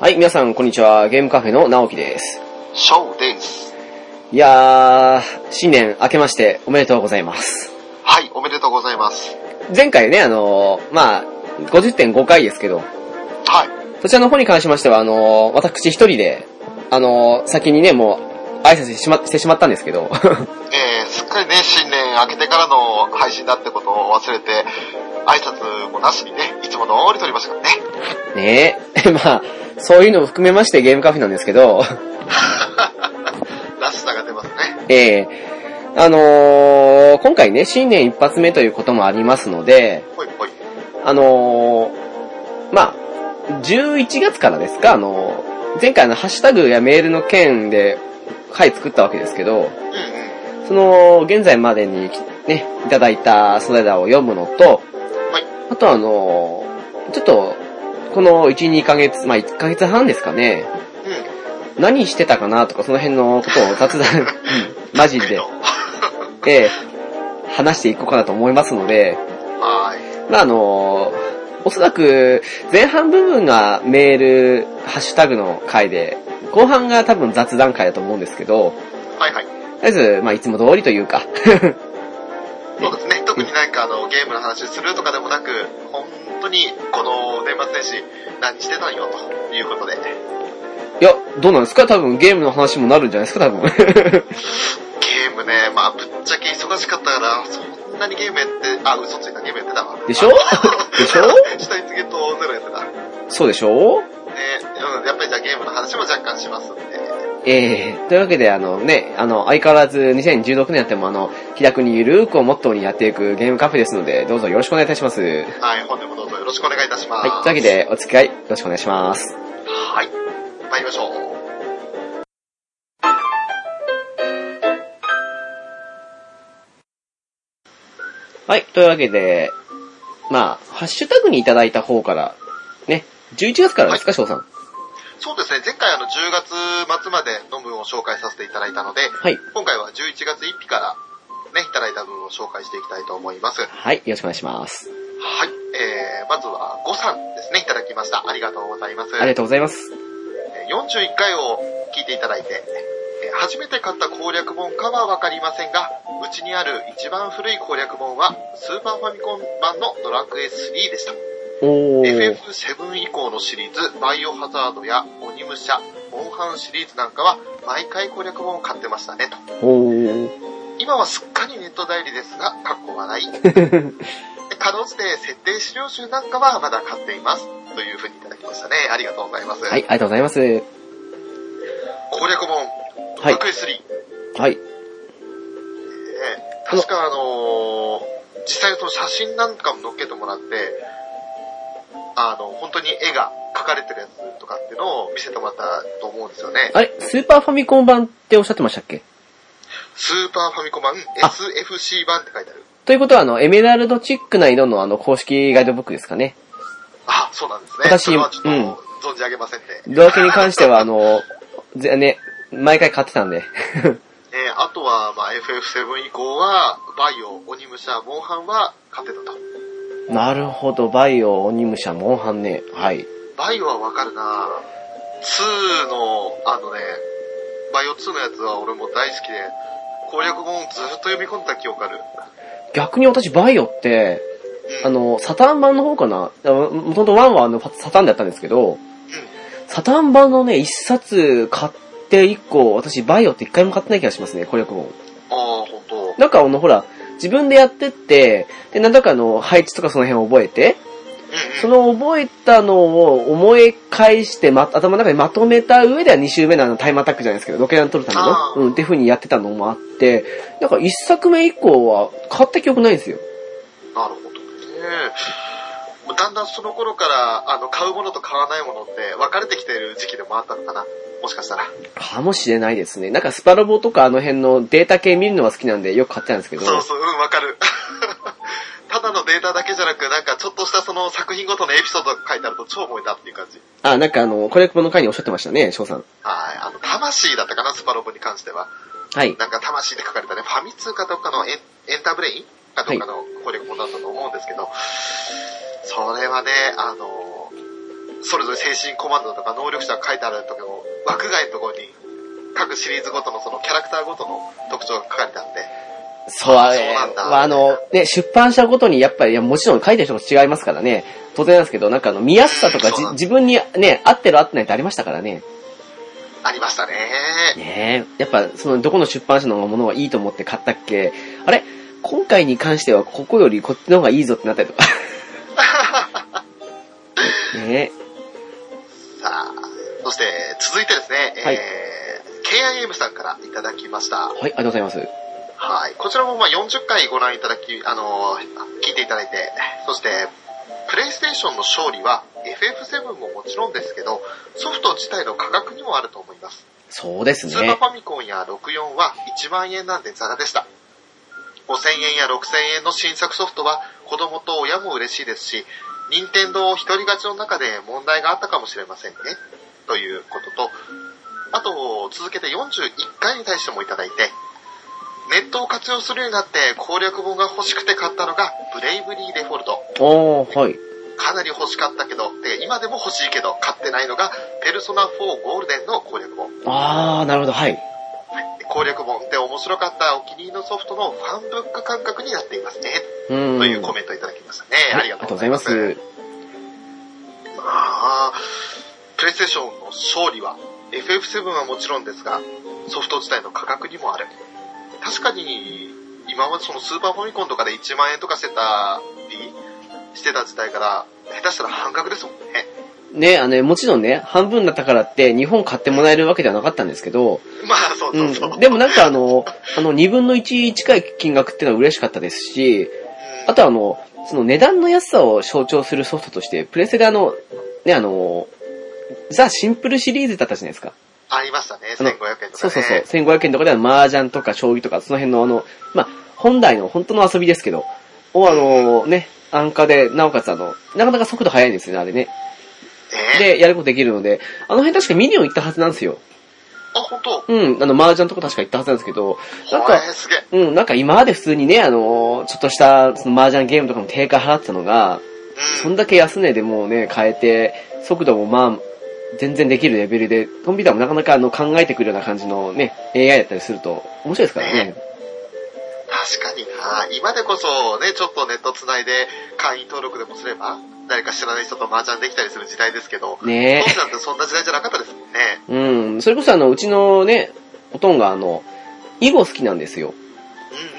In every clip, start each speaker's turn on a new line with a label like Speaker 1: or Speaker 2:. Speaker 1: はい、皆さん、こんにちは。ゲームカフェの直樹です。
Speaker 2: そうです。
Speaker 1: いやー、新年明けましておめでとうございます。
Speaker 2: はい、おめでとうございます。
Speaker 1: 前回ね、あのー、まあ、50.5回ですけど、
Speaker 2: はい。
Speaker 1: そちらの方に関しましては、あのー、私一人で、あのー、先にね、もう、挨拶してしましてしまったんですけど、
Speaker 2: えー、すっかりね、新年明けてからの配信だってことを忘れて、挨拶もなしにね、いつも通り撮りましたからね。
Speaker 1: ねえ、 まあ、そういうのも含めましてゲームカフェなんですけど、
Speaker 2: らしさが出ますね。
Speaker 1: ええあのー、今回ね、新年一発目ということもありますので、
Speaker 2: ほいほい。
Speaker 1: あのー、まあ、11月からですか、あのー前回のハッシュタグやメールの件で、回作ったわけですけど、
Speaker 2: うんうん。
Speaker 1: その、現在までに、ね、いただいたそれらを読むのと、
Speaker 2: はい
Speaker 1: あとあのーちょっと、この1、2ヶ月、まあ、1ヶ月半ですかね、
Speaker 2: うん。
Speaker 1: 何してたかなとか、その辺のことを雑 談、うんマジで、
Speaker 2: は
Speaker 1: ええ話していこうかなと思いますので、
Speaker 2: ーい。
Speaker 1: まあ、あの、おそらく前半部分がメール、ハッシュタグの回で、後半が多分雑談回だと思うんですけど、
Speaker 2: はいはい。
Speaker 1: とりあえず、まあ、いつも通りというか、
Speaker 2: そうですね。特になんかあの、ゲームの話するとかでもなく、本当にこの年末年始、何してたんよ、ということで。
Speaker 1: いや、どうなんですか多分ゲームの話もなるんじゃないですか多分。
Speaker 2: ゲームね、まあ、ぶっちゃけ忙しかったから、そんなにゲームやって、あ、嘘ついたゲームやってたわ。
Speaker 1: でしょでしょ
Speaker 2: 下につけとゼロやってた。
Speaker 1: そうでしょう
Speaker 2: ね、うんやっぱりじゃあゲームの話も若干しますんで。
Speaker 1: ええというわけで、あのね、あの、相変わらず2016年やってもあの、気楽にゆるーくをモットーにやっていくゲームカフェですので、どうぞよろしくお願いいたします。はい、
Speaker 2: はい、本年もどうぞよろしくお願いいたします。
Speaker 1: というわけ。で、お付き合いよろしくお願いします。
Speaker 2: はい。参りましょう。
Speaker 1: はい、というわけで、まあ、ハッシュタグにいただいた方から、ね、11月からですか、翔、さん。
Speaker 2: そうですね、前回あの10月末までの分を紹介させていただいたので、
Speaker 1: はい。
Speaker 2: 今回は11月1日からね、いただいた分を紹介していきたいと思います。はい。
Speaker 1: はい、よろしくお願いします。
Speaker 2: えー、まずは5さんですね、いただきました。ありがとうございます。
Speaker 1: ありがとうございます。
Speaker 2: えー41回を聞いていただいて、えー初めて買った攻略本かはわかりませんが、うちにある一番古い攻略本は、スーパーファミコン版のドラクエ3でした。
Speaker 1: おー。
Speaker 2: FF7 以降のシリーズ、バイオハザードや鬼武者、モンハンシリーズなんかは、毎回攻略本を買ってましたね、と。
Speaker 1: おー。
Speaker 2: 今はすっかりネット代理ですが、かっこ笑 い。でかろうじて設定資料集なんかはまだ買っています。というふうにいただきましたね。ありがとうございます。
Speaker 1: はい、ありがとうございます。
Speaker 2: 攻略本、
Speaker 1: はい
Speaker 2: ドラクエ3。
Speaker 1: はい。
Speaker 2: ね確かあのー実際その写真なんかも載っけてもらって、あの、本当に絵が描かれてるやつとかっていうのを見せてもらったと思うんですよね。
Speaker 1: あれ、スーパーファミコン版っておっしゃってましたっけ
Speaker 2: スーパーファミコン版、SFC 版って書いてある。
Speaker 1: ということは、あの、エメラルドチックな色のあの、公式ガイドブックですかね。
Speaker 2: あ、そうなんですね。
Speaker 1: 私
Speaker 2: それはちょっと、
Speaker 1: うん
Speaker 2: 存じ上げませんね。
Speaker 1: ドラクエに関しては、あの、ぜね、毎回買ってたんで。
Speaker 2: えーあとは、まあ、FF7 以降は、バイオ、鬼武者、モンハンは買ってたと。
Speaker 1: なるほど、バイオ、鬼武者、モンハンね。はい。
Speaker 2: バイオはわかるな2の、あのね、バイオ2のやつは俺も大好きで、攻略本をずっと読み込んだ記憶ある。
Speaker 1: 逆に私、バイオって、
Speaker 2: うん。
Speaker 1: あの、サターン版の方かなあのもともと1はあの、サターンだったんですけど、サターン版のね、一冊買って以降、私、バイオって一回も買ってない気がしますね、攻略本。
Speaker 2: ああ、ほんと。
Speaker 1: なんかあの、ほら、自分でやってって、で、なんだかあの、配置とかその辺を覚えて、そ
Speaker 2: うんうん。
Speaker 1: の覚えたのを思い返して、ま、頭の中にまとめた上では2周目のあのタイムアタックじゃないですけど、ロケラン取るため
Speaker 2: あ
Speaker 1: の、
Speaker 2: ー
Speaker 1: うん、っていう風にやってたのもあって、なんか1作目以降は買った記憶ないんですよ。
Speaker 2: なるほどね。もうだんだんその頃から、あの、買うものと買わないものって分かれてきてる時期でもあったのかな。もしかしたら。
Speaker 1: かもしれないですね。なんかスパロボとかあの辺のデータ系見るのは好きなんでよく買ってたんですけど、
Speaker 2: そうそう、うん、分かる。 ただのデータだけじゃなく、なんかちょっとしたその作品ごとのエピソードが書いてあると超思いたっていう感じ。
Speaker 1: あ、なんかあの、コレクボの回におっしゃってましたね、翔さん。
Speaker 2: はい。あの、魂だったかな、スパロボに関しては。
Speaker 1: はい。
Speaker 2: なんか魂で書かれたね、ファミ通かどっかのエンエンターブレインかどっかの攻略本だったと思うんですけど、それはね、あの、それぞれ精神コマンドとか能力者が書いてあるとかの枠外のところに、各シリーズごとのそのキャラクターごとの特徴が書かれてあって、
Speaker 1: そう、
Speaker 2: そうなんだ
Speaker 1: まああの、ね、出版社ごとにやっぱり、いやもちろん書いてる人も違いますからね、当然なんですけど、なんかあの、見やすさとか
Speaker 2: そう
Speaker 1: じ
Speaker 2: なんだ
Speaker 1: 自分にね、合ってる合ってないってありましたからね。
Speaker 2: ありましたね。
Speaker 1: ねえ、やっぱ、その、どこの出版社のものはいいと思って買ったっけあれ今回に関してはここよりこっちの方がいいぞってなった りとか。ね
Speaker 2: さあ、そして続いてですね、
Speaker 1: はい
Speaker 2: えー、KIM さんからいただきました
Speaker 1: え。。はい、ありがとうございます。
Speaker 2: はい。こちらもまあ40回ご覧いただき、あのー聞いていただいて、そして、プレイステーションの勝利は FF7 ももちろんですけど、ソフト自体の価格にもあると思います。
Speaker 1: そうです
Speaker 2: スーパー
Speaker 1: ね
Speaker 2: フ。ァミコンや64は1万円なんでザラでした。5000円や6000円の新作ソフトは子供と親も嬉しいですし、任天堂一人勝ちの中で問題があったかもしれませんね。ということと、あと、続けて41回に対してもいただいて、ネットを活用するようになって攻略本が欲しくて買ったのがブレイブリーデフォルト。
Speaker 1: おー、はい。
Speaker 2: かなり欲しかったけど、で、今でも欲しいけど買ってないのがペルソナ4ゴールデンの攻略本。
Speaker 1: あー、なるほど、はい。
Speaker 2: 攻略本って面白かったお気に入りのソフトのファンブック感覚になっていますね。
Speaker 1: うん。
Speaker 2: というコメントをいただきましたね。
Speaker 1: はい
Speaker 2: ありがとうござい
Speaker 1: ありが
Speaker 2: ま
Speaker 1: とうござい
Speaker 2: す。
Speaker 1: ます。
Speaker 2: ああ、プレイステーションの勝利は FF7 はもちろんですが、ソフト自体の価格にもある。確かに、今までそのスーパーファミコンとかで1万円とかしてたりしてた時代から、下手したら半額ですもんね。
Speaker 1: ね、あのね、もちろんね、半分だったからって、日本買ってもらえるわけではなかったんですけど、
Speaker 2: まあ、そう
Speaker 1: う
Speaker 2: そうそう。
Speaker 1: ん。でもなんかあの、 あの、2分の1近い金額っていうのは嬉しかったですし、
Speaker 2: うん
Speaker 1: あとあの、その値段の安さを象徴するソフトとして、プレステであの、ね、あの、ザ・シンプルシリーズだったじゃないですか。
Speaker 2: ありましたね、
Speaker 1: あの
Speaker 2: 1500円とかね。
Speaker 1: そうそうそう。1500円とかでは麻雀とか将棋とか、その辺のあの、まあ、本来の本当の遊びですけど、をあの、ね、安価で、なおかつあの、なかなか速度速いんですよね、あれね。
Speaker 2: ね
Speaker 1: で、やることできるので、あの辺確かミニオン行ったはずなんですよ。
Speaker 2: あ、本当
Speaker 1: うん、あの、麻雀とか確か行ったはずなんですけど、なん
Speaker 2: は
Speaker 1: か、
Speaker 2: い、すげえ。
Speaker 1: うん、なんか今まで普通にね、あの、ちょっとした、その麻雀ゲームとかの定価払ってたのが、そ
Speaker 2: うん
Speaker 1: んだけ安値でもうね、変えて、速度もまあ、全然できるレベルで、コンピューターもなかなかあの考えてくるような感じのね、AI だったりすると、面白いですからね。
Speaker 2: 確かにな今でこそね、ちょっとネット繋いで会員登録でもすれば、誰か知らない人と麻雀できたりする時代ですけど、
Speaker 1: ね
Speaker 2: 当時なんてそんな時代じゃなかったですも んね。
Speaker 1: え。うん、それこそあの、うちのね、おとんがあの、囲碁好きなんですよ。
Speaker 2: うん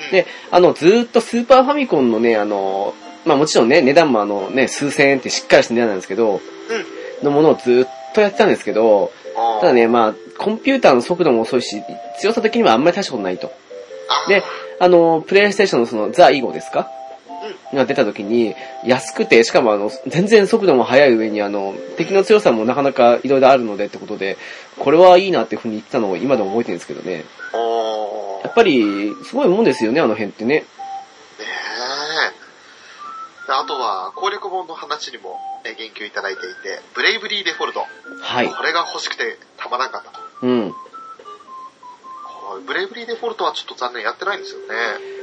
Speaker 2: うん。
Speaker 1: で、あの、ずーっとスーパーファミコンのね、あの、まあもちろんね、値段もあのね、数千円ってしっかりした値段なんですけど、のものをずーっとやってたんですけど、
Speaker 2: おー
Speaker 1: ただ。ね、まあ、コンピューターの速度も遅いし、強さ的にはあんまり大したことないと。
Speaker 2: あー
Speaker 1: で、あの、プレイステーションのその、ザ・イゴですかが出た時に、安くて、しかもあの、全然速度も速い上に、あの、敵の強さもなかなかいろいろあるのでってことで、これはいいなっていうふうに言ってたのを今でも覚えてるんですけどね。
Speaker 2: おー
Speaker 1: やっぱり、すごいもんですよね、あの辺ってね。
Speaker 2: ねえ。であとは、攻略本の話にもえ言及いただいていて、ブレイブリーデフォルト。
Speaker 1: はい。
Speaker 2: これが欲しくてたまらんかったと。
Speaker 1: うん。
Speaker 2: こうブレイブリーデフォルトはちょっと残念やってないんですよね。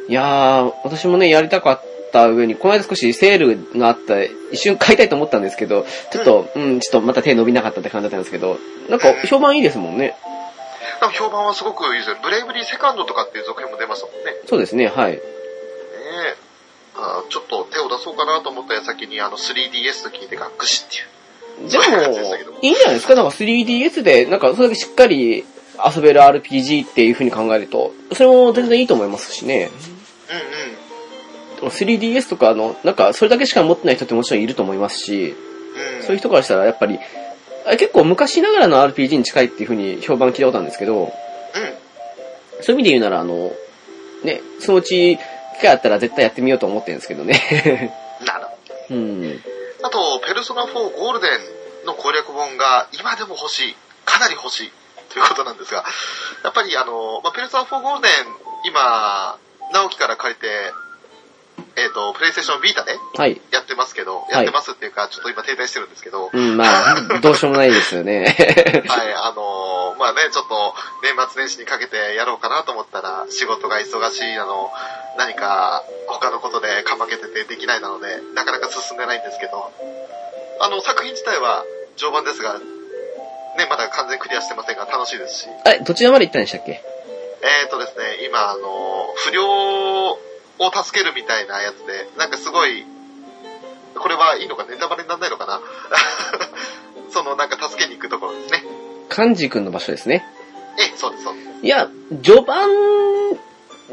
Speaker 1: いやー、私もね、やりたかった上に、この間少しセールがあった、一瞬買いたいと思ったんですけど、ちょっと、うん、ちょっとまた手伸びなかったって感じだったんですけど、なんか、評判いいですもんね。
Speaker 2: でも評判はすごくいいですよ。ブレイブリーセカンドとかっていう続編も出ましたもんね。
Speaker 1: そうですね、はい。
Speaker 2: ねえ。あちょっと手を出そうかなと思った矢先にあの 3DS と聞いてがっくしっていう。
Speaker 1: でも、いいんじゃないですかなんか 3DS で、なんかそれだけしっかり遊べる RPG っていう風に考えると、それも全然いいと思いますしね。
Speaker 2: うんうん。
Speaker 1: 3DS とかあの、なんかそれだけしか持ってない人ってもちろんいると思いますし、
Speaker 2: うん、
Speaker 1: そういう人からしたらやっぱり、あれ結構昔ながらの RPG に近いっていう風に評判聞いたことあるんですけど、そういう意味で言うならあの、ね、そのうち機会あったら絶対やってみようと思ってるんですけどね。
Speaker 2: うん。なるほど。
Speaker 1: うん。
Speaker 2: あと、ペルソナ4ゴールデンの攻略本が今でも欲しい。かなり欲しい。ということなんですが、やっぱりあの、まあ、ペルソナ4ゴールデン、今、直樹から借りて、えっ、と、プレイステーションビータで
Speaker 1: はい。
Speaker 2: やってますけど、
Speaker 1: い
Speaker 2: やってますっていうか、ちょっと今停滞してるんですけど、
Speaker 1: うん、まあ、どうしようもないですよね。
Speaker 2: はい、あのーまあね、ちょっと年末年始にかけてやろうかなと思ったら、仕事が忙しいなの、何か他のことでかまけててできないなので、なかなか進んでないんですけど、あの、作品自体は序盤ですが、ね、まだ完全クリアしてませんが楽しいですし、
Speaker 1: あれ、どちらまで行ったんでしたっけ
Speaker 2: えーとですね、今、あの、不良を助けるみたいなやつで、なんかすごい、これはいいのか、ネタバレにならないのかな その、なんか助けに行くところですね。
Speaker 1: 漢字くんの場所ですね。
Speaker 2: え、そうです、そうです。
Speaker 1: いや、序盤、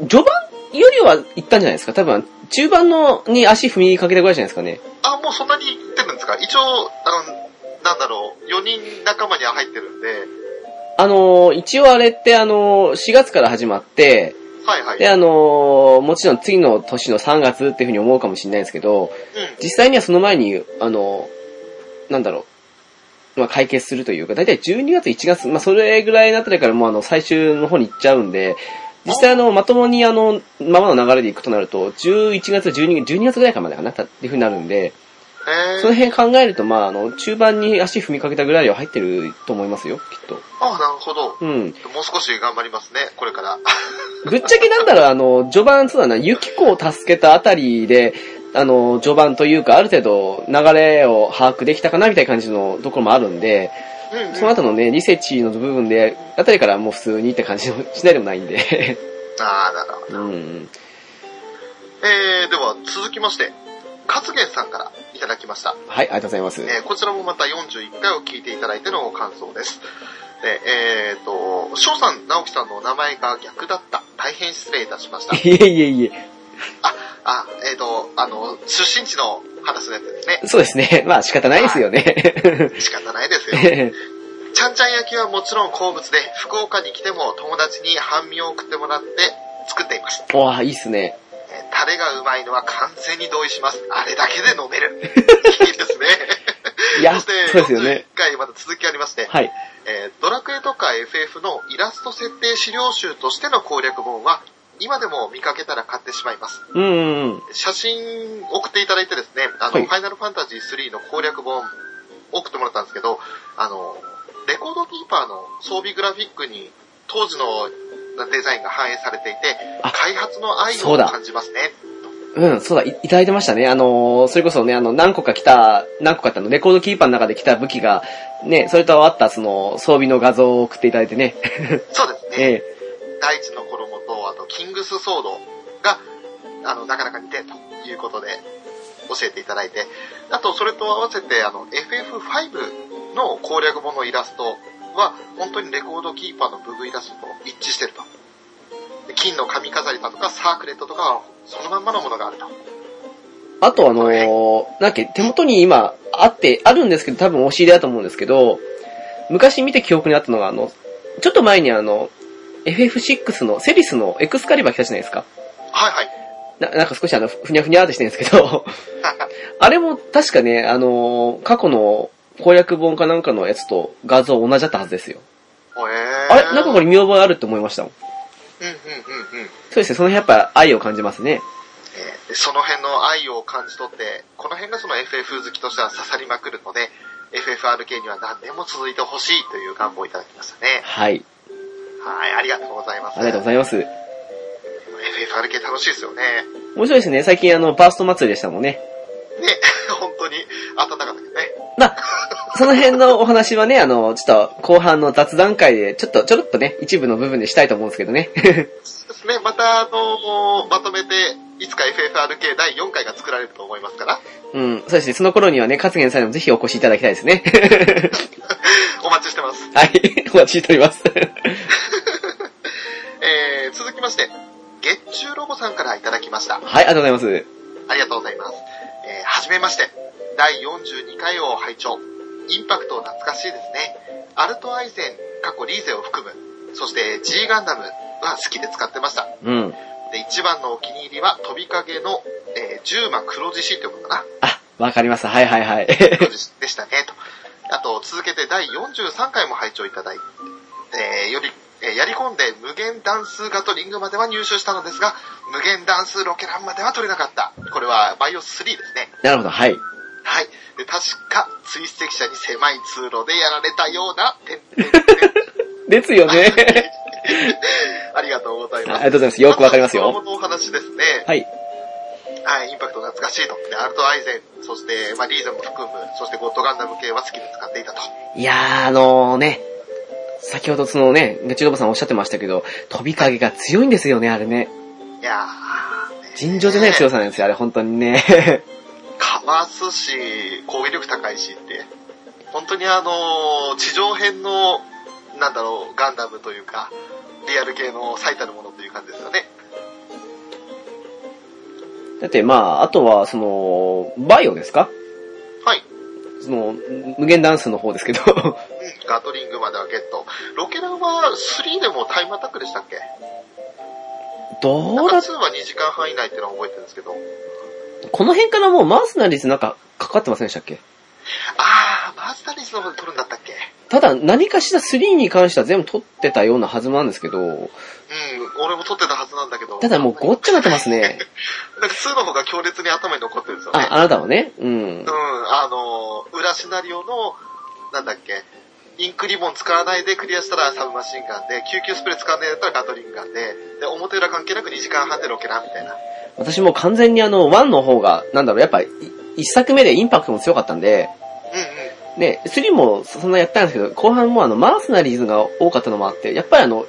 Speaker 1: 序盤よりは行ったんじゃないですか多分、中盤のに足踏みかけたぐらいじゃないですかね。
Speaker 2: あ、もうそんなに行ってるんですか一応、あの、なんだろう、4人仲間には入ってるんで、
Speaker 1: あのー、一応あれってあのー、4月から始まって、
Speaker 2: はいはい。
Speaker 1: で、あのー、もちろん次の年の3月っていうふうに思うかもしれないですけど、
Speaker 2: うん。
Speaker 1: 実際にはその前に、あの、なんだろう、まあ、解決するというか、だいたい12月、1月、まあ、それぐらいになったらからもうあの、最終の方に行っちゃうんで、実際あの、まともにあの、ままの流れで行くとなると、11月、12月、12月ぐらいかまでかな、たっていう風になるんで、
Speaker 2: え
Speaker 1: その
Speaker 2: ー、
Speaker 1: 辺考えると、まあ、あの、中盤に足踏みかけたぐらいは入ってると思いますよ、きっと。
Speaker 2: あ、なるほど。
Speaker 1: うん。
Speaker 2: もう少し頑張りますね、これから。
Speaker 1: ぶっちゃけなんだろう、あの、序盤、そうだな、ユキコを助けたあたりで、あの、序盤というか、ある程度流れを把握できたかな、みたいな感じのところもあるんで、
Speaker 2: うん、うん。
Speaker 1: その後のね、リセチの部分で、あたりからもう普通にって感じもしないでもないんで。
Speaker 2: あーなるほど。
Speaker 1: うん。
Speaker 2: えー、では続きまして、勝元さんからいただきました。
Speaker 1: はい、ありがとうございます。
Speaker 2: えーこちらもまた41回を聞いていただいての感想です。えー、えーと、翔さん、直樹さんのお名前が逆だった。大変失礼いたしました。
Speaker 1: いえいえいえ。
Speaker 2: あ、えーと、あの、出身地の話のやつですね。
Speaker 1: そうですね。まあ仕方ないですよね。
Speaker 2: 仕方ないですよ。ちゃんちゃん焼きはもちろん好物で、福岡に来ても友達に半身を送ってもらって作っています。
Speaker 1: お わ、いいっすね。
Speaker 2: えータレがうまいのは完全に同意します。あれだけで飲 める。いいですね。
Speaker 1: いや、
Speaker 2: そし
Speaker 1: そ
Speaker 2: て、
Speaker 1: うですよね。
Speaker 2: 41回また続きありまして、
Speaker 1: はい。
Speaker 2: えードラクエとか FF のイラスト設定資料集としての攻略本は、今でも見かけたら買ってしまいます。
Speaker 1: うんうんうん。
Speaker 2: 写真送っていただいてですね、あの、
Speaker 1: はい
Speaker 2: ファイナルファンタジー3の攻略本送ってもらったんですけど、あの、レコードキーパーの装備グラフィックに当時のデザインが反映されていて
Speaker 1: あ、
Speaker 2: 開発の愛
Speaker 1: そう
Speaker 2: を
Speaker 1: だ
Speaker 2: 感じますね。
Speaker 1: うん、そうだい、いただいてましたね。あのーそれこそね、あの、何個か来た、何個かってあの、レコードキーパーの中で来た武器が、ね、それと合ったその、装備の画像を送っていただいてね。
Speaker 2: そうですね。
Speaker 1: ええ
Speaker 2: 大地の衣と、あと、キングスソードが、あの、なかなか似てるということで、教えていただいて、あと、それと合わせて、あの、FF5 の攻略本のイラストは、本当にレコードキーパーのブグイラストと一致してると。で金の髪飾りだとか、サークレットとかは、そのまんまのものがあると。
Speaker 1: あとあのーなんだっけ、手元に今、あって、あるんですけど、多分押し入れだと思うんですけど、昔見て記憶にあったのが、あの、ちょっと前にあの、FF6 の、セリスのエクスカリバー来たじゃないですか。
Speaker 2: はいはい。
Speaker 1: な、なんか少しあの、ふふにゃふにゃーってしてるんですけど、あれも確かね、あのー過去の攻略本かなんかのやつと画像同じだったはずですよ。
Speaker 2: おえー、
Speaker 1: あれなんかこれ見覚えあるって思いましたもん。
Speaker 2: うんうんうんうん。
Speaker 1: そうですね、その辺やっぱ愛を感じますね。
Speaker 2: えーでその辺の愛を感じ取って、この辺がその FF 好きとしては刺さりまくるので、FFRK には何年も続いてほしいという願望をいただきましたね。
Speaker 1: はい。
Speaker 2: はい、ありがとうございます。
Speaker 1: ありがとうございます。
Speaker 2: FFRK 楽しいですよね。
Speaker 1: 面白いですね、最近あの、バースト祭りでしたもんね。
Speaker 2: ね、本当に暖かくてね。
Speaker 1: まあ、その辺のお話はね、あの、ちょっと後半の雑談会で、ちょっとちょろっとね、一部の部分でしたいと思うんですけどね。
Speaker 2: そうですね、またあのーまとめて、いつか FFRK 第4回が作られると思いますから、
Speaker 1: うん、そうですね、その頃にはね、勝元さんにもぜひお越しいただきたいですね。
Speaker 2: お待ちしてます。
Speaker 1: はい、お待ちしております。
Speaker 2: えー、続きまして、月中ロボさんからいただきました。
Speaker 1: はい、ありがとうございます。
Speaker 2: ありがとうございます。えーはじめまして。第42回を拝聴。インパクト懐かしいですね。アルトアイゼン、過去リーゼを含む、そして G ガンダムは好きで使ってました。
Speaker 1: うん。
Speaker 2: で、一番のお気に入りは飛び影の、えー、10万黒獅子ってことかな。
Speaker 1: あ、わかります。はいはい はい。
Speaker 2: 黒獅子でしたね、と。あと、続けて第43回も拝聴いただいて、えーより、えーやり込んで無限ダンスガトリングまでは入手したのですが、無限ダンスロケランまでは取れなかった。これはバイオス3ですね。
Speaker 1: なるほど、はい。
Speaker 2: はい。で、確か、追跡者に狭い通路でやられたような、てんてんてん
Speaker 1: ですよね。
Speaker 2: ありがとうござい
Speaker 1: ああ
Speaker 2: ま
Speaker 1: りが
Speaker 2: す。
Speaker 1: とうございます。よくわかります
Speaker 2: 子供
Speaker 1: よ。
Speaker 2: のお話ですね。
Speaker 1: はい。
Speaker 2: はい、インパクト懐かしいと。で、アルトアイゼン、そして、まあ、リーザも含む、そしてゴッドガンダム系は好きで使っていたと。
Speaker 1: いやー、あのね、先ほどそのね、ガチロボさんおっしゃってましたけど、飛び影が強いんですよね、あれね。
Speaker 2: いやー、ね
Speaker 1: 尋常じゃない強さなんですよ、あれ、本当にね。
Speaker 2: かわすし、攻撃力高いしって、本当にあのー地上編の、なんだろう、ガンダムというか、リアル系の最たるものという感じですよね。
Speaker 1: だって、まあ、あとは、その、バイオですか
Speaker 2: はい。
Speaker 1: その、無限ダンスの方ですけど。
Speaker 2: うんガトリングまではゲット。ロケランは3でもタイムアタックでしたっけな
Speaker 1: ど
Speaker 2: ん
Speaker 1: う
Speaker 2: か
Speaker 1: だ
Speaker 2: 2は2時間半以内っていうのは覚えてるんですけど。
Speaker 1: この辺からもうマースナリーズなんかかかってませんでしたっけ
Speaker 2: あー、マースタリーズの方で撮るんだったっけ
Speaker 1: ただ、何かしら3に関しては全部取ってたようなはずなんですけど、
Speaker 2: うん、俺も撮ってたはずなんだけど。
Speaker 1: ただもうごっちゃなってますね。
Speaker 2: なんか2の方が強烈に頭に残ってるんですよね。
Speaker 1: あ、あなたはね。うん
Speaker 2: うん、。あのー、裏シナリオの、なんだっけ、インクリボン使わないでクリアしたらサブマシンガンで、救急スプレー使わないだったらガトリングガンで、で、表裏関係なく2時間半でロケランみたいな。
Speaker 1: 私もう完全にあの、1の方が、なんだろう、やっぱ、い一作目でインパクトも強かったんで、
Speaker 2: うんうん。
Speaker 1: ね、3もそんなやったんですけど、後半もあの、マースナリーズが多かったのもあって、やっぱりあの、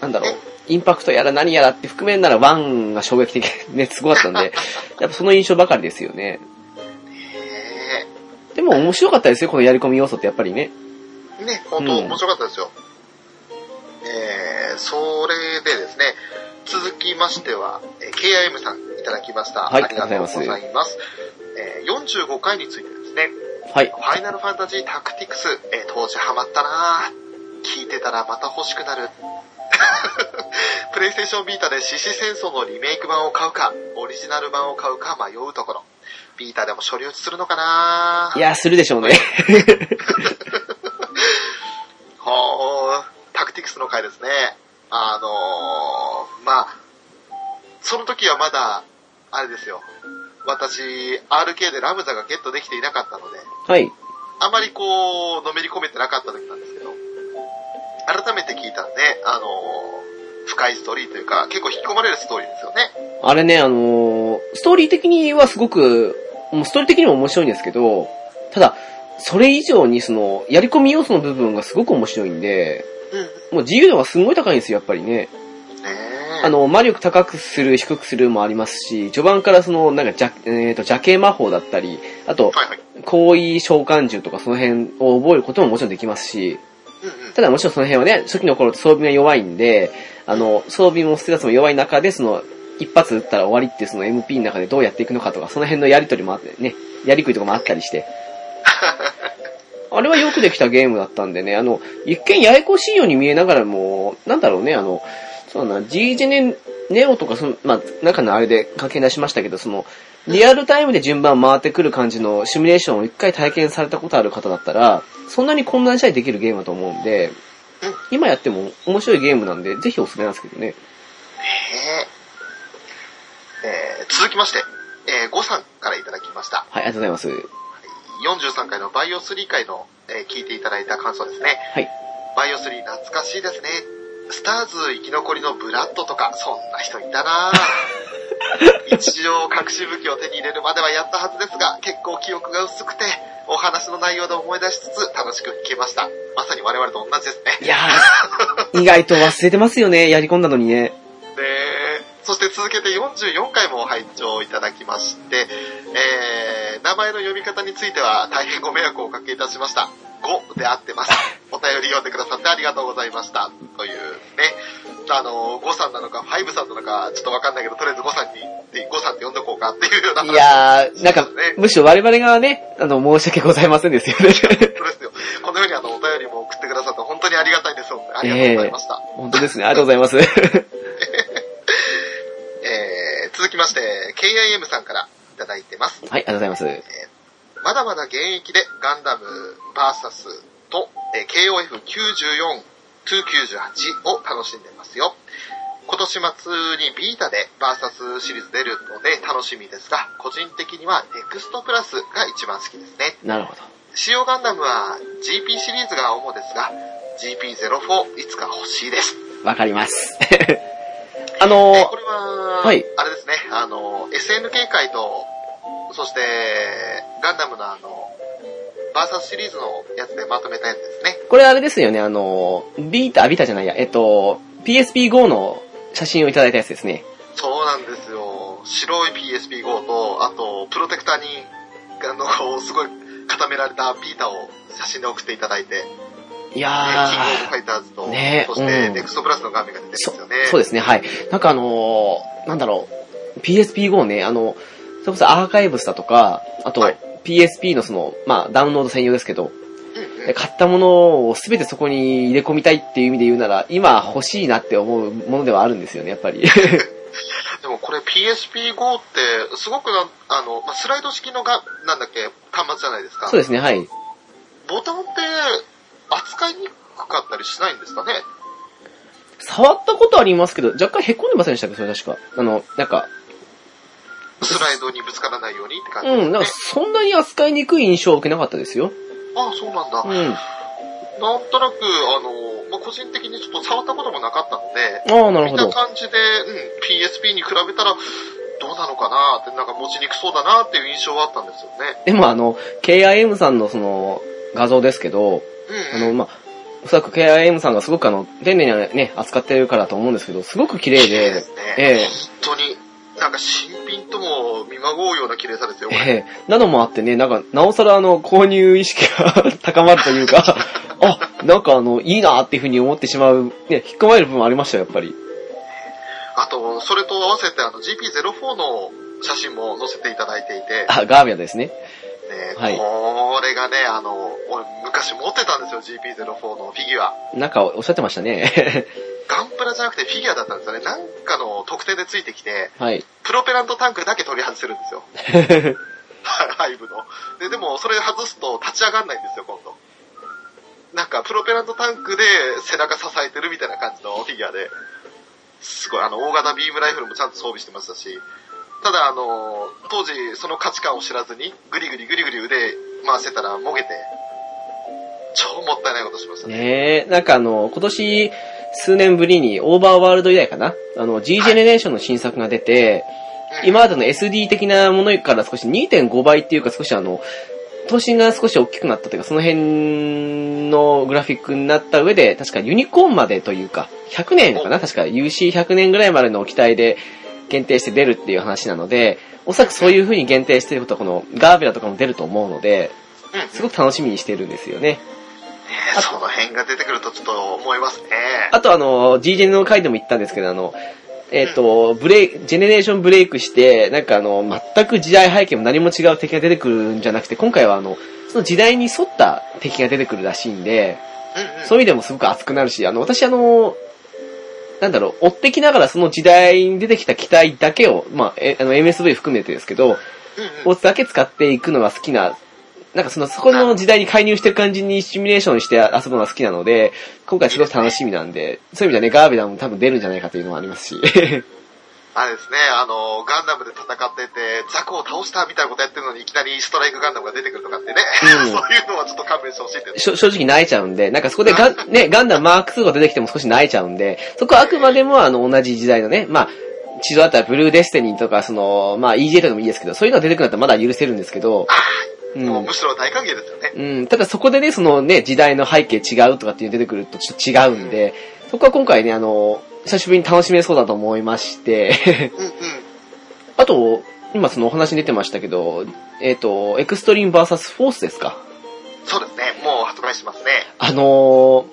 Speaker 1: なんだろう、インパクトやら何やらって含めんなら1が衝撃的で、ね、すごかったんで、やっぱその印象ばかりですよね。
Speaker 2: へ
Speaker 1: でも面白かったですよ、このやり込み要素ってやっぱりね。
Speaker 2: え。ね、本当
Speaker 1: うん
Speaker 2: 面白かったですよ。えー、それでですね、続きましては、えー KIM さんいただきました。
Speaker 1: はい
Speaker 2: ありがとうござ
Speaker 1: あり
Speaker 2: い
Speaker 1: が
Speaker 2: ま
Speaker 1: と
Speaker 2: す。えー、45回についてですね、
Speaker 1: はい。
Speaker 2: ファイナルファンタジータクティクス、えー当時ハマったなぁ。聞いてたらまた欲しくなる。 プレイステーションビータで獅子戦争のリメイク版を買うか、オリジナル版を買うか迷うところ。ビータでも処理落ちするのかない
Speaker 1: やー、するでしょうね。
Speaker 2: ほー、タクティクスの回ですね。あのー、まあ、その時はまだ、あれですよ。私、RK でラムザがゲットできていなかったので、
Speaker 1: はい。
Speaker 2: あまりこう、のめり込めてなかった時なんですけど、改めて聞いたらね、あのー、深いストーリーというか、結構引き込まれるストーリーですよね。
Speaker 1: あれね、あのーストーリー的にはすごく、もうストーリー的にも面白いんですけど、ただ、それ以上にその、やり込み要素の部分がすごく面白いんで、もう自由度がすごい高いんですよ、やっぱりね。
Speaker 2: ねえ。
Speaker 1: あの、魔力高くする、低くするもありますし、序盤からその、なんか、じゃ、えっ、と、邪形魔法だったり、あと、
Speaker 2: はいはい。
Speaker 1: 行為召喚獣とかその辺を覚えることももちろんできますし、
Speaker 2: うんうん。
Speaker 1: ただもちろんその辺はね、初期の頃って装備が弱いんで、あの、装備もステータスも弱い中で、その、一発撃ったら終わりっていうその MP の中でどうやっていくのかとか、その辺のやりとりもあってね、やりくりとかもあったりして。あれはよくできたゲームだったんでね、あの、一見ややこしいように見えながらも、なんだろうね、あの、そうだな、G ジェネネオとか、その、まあ、中のあれで関係出しましたけど、その、リアルタイムで順番回ってくる感じのシミュレーションを一回体験されたことある方だったら、そんなに混乱したりできるゲームだと思うんで、今やっても面白いゲームなんで、ぜひおすすめなんですけどね。
Speaker 2: ねえ。えー続きまして、えー、5さんからいただきました。
Speaker 1: はい、ありがとうございます。
Speaker 2: 43回のバイオ3回の、えー聞いていただいた感想ですね。
Speaker 1: はい。
Speaker 2: バイオ3懐かしいですね。スターズ生き残りのブラッドとか、そんな人いたなぁ。一応隠し武器を手に入れるまではやったはずですが、結構記憶が薄くて、お話の内容で思い出しつつ楽しく聞けました。まさに我々と同じですね。
Speaker 1: いや ー、意外と忘れてますよね、やり込んだのにね。
Speaker 2: ねえそして続けて44回も拝聴いただきまして、えー、名前の読み方については大変ご迷惑をおかけいたしました。5で合って ます。お便り読んでくださってありがとうございました。というね、あの、5さんなのか5さんなのかちょっとわかんないけど、とりあえず5さんに、5さんって呼んどこうかっていうような話
Speaker 1: いやー、なんか
Speaker 2: そうです、ね
Speaker 1: むしろ我々がね、あの、申し訳ございませんですよね。
Speaker 2: そうですよ。このようにあの、お便りも送ってくださって本当にありがたいです。ありがとうございました。
Speaker 1: 本当ですね、ありがとうございます。
Speaker 2: えー、続きまして、KIM さんからいただいてます。
Speaker 1: はい、ありがとうございます。
Speaker 2: まだまだ現役でガンダム VS とえー KOF94-298 を楽しんでますよ。今年末にビータで VS シリーズ出るので楽しみですが、個人的には NEXT プラスが一番好きですね。
Speaker 1: なるほど。
Speaker 2: 使用ガンダムは GP シリーズが主ですが、GP04 いつか欲しいです。
Speaker 1: わかります。 あの
Speaker 2: えー
Speaker 1: ー
Speaker 2: これは、
Speaker 1: はい
Speaker 2: あれですね、あの、SNK 界と、そして、ガンダムのあの、バーサスシリーズのやつでまとめたやつですね。
Speaker 1: これあれですよね、あのービータ、ビータじゃないや、えっと、PSP-GO の写真をいただいたやつですね。
Speaker 2: そうなんですよ。白い PSP-GO と、あと、プロテクターに、あの、こうすごい固められたビータを写真で送っていただいて、
Speaker 1: い
Speaker 2: キングオブ
Speaker 1: や
Speaker 2: ファイターズと、
Speaker 1: ね
Speaker 2: そして、
Speaker 1: うん
Speaker 2: ネクストブラスの画面が出てるんですよね。
Speaker 1: ー、そうですね、はい。なんかあのーなんだろう、PSP-GO ね、あの、それこそアーカイブスだとか、あと
Speaker 2: はい
Speaker 1: PSP のその、まあダウンロード専用ですけど、
Speaker 2: うんうん
Speaker 1: 買ったものを全てそこに入れ込みたいっていう意味で言うなら、今欲しいなって思うものではあるんですよね、やっぱり。
Speaker 2: でもこれ PSP-GO って、すごくな、あの、まあ、スライド式のが、なんだっけ、端末じゃないですか。
Speaker 1: そうですね、はい。
Speaker 2: ボタンって扱いにくかったりしないんですかね
Speaker 1: 触ったことありますけど、若干凹んでませんでしたっけそれ確か。あの、なんか、
Speaker 2: スライドにぶつからないようにって感じです
Speaker 1: う
Speaker 2: ね。
Speaker 1: ん、なんかそんなに扱いにくい印象を受けなかったですよ。
Speaker 2: ああ、そうなんだ。
Speaker 1: うん。あ
Speaker 2: なんとなく、あの、まあ、個人的にちょっと触ったこともなかったので、
Speaker 1: あ、なる
Speaker 2: 見
Speaker 1: ほ
Speaker 2: た
Speaker 1: ど。
Speaker 2: 感じで、うん、PSP に比べたら、どうなのかなって、なんか持ちにくそうだなっていう印象はあったんですよね。
Speaker 1: でもあの、KIM さんのその、画像ですけど、あ
Speaker 2: うん、う
Speaker 1: の、
Speaker 2: ん。
Speaker 1: まあ、おそらく KIM さんがすごくあの、丁寧にね、扱ってるからと思うんですけど、すごく綺麗
Speaker 2: 綺麗で
Speaker 1: で、
Speaker 2: すね。
Speaker 1: ええ
Speaker 2: 本当に、なんか新品とも見まごうような綺麗さですよ、これ。
Speaker 1: ええなのもあってね、なんか、なおさらあの、購入意識が高まるというか、 あ、なんかあの、いいなっていうふうに思ってしまう、ね、引っ込まれる部分ありましたよ、やっぱり。
Speaker 2: あと、それと合わせて、あの、GP04 の写真も載せていただいていて、
Speaker 1: あ、ガーミアですね。
Speaker 2: ね、
Speaker 1: はい
Speaker 2: これがね、あの、俺昔持ってたんですよ、GP04 のフィギュア。
Speaker 1: なんかおっしゃってましたね。
Speaker 2: ガンプラじゃなくてフィギュアだったんですよね。なんかの特典でついてきて、
Speaker 1: はい。
Speaker 2: プロペラントタンクだけ取り外せるんで すよ。ハイブの。で、でもそれ外すと立ち上がんないんですよ、今度。なんか、プロペラントタンクで背中支えてるみたいな感じのフィギュアで、すごい、あの、大型ビームライフルもちゃんと装備してましたし、ただ、あの、当時、その価値観を知らずに、ぐりぐりぐりぐり腕回せたら、もげて、超もったいないことしましたね。
Speaker 1: ねえ、なんかあの、今年、数年ぶりに、オーバーワールド以来かなあの、G ジェネレーションの新作が出て、
Speaker 2: うん
Speaker 1: 今までの SD 的なものから少し2.5倍っていうか少しあの、頭身が少し大きくなったというか、その辺のグラフィックになった上で、確かユニコーンまでというか、100年かな確か UC100 年ぐらいまでの機体で限定して出るっていう話なので、おそらくそういう風に限定してることはこのガーベラとかも出ると思うので、
Speaker 2: うん
Speaker 1: すごく楽しみにしてるんですよね。
Speaker 2: ねその辺が出てくるとちょっと思いますね。
Speaker 1: あとあの、G ジェネの回でも言ったんですけど、あの、えっ、と、ブレイク、ジェネレーションブレイクして、なんかあの、全く時代背景も何も違う敵が出てくるんじゃなくて、今回はあの、その時代に沿った敵が出てくるらしいんで、
Speaker 2: うんうん。
Speaker 1: そういう意味でもすごく熱くなるし、あの、私あの、なんだろう、追ってきながらその時代に出てきた機体だけを、まあ、えあの、MSV 含めてですけど、
Speaker 2: うんうん
Speaker 1: をだけ使っていくのが好きな、なんかその、そこの時代に介入してる感じにシミュレーションして遊ぶのが好きなので、今回すごく楽しみなんで、そういう意味ではね、ガーベラも多分出るんじゃないかというのもありますし。
Speaker 2: あれですね、あの、ガンダムで戦ってて、ザコを倒したみたいなことやってるのに、いきなりストライクガンダムが出てくるとかってね、
Speaker 1: うん
Speaker 2: そういうのはちょっと勘弁してほしいっていうの
Speaker 1: しょ 正直泣いちゃうんで、なんかそこでガン、ね、ガンダムマーク2が出てきても少し泣いちゃうんで、そこはあくまでもあの、同じ時代のね、まあ、地上だったらブルーデスティニーとか、その、まあ EJ とかでもいいですけど、そういうのが出てくるんだったらまだ許せるんですけど、う
Speaker 2: もうんむしろ大歓迎ですよね。
Speaker 1: うん、ただそこでね、そのね、時代の背景違うとかっていうの出てくるとちょっと違うんで、そこは今回ね、あの、久しぶりに楽しめそうだと思いまして、
Speaker 2: うんうん。
Speaker 1: あと、今そのお話に出てましたけど、えっ、と、エクストリーム VS フォースですか。
Speaker 2: そうですね、もう発売しますね。
Speaker 1: あの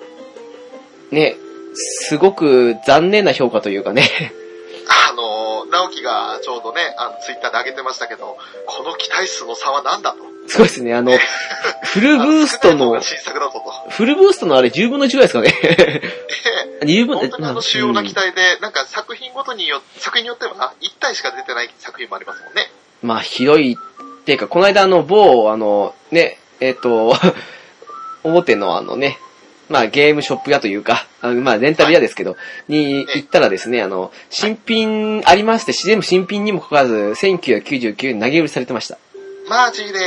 Speaker 1: ー、ね、すごく残念な評価というかね、
Speaker 2: あの、直樹がちょうどね、あの、ツイッターで上げてましたけど、この期待数の差は何だと。
Speaker 1: すごいですね、あの、フルブースト
Speaker 2: あ
Speaker 1: の
Speaker 2: の、新作だぞと。
Speaker 1: フルブーストのあれ10分の1ぐらいですかね。10分
Speaker 2: 本当にあの主要な
Speaker 1: うん
Speaker 2: 期待で、なんか作品ごとによ、作品によっては、1体しか出てない作品もありますもんね。
Speaker 1: まあ、ひどいっていうか、この間あの、某、あの、ね、えっ、と、 表のあのね、まあ、ゲームショップ屋というか、あのまあ、レンタル屋ですけど、に行ったらですね、あの、新品ありまして、全部新品にもかかわらず、1999円投げ売りされてました。
Speaker 2: マジで。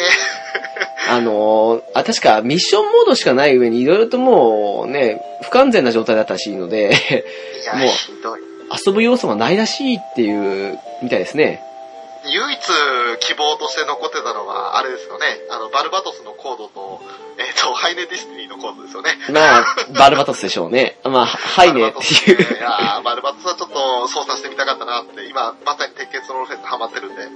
Speaker 1: あのあ、確かミッションモードしかない上に、いろいろともうね、不完全な状態だったらしいので、
Speaker 2: いや、
Speaker 1: もう
Speaker 2: ひどい。
Speaker 1: 遊ぶ要素がないらしいっていう、みたいですね。
Speaker 2: 唯一希望として残ってたのは、あれですよね。あの、バルバトスのコードと、えっ、と、ハイネディスティニーのコードですよね。
Speaker 1: まあ、バルバトスでしょうね。まあ、はいねっ
Speaker 2: バルバト
Speaker 1: て
Speaker 2: ス
Speaker 1: いう。
Speaker 2: いやーバルバトスはちょっと操作してみたかったなって、今、まさに鉄血のローフェンスハマってるんで。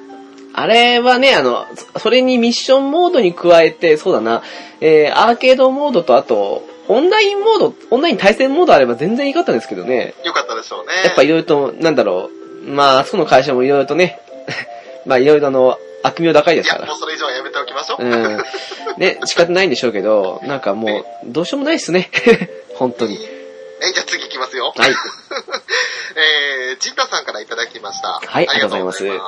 Speaker 1: あれはね、あの、そそれにミッションモードに加えて、そうだな、えー、アーケードモードとあと、オンラインモード、オンライン対戦モードあれば全然良かったんですけどね。
Speaker 2: よかったでしょうね。
Speaker 1: やっぱいろいろと、なんだろう、まあ、あそこの会社もいろいろとね、 まあいろいろあの、悪名高いで
Speaker 2: い
Speaker 1: すか
Speaker 2: や、
Speaker 1: ら
Speaker 2: もう。それ以上はやめておきましょう。
Speaker 1: うん。ね、仕方ないんでしょうけど、なんかもう、どうしようもないっすね。 本当に。
Speaker 2: え、じゃあ次行きますよ。
Speaker 1: はい。
Speaker 2: えー、ジンタさんからいただきました。
Speaker 1: はいあ
Speaker 2: え
Speaker 1: りがとうござい
Speaker 2: ー、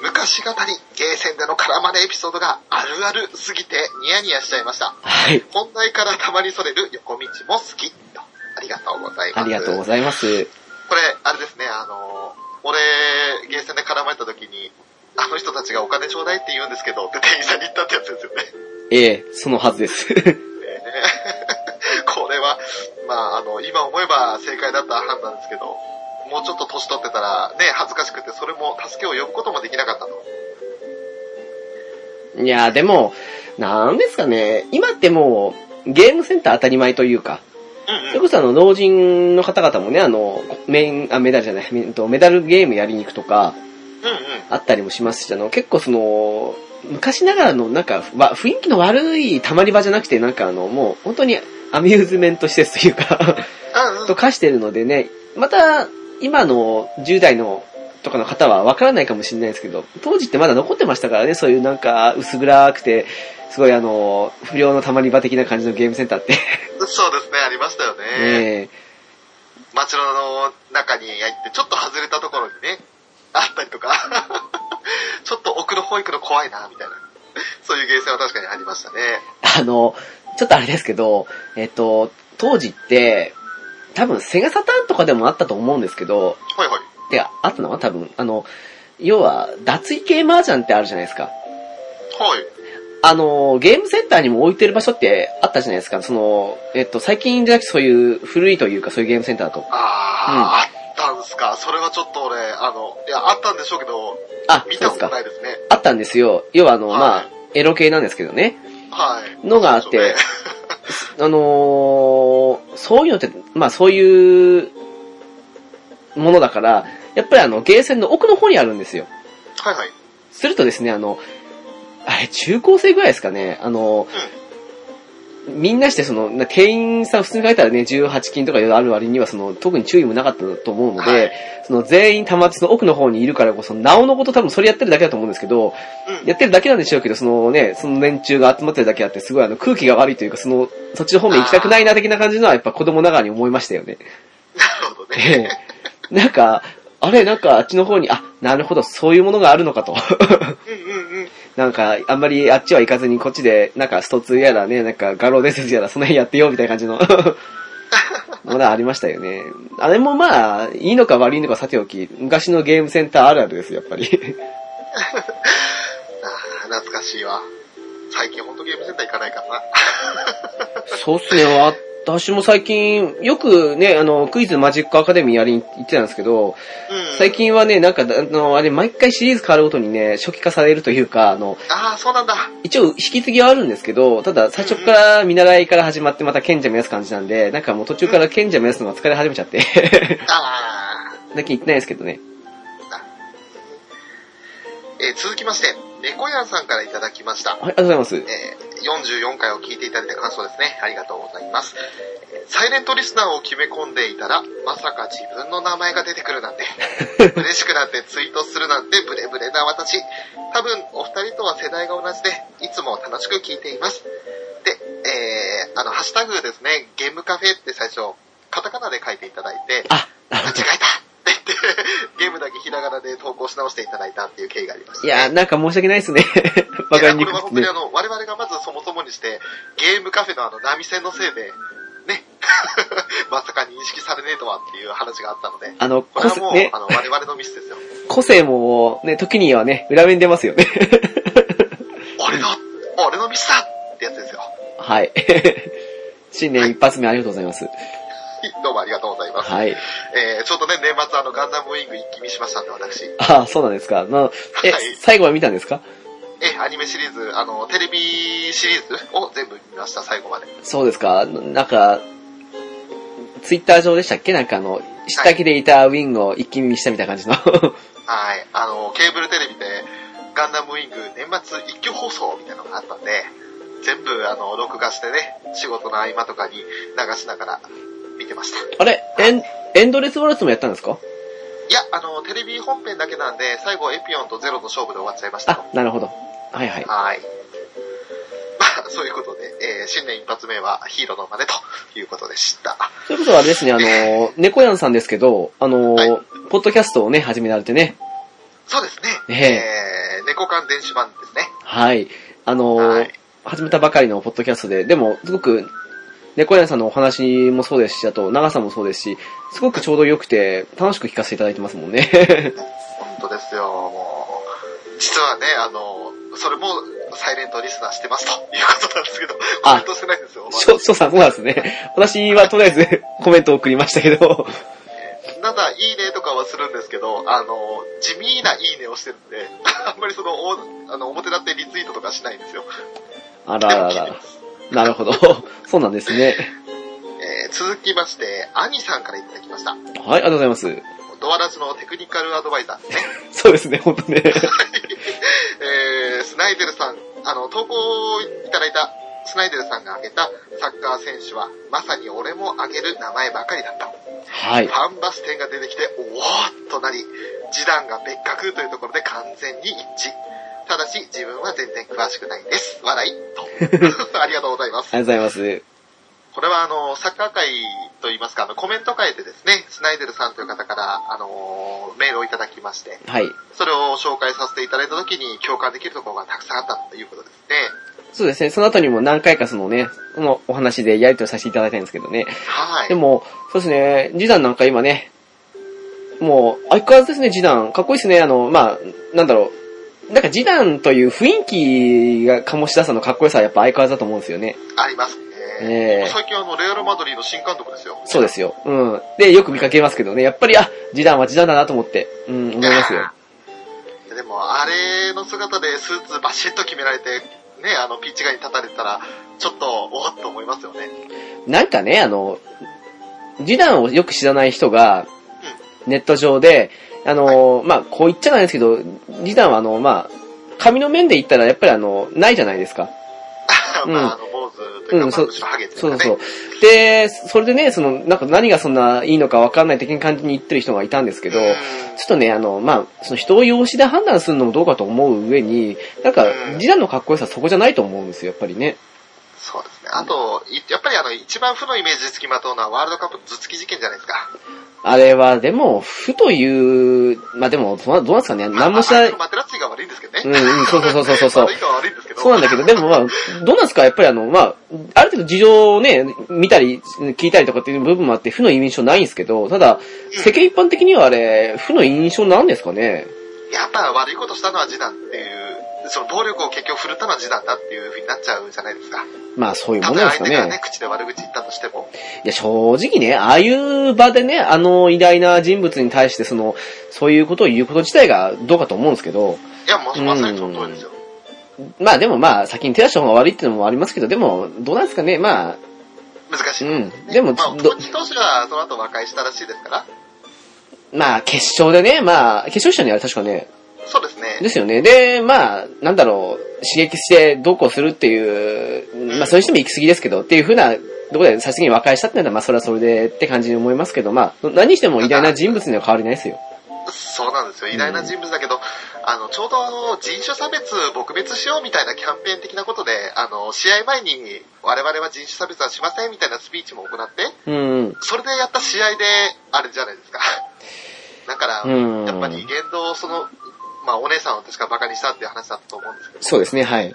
Speaker 2: 昔語り、ゲーセンでの絡まれエピソードがあるあるすぎてニヤニヤしちゃいました。
Speaker 1: はい。
Speaker 2: 本題からたまにそれる横道も好き。とありがとうございます。
Speaker 1: ありがとうございます。
Speaker 2: これ、あれですね、あの、俺、ゲーセンで絡まれた時に、あの人たちがお金ちょうだいって言うんですけど、って店員さんに言ったってやつですよね。
Speaker 1: ええそのはずです。
Speaker 2: ねこれは、まあ、あの、今思えば正解だった判断ですけど、もうちょっと年取ってたら、ね、恥ずかしくて、それも助けを呼ぶこともできなかったと。
Speaker 1: いやーでも、なんですかね、今ってもう、ゲームセンター当たり前というか、
Speaker 2: うん
Speaker 1: それこそあの、老人の方々もね、あの、メイン、あ、メダルじゃない、メとメダルゲームやりに行くとか、
Speaker 2: うんうん。
Speaker 1: あったりもしますし、あの、結構その、昔ながらのなんか、わ雰囲気の悪い溜まり場じゃなくて、なんかあの、もう、本当にアミューズメント施設というか、
Speaker 2: うんうん。
Speaker 1: と化してるのでね、また、今の10代のとかの方はわからないかもしれないですけど、当時ってまだ残ってましたからね、そういうなんか薄暗くて、すごいあの、不良の溜まり場的な感じのゲームセンターって。ね
Speaker 2: そうですね、ありましたよね。
Speaker 1: え
Speaker 2: 街の中に入って、ちょっと外れたところにね、あったりとか、 ちょっと奥の方行くの怖いな、みたいな。そういうゲーセンは確かにありましたね。
Speaker 1: あの、ちょっとあれですけど、えっと、当時って、多分セガサターンとかでもあったと思うんですけど、
Speaker 2: ほいほい。
Speaker 1: で、あったのは多分、あの、要は、脱衣系麻雀ってあるじゃないですか。
Speaker 2: ほい。
Speaker 1: あの、ゲームセンターにも置いてる場所ってあったじゃないですか。その、えっと、最近じゃなくてそういう古いというかそういうゲームセンターと。
Speaker 2: あー、あったんすか。それはちょっと俺、あの、いや、あったんでしょうけど、
Speaker 1: あ、
Speaker 2: 見
Speaker 1: そうで
Speaker 2: た
Speaker 1: す
Speaker 2: こと
Speaker 1: か。
Speaker 2: ないですね。
Speaker 1: あったんですよ。要はあの、
Speaker 2: はい
Speaker 1: まあ、エロ系なんですけどね。
Speaker 2: はい。
Speaker 1: のがあって、あのーそういうのって、まあそういうものだから、やっぱりあの、ゲーセンの奥の方にあるんですよ。
Speaker 2: はいはい。
Speaker 1: するとですね、あの、あれ、中高生ぐらいですかね、あの、みんなしてその、な店員さん普通に書いたらね、18金とかいろいろある割には、その、特に注意もなかったと思うので、
Speaker 2: はい
Speaker 1: その、全員たまってその奥の方にいるからこそ、なおのこと多分それやってるだけだと思うんですけど、
Speaker 2: うん。
Speaker 1: やってるだけなんでしょうけど、そのね、その連中が集まってるだけあって、すごいあの、空気が悪いというか、その、そっちの方面行きたくないな、的な感じのは、やっぱ子供ながらに思いましたよね。
Speaker 2: なるほどね。
Speaker 1: ええ なんか、あれ、なんかあっちの方に、あ、なるほど、そういうものがあるのかと。
Speaker 2: うんうんうん。
Speaker 1: なんか、あんまりあっちは行かずにこっちで、なんかスト2やらね、なんか画廊伝説やらその辺やってよみたいな感 じの、ものありましたよね。あれもまあ、いいのか悪いのかさておき、昔のゲームセンターあるあるです、やっぱり。
Speaker 2: あー懐かしいわ。最近ほんとゲームセンター行かないからな。
Speaker 1: そうっすね、私も最近、よくね、あの、クイズマジックアカデミーやりに行ってたんですけど、
Speaker 2: うん。
Speaker 1: 最。近はね、なんか、あの、あれ、毎回シリーズ変わるごとにね、初期化されるというか、あの、
Speaker 2: ああ、そうなんだ。
Speaker 1: 一応引き継ぎはあるんですけど、ただ最初から見習いから始まってまた賢者目指す感じなんで、なんかもう途中から賢者目指すのが疲れ始めちゃって。
Speaker 2: ああ。
Speaker 1: だけ言ってないですけどね。
Speaker 2: えー続きまして、猫やんさんからいただきまし
Speaker 1: は
Speaker 2: た。
Speaker 1: い、ありがとうございます。
Speaker 2: えー44回を聞いていただいた感想ですね。ありがとうございます。えーサイレントリスナーを決め込んでいたら、まさか自分の名前が出てくるなんて、嬉しくなってツイートするなんてブレブレな私。多分、お二人とは世代が同じで、いつも楽しく聞いています。で、えーあの、ハッシュタグですね、ゲームカフェって最初、カタカナで書いていただいて、
Speaker 1: あ、なる
Speaker 2: 間違
Speaker 1: ほ
Speaker 2: えたって言って、ゲームだけひらがなで投稿し直していただいたっていう経緯がありました
Speaker 1: ど。いやー、なんか申し訳ないですね。 わかりにく
Speaker 2: いやこ
Speaker 1: くて
Speaker 2: れ
Speaker 1: ね
Speaker 2: は。本当にあの、我々がまずそもそもにして、ゲームカフェのあの、波線のせいで、ね、 まさか認識されねえとはっていう話があったので、
Speaker 1: あの、
Speaker 2: こ
Speaker 1: 個
Speaker 2: れは
Speaker 1: 性
Speaker 2: もう、
Speaker 1: ね
Speaker 2: あ、の、我々のミスです よ。
Speaker 1: 個性もね、時にはね、裏面出ますよね。
Speaker 2: 俺の、俺のミスだってやつですよ。
Speaker 1: はい。新年一発目ありがとうございます。
Speaker 2: どうもありがとうございます。
Speaker 1: はい。
Speaker 2: えー、ちょうどね、年末あの、ガンダムウィング一気見しましたんで、私。
Speaker 1: ああ、そうなんですか。まあ、え
Speaker 2: はい、
Speaker 1: 最後は見たんですか
Speaker 2: え、アニメシリーズ、あの、テレビシリーズを全部見ました、最後まで。
Speaker 1: そうですか。ななんか、ツイッター上でしたっけなんかあの、下着でいたウィングを一気見したみたいな感じの。
Speaker 2: はい。あの、ケーブルテレビで、ガンダムウィング年末一挙放送みたいなのがあったんで、全部、あの、録画してね、仕事の合間とかに流しながら見てました。
Speaker 1: あれエン、エンドレスワルツもやったんですか
Speaker 2: いや、あの、テレビ本編だけなんで、最後エピオンとゼロの勝負で終わっちゃいました
Speaker 1: あ。、なるほど。はいはい。
Speaker 2: はい。 まあ、そういうことで、えー新年一発目はヒーローの真似ということでした。
Speaker 1: ということはあれですね、あの、猫やんさんですけど、あの、
Speaker 2: はい
Speaker 1: ポッドキャストをね、始められてね。
Speaker 2: そうですね。えー、猫缶電子版ですね。
Speaker 1: はい。あの、
Speaker 2: はい
Speaker 1: 始めたばかりのポッドキャストで、でも、すごく、猫やんさんのお話もそうですし、あと、長さもそうですし、すごくちょうど良くて、楽しく聞かせていただいてますもんね。
Speaker 2: 本当ですよ、もう。実はね、あの、それも、サイレントリスナーしてますと いうことなんですけど、
Speaker 1: あ
Speaker 2: コメントしてないんですよ。
Speaker 1: しょ、しょさん、そうなんですね。私はとりあえずコメントを送りましたけど、
Speaker 2: ただ、いいねとかはするんですけど、あの、地味ないいねをしてるんで、 あんまりその、おあの、表立ってリツイートとかしないんですよ。
Speaker 1: あららら
Speaker 2: でも聞いて
Speaker 1: ら
Speaker 2: ま。す
Speaker 1: なるほど。そうなんですね。
Speaker 2: えー続きまして、アニさんからいただきました。
Speaker 1: はい、ありがとうございます。
Speaker 2: ドアラジのテクニカルアドバイザーですね。
Speaker 1: そうですね、本当ね。
Speaker 2: えースナイデルさん、あの、投稿いただいたスナイデルさんが挙げたサッカー選手は、まさに俺も挙げる名前ばかりだった。
Speaker 1: はい
Speaker 2: フ。ァンバス点が出てきて、おおっとなり、示談が別格というところで完全に一致。ただし、自分は全然詳しくないです。笑い。 と。ありがとうございます
Speaker 1: あ。りがとうございます。
Speaker 2: これはあの、サッカー界といいますか、あの、コメント会でですね、スナイデルさんという方から、あの、メールをいただきまして、
Speaker 1: はい。
Speaker 2: それを紹介させていただいた時に共感できるところがたくさんあったということですね。
Speaker 1: そうですね、その後にも何回かそのね、そのお話でやりとりをさせていただいたんですけどね。
Speaker 2: はい。
Speaker 1: でも、そうですね、ジダンなんか今ね、もう、相変わらずですね、ジダン。かっこいいですね、あの、まあ、なんだろう。なんかジダンという雰囲気が醸し出したのかっこよさはやっぱ相変わらずだと思うんですよね。
Speaker 2: ありますね。
Speaker 1: ええ
Speaker 2: 最近あの、レアル・マドリーの新監督ですよ。
Speaker 1: そうですよ。うん。で、よく見かけますけどね、やっぱり、あ、ジダンはジダンだなと思って、うん、思いますよ。
Speaker 2: でも、あれの姿でスーツバシッと決められて、ね、あの、ピッチ外に立たれたら、ちょっと、おっと思いますよね。
Speaker 1: なんかね、あの、ジダンをよく知らない人が、ネット上で、あの、まあ、こう言っちゃないですけど、ジダンはあの、まあ、髪の面で言ったらやっぱりあの、ないじゃないですか。うん
Speaker 2: ま あ、あの、坊主とい
Speaker 1: う
Speaker 2: うか、
Speaker 1: ん
Speaker 2: まあ、
Speaker 1: そう
Speaker 2: 後ろハゲというか
Speaker 1: そ
Speaker 2: ね。
Speaker 1: うそう。で、それでね、その、なんか何がそんないいのかわかんない的な感じに言ってる人がいたんですけど、
Speaker 2: うん
Speaker 1: ちょっとね、あの、まあ、その人を容姿で判断するのもどうかと思う上に、なんか
Speaker 2: う、ん
Speaker 1: ジダンのかっこよさはそこじゃないと思うんですよ、やっぱりね。
Speaker 2: そうですね。あと、いやっぱりあの、一番負のイメージつきまとうのは、ワールドカップの頭突き事件じゃないですか。
Speaker 1: あれは、でも、ふという、まあ、でも、どうなどうなんですかね、
Speaker 2: まあ
Speaker 1: 何もしな
Speaker 2: あ
Speaker 1: い
Speaker 2: れの、マテラッツィが悪いんですけどね。
Speaker 1: うんうんそうそうそうそうそう
Speaker 2: 悪いか悪いんですけど。
Speaker 1: そうなんだけど、でもまあ、どうなんですかやっぱりあの、まあ、ある程度事情をね、見たり、聞いたりとかっていう部分もあって、負の印象ないんですけど、ただ、世間一般的にはあれ、負の印象なんですかね
Speaker 2: やっぱ悪いことしたのは示談っていう、その暴力を結局振るったのは示談だっていう風になっちゃうじゃないですか。
Speaker 1: まあ、そういう
Speaker 2: た
Speaker 1: も
Speaker 2: と
Speaker 1: の
Speaker 2: え
Speaker 1: なんです
Speaker 2: 相
Speaker 1: か
Speaker 2: 手がね
Speaker 1: ね。、
Speaker 2: 口で悪口言ったとしても。
Speaker 1: いや、正直ね、ああいう場でね、あの偉大な人物に対して、その、そういうことを言うこと自体がどうかと思うんですけど、
Speaker 2: いや、もうまさにその通りですよ。
Speaker 1: まあでもまあ、先に手出した方が悪いっていうのもありますけど、でも、どうなんですかねまあ、
Speaker 2: 難し
Speaker 1: う
Speaker 2: い。
Speaker 1: ん。でも、
Speaker 2: まあ、
Speaker 1: ど
Speaker 2: 当時当時はその後和解したらしいですから。
Speaker 1: まあ、決勝でね、まあ、決勝でしたね、あれ確かね。
Speaker 2: そうですね。
Speaker 1: ですよね。で、まあ、なんだろう、刺激してどうこうするっていう、まあ、それにしても行き過ぎですけど、っていうふうな、どこで最終的に和解したってのは、まあ、それはそれでって感じに思いますけど、まあ、何にしても偉大な人物には変わりないですよ。
Speaker 2: そうなんですよ。偉大な人物だけど、あの、ちょうどあの、人種差別撲滅しようみたいなキャンペーン的なことで、あの、試合前に我々は人種差別はしませんみたいなスピーチも行って、
Speaker 1: うん。
Speaker 2: それでやった試合で、あれじゃないですか。 だから、
Speaker 1: うん
Speaker 2: やっぱり言動をその、まあお姉さんを確かバカにしたっていう話だったと思うんですけど、
Speaker 1: そうですね、はい。
Speaker 2: はい、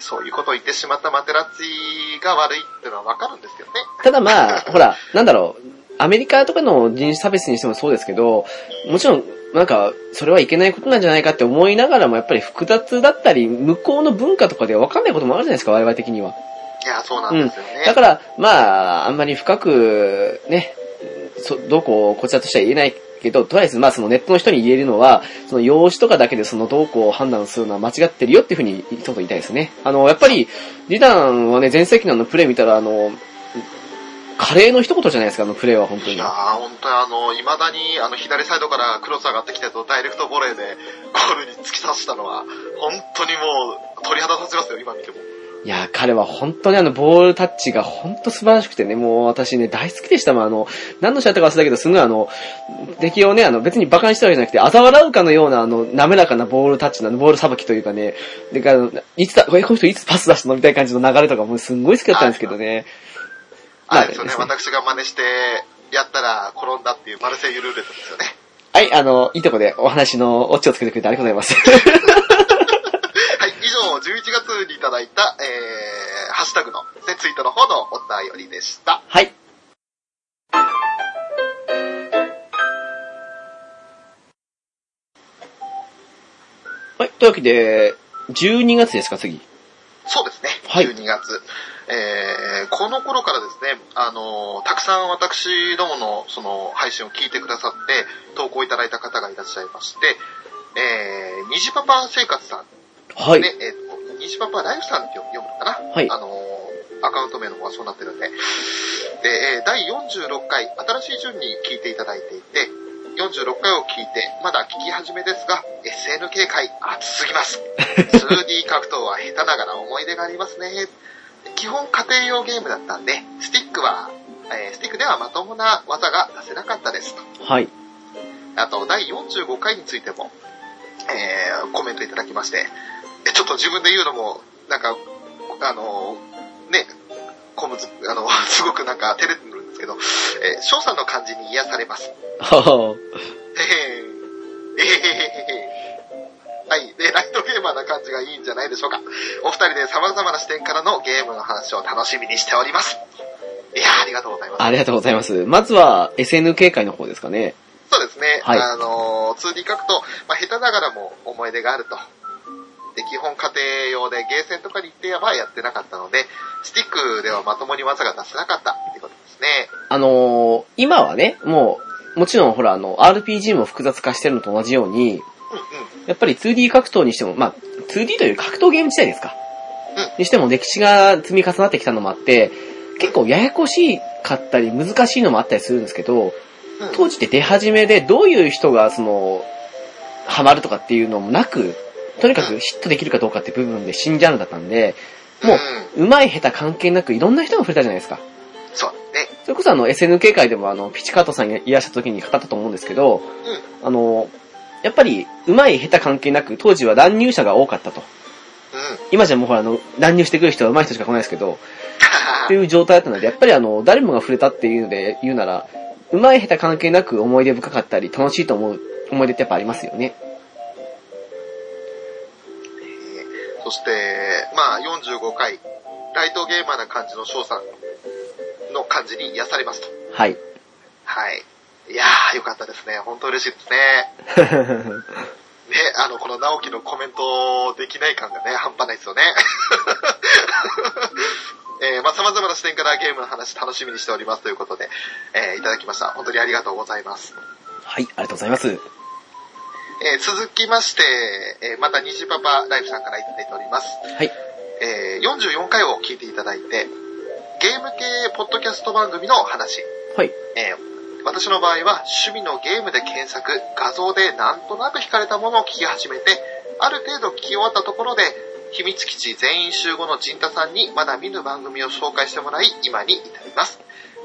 Speaker 2: そういうことを言ってしまったマテラッツィが悪いっていうのはわかるんですけどね。
Speaker 1: ただまあ、ほら、なんだろう、アメリカとかの人種差別にしてもそうですけど、もちろん、なんか、それはいけないことなんじゃないかって思いながらも、やっぱり複雑だったり、向こうの文化とかでわかんないこともあるじゃないですか、我々的には。
Speaker 2: いや、そうなん
Speaker 1: う
Speaker 2: で
Speaker 1: ん
Speaker 2: すよね。。
Speaker 1: だから、まあ、あんまり深く、ね、そどうこう、こちらとしては言えないけど、とりあえず、まあ、そのネットの人に言えるのは、その用紙とかだけでそのどうこうを判断するのは間違ってるよっていうふうに、ちょっと言いたいですね。あの、やっぱり、リダンはね、前世紀のあのプレイ見たら、あの、カレーの一言じゃないですか、あのプレイは本当
Speaker 2: い
Speaker 1: に
Speaker 2: や。ー、本当にあの、未だに、あの、左サイドからクロス上がってきたやつをダイレクトボレーでゴールに突き刺したのは、本当にもう、鳥肌立ちますよ、今見ても。
Speaker 1: いや、彼は本当にあの、ボールタッチが本当素晴らしくてね、もう私ね、大好きでしたもん、あの、何の試合だったか忘れたけど、すごいあの、敵をね、あの、別に馬鹿にしてるわけじゃなくて、嘲笑うかのような、あの、滑らかなボールタッチなの、ボールさばきというかね、で、あの、いつだ、え、この人いつパス出したのみたいな感じの流れとかもすんごい好きだったんですけどね。
Speaker 2: あれですよね、
Speaker 1: まあ
Speaker 2: 私が真似して、やったら転んだっていうマルセイユルーレットですよね。
Speaker 1: はい、あの、いいとこでお話のオチをつけてくれてありがとうございます。
Speaker 2: はい、以上、11月にいただいた、えー、ハッシュタグの、で、ツイートの方のお便りでした。
Speaker 1: はい。はい、というわけで、12月ですか、次。
Speaker 2: そうですね、
Speaker 1: はい
Speaker 2: 12月。えー、この頃からですね、あのーたくさん私どもの、その、配信を聞いてくださって、投稿いただいた方がいらっしゃいまして、えー、虹パパ生活さん
Speaker 1: はい。
Speaker 2: ね、えっ、と、虹パパライフさんって読むのかな
Speaker 1: はい
Speaker 2: あのーアカウント名の方はそうなってるんで。で、えー第46回、新しい順に聞いていただいていて、46回を聞いて、まだ聞き始めですが、SNK 界熱す ぎます。2D 格闘は下手ながら思い出がありますね。基本家庭用ゲームだったんで、スティックは、えースティックではまともな技が出せなかったです。
Speaker 1: はい。
Speaker 2: あと、第45回についても、えー、コメントいただきまして、えちょっと自分で言うのも、なんか、あのー、ね、こむず、あの、 すごくなんか照れてるんですけど、えー、翔さんの感じに癒されます。
Speaker 1: は
Speaker 2: えへへえへへへへはい。で、ライトゲーマーな感じがいいんじゃないでしょうか。お二人で様々な視点からのゲームの話を楽しみにしております。いやー、ありがとうございます
Speaker 1: あ。ありがとうございます。まずは、SNK 界の方ですかね。
Speaker 2: そうですね。
Speaker 1: はい
Speaker 2: あのー、2D 書くと、まあ、下手ながらも思い出があると。で、基本家庭用でゲーセンとかに行ってやばいやってなかったので、スティックではまともに技が出せなかったってことですね。
Speaker 1: あのー今はね、もう、もちろんほら、あの、RPG も複雑化してるのと同じように、やっぱり 2D 格闘にしても、まあ、2D というより格闘ゲーム自体ですか。にしても歴史が積み重なってきたのもあって、結構ややこしかったり難しいのもあったりするんですけど、
Speaker 2: うんうん。うん。
Speaker 1: 当時って出始めでどういう人がその、ハマるとかっていうのもなく、とにかくヒットできるかどうかって部分で新ジャンルだったんで、も
Speaker 2: うん。
Speaker 1: うまい下手関係なくいろんな人が触れたじゃないですか。
Speaker 2: そうね。
Speaker 1: それこそあの SNK 界でもあの、ピチカートさんがいらっしゃった時に語ったと思うんですけど、あの、やっぱり、うまい下手関係なく、当時は乱入者が多かったと。
Speaker 2: うん。
Speaker 1: 今じゃもうほら、あの、乱入してくる人は上手い人しか来ないですけど、って
Speaker 2: は
Speaker 1: いう状態だったので、やっぱりあの、誰もが触れたっていうので言うなら、うまい下手関係なく思い出深かったり、楽しいと思う思い出ってやっぱありますよね。
Speaker 2: そして、まあ、45回、ライトゲーマーな感じの翔さんの感じに癒されますと。
Speaker 1: はい。
Speaker 2: はい。いやー、よかったですね。本当嬉しいですね。ね、あの、この直樹のコメントできない感がね、半端ないですよね。 えー、まあ、様々な視点からゲームの話楽しみにしておりますということで、えー、いただきました。本当にありがとうございます。
Speaker 1: はい、ありがとうございます。
Speaker 2: えー、続きまして、えー、また虹パパライフさんからいただいております。
Speaker 1: はい。
Speaker 2: えー、44回を聞いていただいて、ゲーム系ポッドキャスト番組の話、
Speaker 1: はい。
Speaker 2: えー私の場合は趣味のゲームで検索、画像でなんとなく惹かれたものを聞き始めて、ある程度聞き終わったところで、秘密基地全員集合の陣田さんにまだ見ぬ番組を紹介してもらい、今に至ります。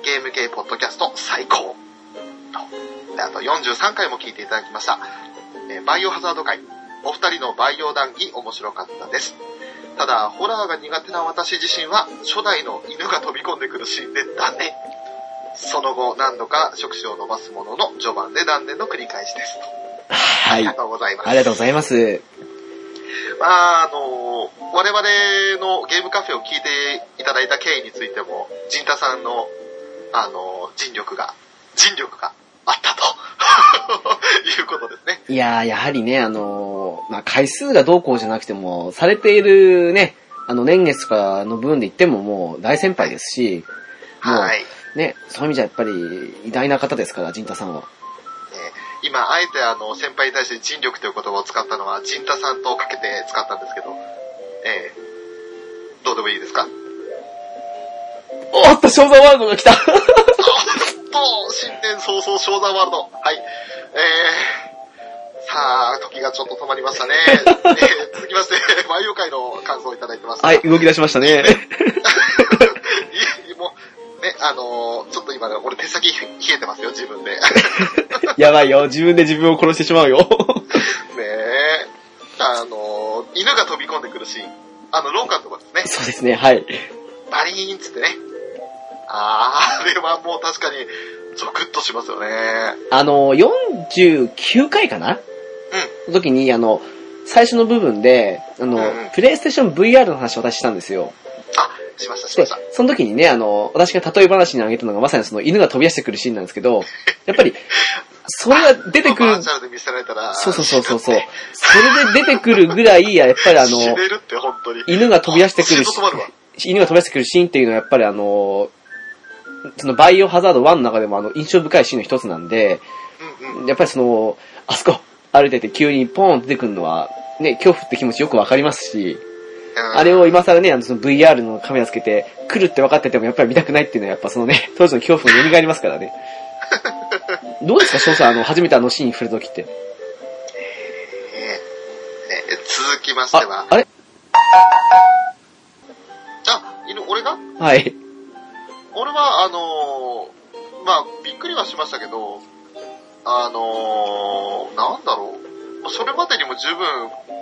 Speaker 2: ゲーム系ポッドキャスト最高。とであと43回も聞いていただきました。えーバイオハザード会。お二人のバイオ談義面白かったです。ただ、ホラーが苦手な私自身は、初代の犬が飛び込んでくるシーンで断念。その後、何度か触手を伸ばすものの、序盤で断念の繰り返しです。と
Speaker 1: は
Speaker 2: あり
Speaker 1: い。
Speaker 2: がとうございます。
Speaker 1: ありがとうございます。
Speaker 2: まあ、あの、我々のゲームカフェを聞いていただいた経緯についても、陣田さんの、あの、尽力が、尽力があった と、いうことですね。
Speaker 1: いやー、やはりね、あのーまあ、回数がどうこうじゃなくても、されているね、あの、年月とかの部分で言ってももう大先輩ですし、もう
Speaker 2: はい。
Speaker 1: ね、そういう意味じゃやっぱり偉大な方ですから、陣太さんは。
Speaker 2: えー今、あえてあの、先輩に対して尽力という言葉を使ったのは、陣太さんとかけて使ったんですけど、えーどうでもいいですかおっ
Speaker 1: おっと、正蔵ワールドが来た
Speaker 2: と、新年早々ショーダーワールド。はい。えー、さあ、時がちょっと止まり ましたね。えー続きまして、マイオ会の感想をい ただいてます。
Speaker 1: はい、動き出しました ね。
Speaker 2: いもう、ね、あのーちょっと今ね、俺手先冷えてますよ、自 分で。ね
Speaker 1: やばいよ、自分で自分を殺してしまうよ。
Speaker 2: え。あのー犬が飛び込んでくるシーン。あの、廊下のとこですね。
Speaker 1: そうですね、はい。
Speaker 2: バリーンっつってね。あー、あれはもう確かに、ゾクッとしますよね。
Speaker 1: あの、49回かなの時に、あの、最初の部分で、あの、
Speaker 2: うんうん
Speaker 1: プレイステーション VR の話を私したんですよ。
Speaker 2: あ、しました、しま
Speaker 1: で
Speaker 2: した。、
Speaker 1: その時にね、あの、私が例え話に挙げたのがまさにその犬が飛び出してくるシーンなんですけど、やっぱり、それが出てく
Speaker 2: バ
Speaker 1: る
Speaker 2: ーチ、ャルで見せられたら、
Speaker 1: そうそうそうそうそう、それで出てくるぐらい、やっぱりあ
Speaker 2: 死ね
Speaker 1: の、
Speaker 2: るって本当に。
Speaker 1: 犬が飛び出してくる
Speaker 2: あ心臓止まるわ
Speaker 1: 犬が飛び出してくるシーンっていうのはやっぱりあの、そのバイオハザード1の中でもあの印象深いシーンの一つなんで、
Speaker 2: うんうん。
Speaker 1: やっぱりその、あそこ歩いてて急にポーンと出てくるのは、ね、恐怖って気持ちよくわかりますし、あれを今更ね、あの、その VR のカメラつけて、来るって分かっててもやっぱり見たくないっていうのはやっぱそのね、 当時の恐怖が蘇りますからね。どうですか、翔さん、あの、初めてあのシーンに触れた時って。
Speaker 2: ねえ続きましては
Speaker 1: あ、、あれ
Speaker 2: あ、犬、俺が
Speaker 1: はい。
Speaker 2: 俺は、あのーまあ、びっくりはしましたけど、あのーなんだろう。まあそれまでにも十分、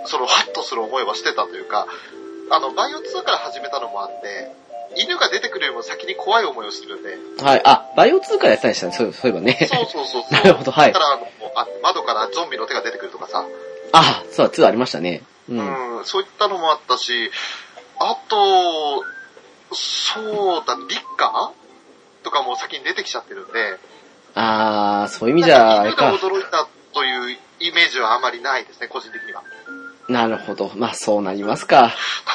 Speaker 2: その、ハッとする思いはしてたというか、あの、バイオ2から始めたのもあって、犬が出てくるよりも先に怖い思いをしてるんで、
Speaker 1: はい。あ、バイオ2からやってたりしたね、そうそういえば ね。
Speaker 2: そうそうそうそう。
Speaker 1: なるほどはい
Speaker 2: だからあのあ、窓からゾンビの手が出てくるとかさ、
Speaker 1: あ、そうだ、2ありましたね。うん。うん。
Speaker 2: うん、そういったのもあったし、あと、そうだ、リッカーとかも先に出てきちゃってるんで、
Speaker 1: あー、そういう意味じゃ、あれ
Speaker 2: 犬が
Speaker 1: か。
Speaker 2: 驚いたというイメージはあまりないですね、個人的には。
Speaker 1: なるほど。まあ、そうなりますか。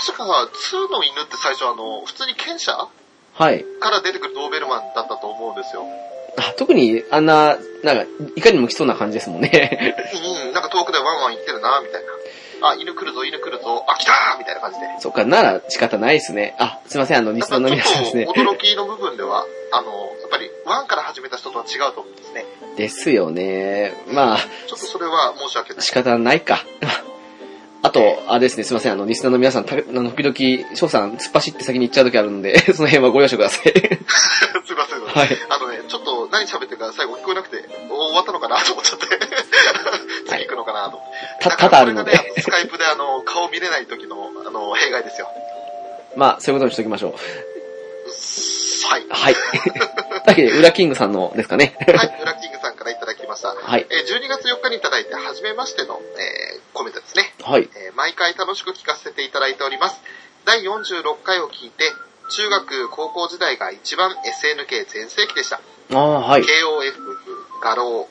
Speaker 2: 確かさ、2の犬って最初あの、普通に犬舎
Speaker 1: はい。
Speaker 2: から出てくるドーベルマンだったと思うんですよ。
Speaker 1: あ、特に、あんな、なんか、いかにも来そうな感じですもんね。
Speaker 2: うん、なんか遠くでワンワン言ってるな、みたいな。あ、犬来るぞ、犬来るぞ、あ、来たーみたいな感じで。
Speaker 1: そっか、なら仕方ないですね。あ、すいません、あの、リ
Speaker 2: だ
Speaker 1: ス
Speaker 2: か
Speaker 1: ナー
Speaker 2: ら
Speaker 1: の
Speaker 2: ちょ
Speaker 1: 皆さんです
Speaker 2: っ
Speaker 1: ね
Speaker 2: と。驚きの部分では、あの、やっぱりワンから始めた人とは違うと思うんですね。
Speaker 1: ですよね。まあ、
Speaker 2: ちょっとそれは申し訳ない
Speaker 1: 仕。方ないか。あと、あれですね、すいません、あの、リスナーの皆さん、たあの、時々、翔さん、突っ走って先に行っちゃう時あるんで、 その辺はご容赦ください。
Speaker 2: すいません。
Speaker 1: はい。
Speaker 2: あのね、ちょっと何喋ってるか最後聞こえなくて、お終わったのかなと思っちゃって。 次行くのかなと思って。
Speaker 1: た、
Speaker 2: だか
Speaker 1: 多
Speaker 2: ら
Speaker 1: 々あるので
Speaker 2: こ。れがねスカイプであの、顔見れない時の、あの、弊害ですよ。
Speaker 1: まあ、そういうことにしときましょう。
Speaker 2: はい。
Speaker 1: はい。だけで、裏キングさんのですかね。
Speaker 2: はい、ブラッキングさんからいただきました。
Speaker 1: はい。
Speaker 2: えー12月4日にいただいて、初めましての、えーコメントですね。
Speaker 1: はい。
Speaker 2: えー毎回楽しく聞かせていただいております。第46回を聞いて、中学、高校時代が一番 SNK 全盛期でした。
Speaker 1: ああ、はい。
Speaker 2: KOF、画廊、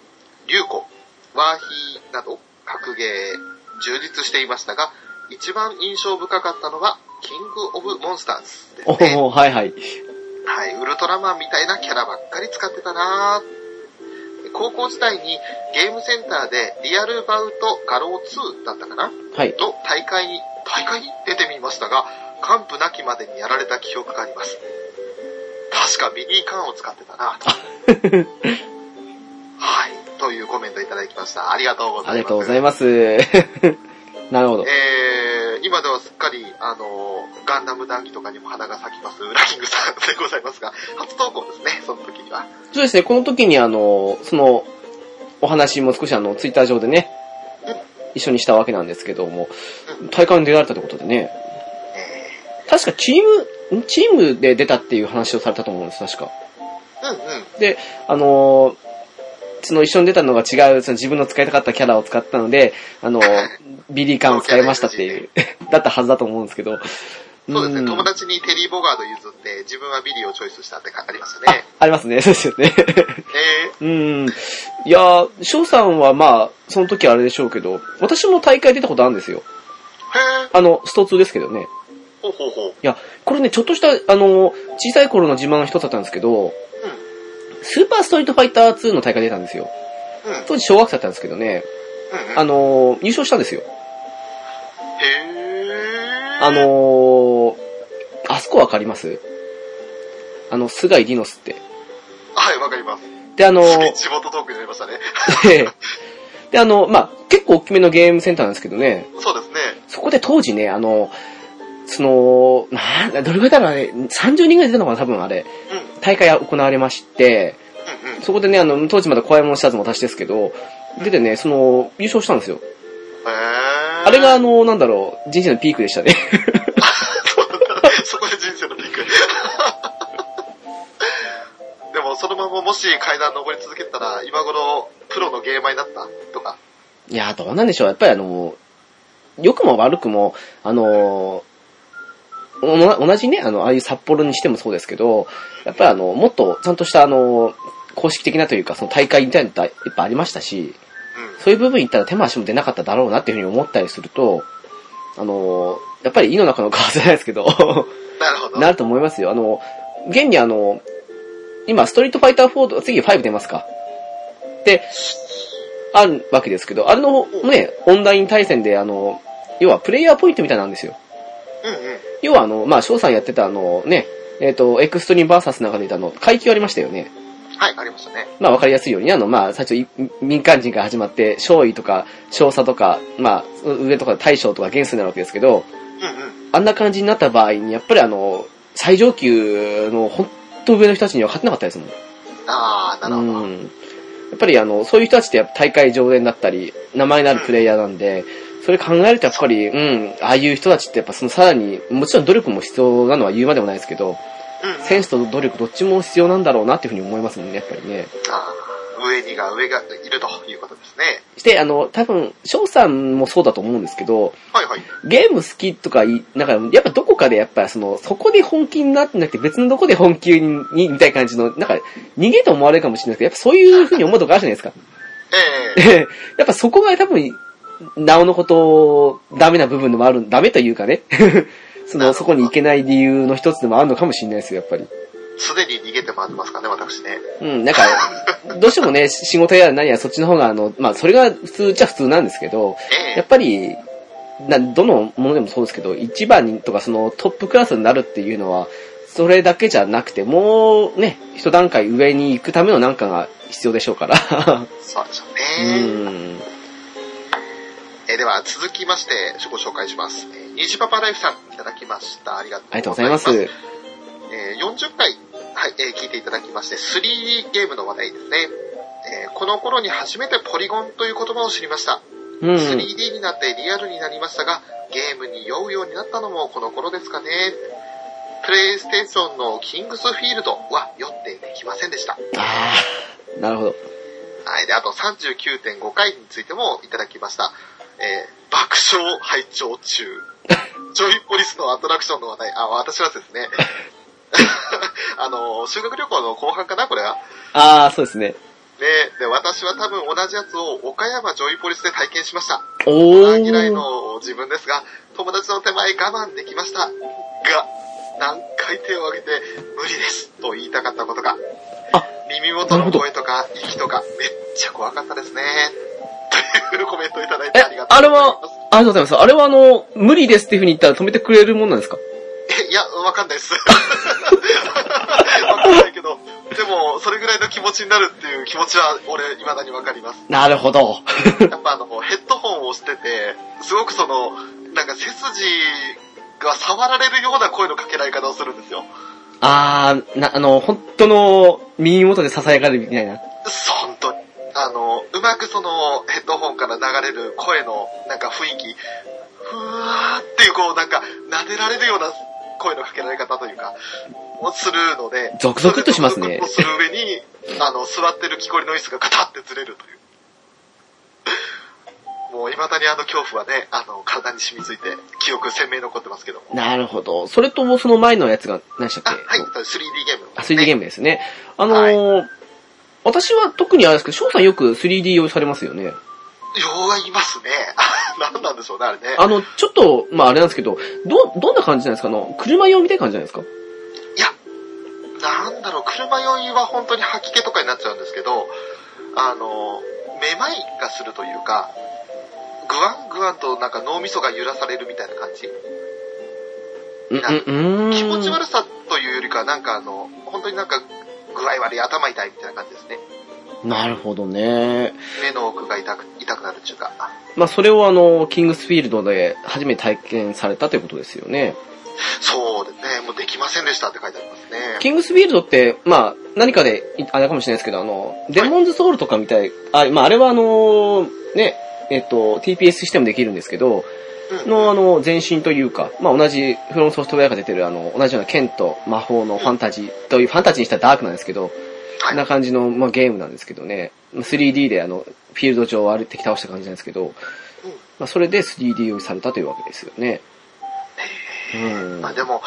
Speaker 2: 流行、ワーヒーなど、格ゲー、充実していましたが、一番印象深かったのは、キングオブモンスターズです
Speaker 1: お
Speaker 2: ね。
Speaker 1: おはいはい。
Speaker 2: はい、ウルトラマンみたいなキャラばっかり使ってたなぁ高校時代にゲームセンターでリアルバウトガロー2だったかな
Speaker 1: はい。
Speaker 2: の大会に、大会に出てみましたが、完膚なきまでにやられた記憶があります。確かミニーカンを使って たなぁと。はい、というコメントいただきました。ありがとうございます。
Speaker 1: ありがとうございます。 なるほど。
Speaker 2: えー、今ではすっかり、あの、ガンダム談義とかにも花が咲きます、ウラキングさんでございますが、初投稿ですね、その時には。
Speaker 1: そうですね、この時にあの、その、お話も少しあの、ツイッター上でね、一緒にしたわけなんですけども、大会に出られたということでね、
Speaker 2: え
Speaker 1: 確かチーム、んチームで出たっていう話をされたと思うんです、確か。
Speaker 2: ーうんうん。
Speaker 1: で、あのーその一緒に出たのが違う、その自分の使いたかったキャラを使ったので、あのービリーカンを使いましたっていう、 だったはずだと思うんですけど、
Speaker 2: そうです
Speaker 1: ん
Speaker 2: ね、友達にテリー・ボガード譲って、自分はビリーをチョイスしたって書かれます
Speaker 1: あ
Speaker 2: ね。、
Speaker 1: ありますね、そうですよね。
Speaker 2: え
Speaker 1: うん。いやー、翔さんはまあ、その時あれでしょうけど、私も大会出たことあるんですよ。
Speaker 2: ー、へー、
Speaker 1: あの、スト2ですけどね。
Speaker 2: ほうほうほう。
Speaker 1: いや、これね、ちょっとした、あの、小さい頃の自慢の一つだったんですけど、スーパーストリートファイター2の大会出たんですよ。
Speaker 2: うん。うん。うん。
Speaker 1: 当時小学生だったんですけどね、あの、入賞したんですよ。
Speaker 2: へー。
Speaker 1: あ、の、あそこわかりますあの、菅井ディノスって。
Speaker 2: はい、わかります。
Speaker 1: で、あの、
Speaker 2: すげ え地元トークになりましたね。
Speaker 1: で、 で、あの、まあ、結構大きめのゲームセンターなんですけどね、
Speaker 2: そうですね。
Speaker 1: そこで当時ね、あの、その、なんどれぐらいだろうね、30人ぐらい出たのかな、多分あれ。
Speaker 2: うん。うん
Speaker 1: 大会が行われまして、
Speaker 2: うん。
Speaker 1: そこでね、あの、当時まだ怖いもの知らずも私ですけど、出てね、その、優勝したんですよ。
Speaker 2: へー。
Speaker 1: あれが、あの、なんだろう、人生のピークでしたね。
Speaker 2: そこで人生のピーク。 でも、そのままもし階段登り続けたら、今頃、プロのゲーマーになったとか。
Speaker 1: いやー、どうなんでしょう。やっぱりあの、良くも悪くも、あの、おな同じね、あの、ああいう札幌にしてもそうですけど、やっぱりあの、もっとちゃんとしたあの、公式的なというか、その大会みたいなのってやっぱありましたし、
Speaker 2: うん。
Speaker 1: そういう部分行ったら手も足も出なかっただろうなっていうふうに思ったりすると、あの、やっぱり井の中の川じゃないですけど、
Speaker 2: なるほど。
Speaker 1: なると思いますよ。あの、現にあの、今、ストリートファイター4と、次5出ますか。で、あるわけですけど、あれのね、オンライン対戦で、あの、要はプレイヤーポイントみたいなんですよ。
Speaker 2: うんうん。
Speaker 1: 要はあの、まあ、翔さんやってたあの、ね、えっ、と、エクストリームバーサスの中で言うとあの、階級ありましたよね。
Speaker 2: はい、ありましたね。
Speaker 1: まあ、わかりやすいように、あの、まあ、最初い、民間人から始まって、少尉とか、少佐とか、まあ、上とか大将とか元帥になるわけですけど、
Speaker 2: うんうん。
Speaker 1: あんな感じになった場合に、やっぱりあの、最上級のほんと上の人たちには勝てなかったですもん。
Speaker 2: あー、なるほど。うん。
Speaker 1: うん。やっぱりあの、そういう人たちってやっぱ大会常連だったり、名前のあるプレイヤーなんで、それ考えるとやっぱり、うん、ああいう人たちってやっぱそのさらに、もちろん努力も必要なのは言うまでもないですけど、選手と努力どっちも必要なんだろうなっていうふうに思いますもんね、やっぱりね。
Speaker 2: あー上にが上がいるということですね。
Speaker 1: して、あの、多分、翔さんもそうだと思うんですけど、
Speaker 2: はいはい。
Speaker 1: ゲーム好きとか言い、なんか、やっぱどこかでやっぱその、そこで本気になってなくて別のとこで本気に、にみたいな感じの、なんか、逃げと思われるかもしれないですけど、やっぱそういう風に思うとこあるじゃないですか。
Speaker 2: ええ
Speaker 1: でやっぱそこが多分、なおのこと、ダメな部分でもある、ダメというかね。 その、そこに行けない理由の一つでもあるのかもしれないですよ、やっぱり。
Speaker 2: すでに逃げて回ってますからね、私ね。
Speaker 1: うん、なんか、どうしてもね、仕事やら何やらそっちの方が、あの、まあ、それが普通っちゃ普通なんですけど、
Speaker 2: え
Speaker 1: やっ
Speaker 2: え
Speaker 1: ぱり、な、どのものでもそうですけど、一番にとかそのトップクラスになるっていうのは、それだけじゃなくて、もうね、一段階上に行くためのなんかが必要でしょうから。
Speaker 2: そうでしょう
Speaker 1: う
Speaker 2: ね。
Speaker 1: ん。
Speaker 2: えーでは続きましてご紹介します。えー、ニジパパライフさんいただきました。ありがと
Speaker 1: ありがと
Speaker 2: う
Speaker 1: う
Speaker 2: ご
Speaker 1: ござ
Speaker 2: ざい
Speaker 1: いま
Speaker 2: ます。
Speaker 1: す。
Speaker 2: えー40回、はい、えー聞いていただきまして、3D ゲームの話題ですね。えーこの頃に初めてポリゴンという言葉を知りました。
Speaker 1: うん。
Speaker 2: 3D になってリアルになりましたが、ゲームに酔うようになったのもこの頃ですかね。プレイステーションのキングスフィールドは酔ってできませんでした。
Speaker 1: ああ、なるほど。
Speaker 2: はい。で、あと39.5回についてもいただきました。えー爆笑拝聴中。ジョイポリスのアトラクションの話題。あ、私はですね。 あの、修学旅行の後半かな、これは。ね
Speaker 1: ああ、そうですね。
Speaker 2: で、私は多分同じやつを岡山ジョイポリスで体験しました。
Speaker 1: お
Speaker 2: 大
Speaker 1: ー。
Speaker 2: 嫌いの自分ですが、友達の手前我慢できました。が、何回手を挙げて、無理ですと言いたかったことが。
Speaker 1: あ
Speaker 2: 耳元
Speaker 1: なるほ
Speaker 2: の
Speaker 1: ど
Speaker 2: 声とか、息とか、めっちゃ怖かったですね。というコメントをいただい
Speaker 1: え
Speaker 2: てありが、とう
Speaker 1: あれ
Speaker 2: ござい
Speaker 1: はあ
Speaker 2: ます。、
Speaker 1: りがとうございます。あれはあの、無理ですっていう風に言ったら止めてくれるもんなんですか
Speaker 2: えいや、わかんないです。 わかんないけど、でも、それぐらいの気持ちになるっていう気持ちは、俺、未だにわかります。
Speaker 1: なるほど。
Speaker 2: やっぱあの、ヘッドホンをしてて、すごくその、なんか背筋が触られるような声のかけられ方をするんですよ。
Speaker 1: ああ、な、あの、本当の耳元で囁かれるみたいな。
Speaker 2: そう本当に。あの、うまくその、ヘッドホンから流れる声の、なんか雰囲気、ふわーっていうこう、なんか、撫でられるような声のかけられ方というか、をするので、
Speaker 1: ゾクゾクっとしますね
Speaker 2: ゾクゾクっとする上に、あの、座ってる木こりの椅子がガタってずれるという。もう、未だにあの恐怖はね、あの、体に染みついて、記憶鮮明に残ってますけども。
Speaker 1: なるほど。それともその前のやつが、何でした
Speaker 2: あ、
Speaker 1: っけ
Speaker 2: はい、3D ゲームの。
Speaker 1: あ 3D ゲームですね。あのー私は特にあれですけど、翔さんよく 3D 用意されますよね。
Speaker 2: よういますね。 なんなんでしょうね、あれね。
Speaker 1: あの、ちょっと、まああれなんですけど、どう、どんな感じなんですかあの、車用みたいな感じなんですか
Speaker 2: いや、なんだろう、車酔いは本当に吐き気とかになっちゃうんですけど、あの、めまいがするというか、ぐわんぐわんとなんか脳みそが揺らされるみたいな感じ。
Speaker 1: うん、うん、うん。
Speaker 2: 気持ち悪さというよりか、なんかあの、本当になんか具合悪い、頭痛いみたいな感じですね。
Speaker 1: なるほどね。
Speaker 2: 目の奥が痛く痛くなるっていうか。
Speaker 1: まあそれをあの、キングスフィールドで初めて体験されたということですよね。
Speaker 2: そうですね、もうできませんでしたって書いてありますね。
Speaker 1: キングスフィールドって、まあ、何かで、いあれかもしれないですけど、あの、デモンズソウルとかみたい、あ、まあ、あれはあの、ね、えっと、TPS システムできるんですけど、
Speaker 2: うん、
Speaker 1: のあの、前身というか、まあ、同じ、フロンソフトウェアが出てるあの、同じような剣と魔法のファンタジーという、ファンタジーにしたらダークなんですけど、
Speaker 2: はい
Speaker 1: な感じの、まあ、ゲームなんですけどね、まあ 3D であの、フィールド上を歩いてき倒した感じなんですけど、
Speaker 2: うん
Speaker 1: まあ、それで 3D 用意されたというわけですよね。うん。
Speaker 2: まあでも、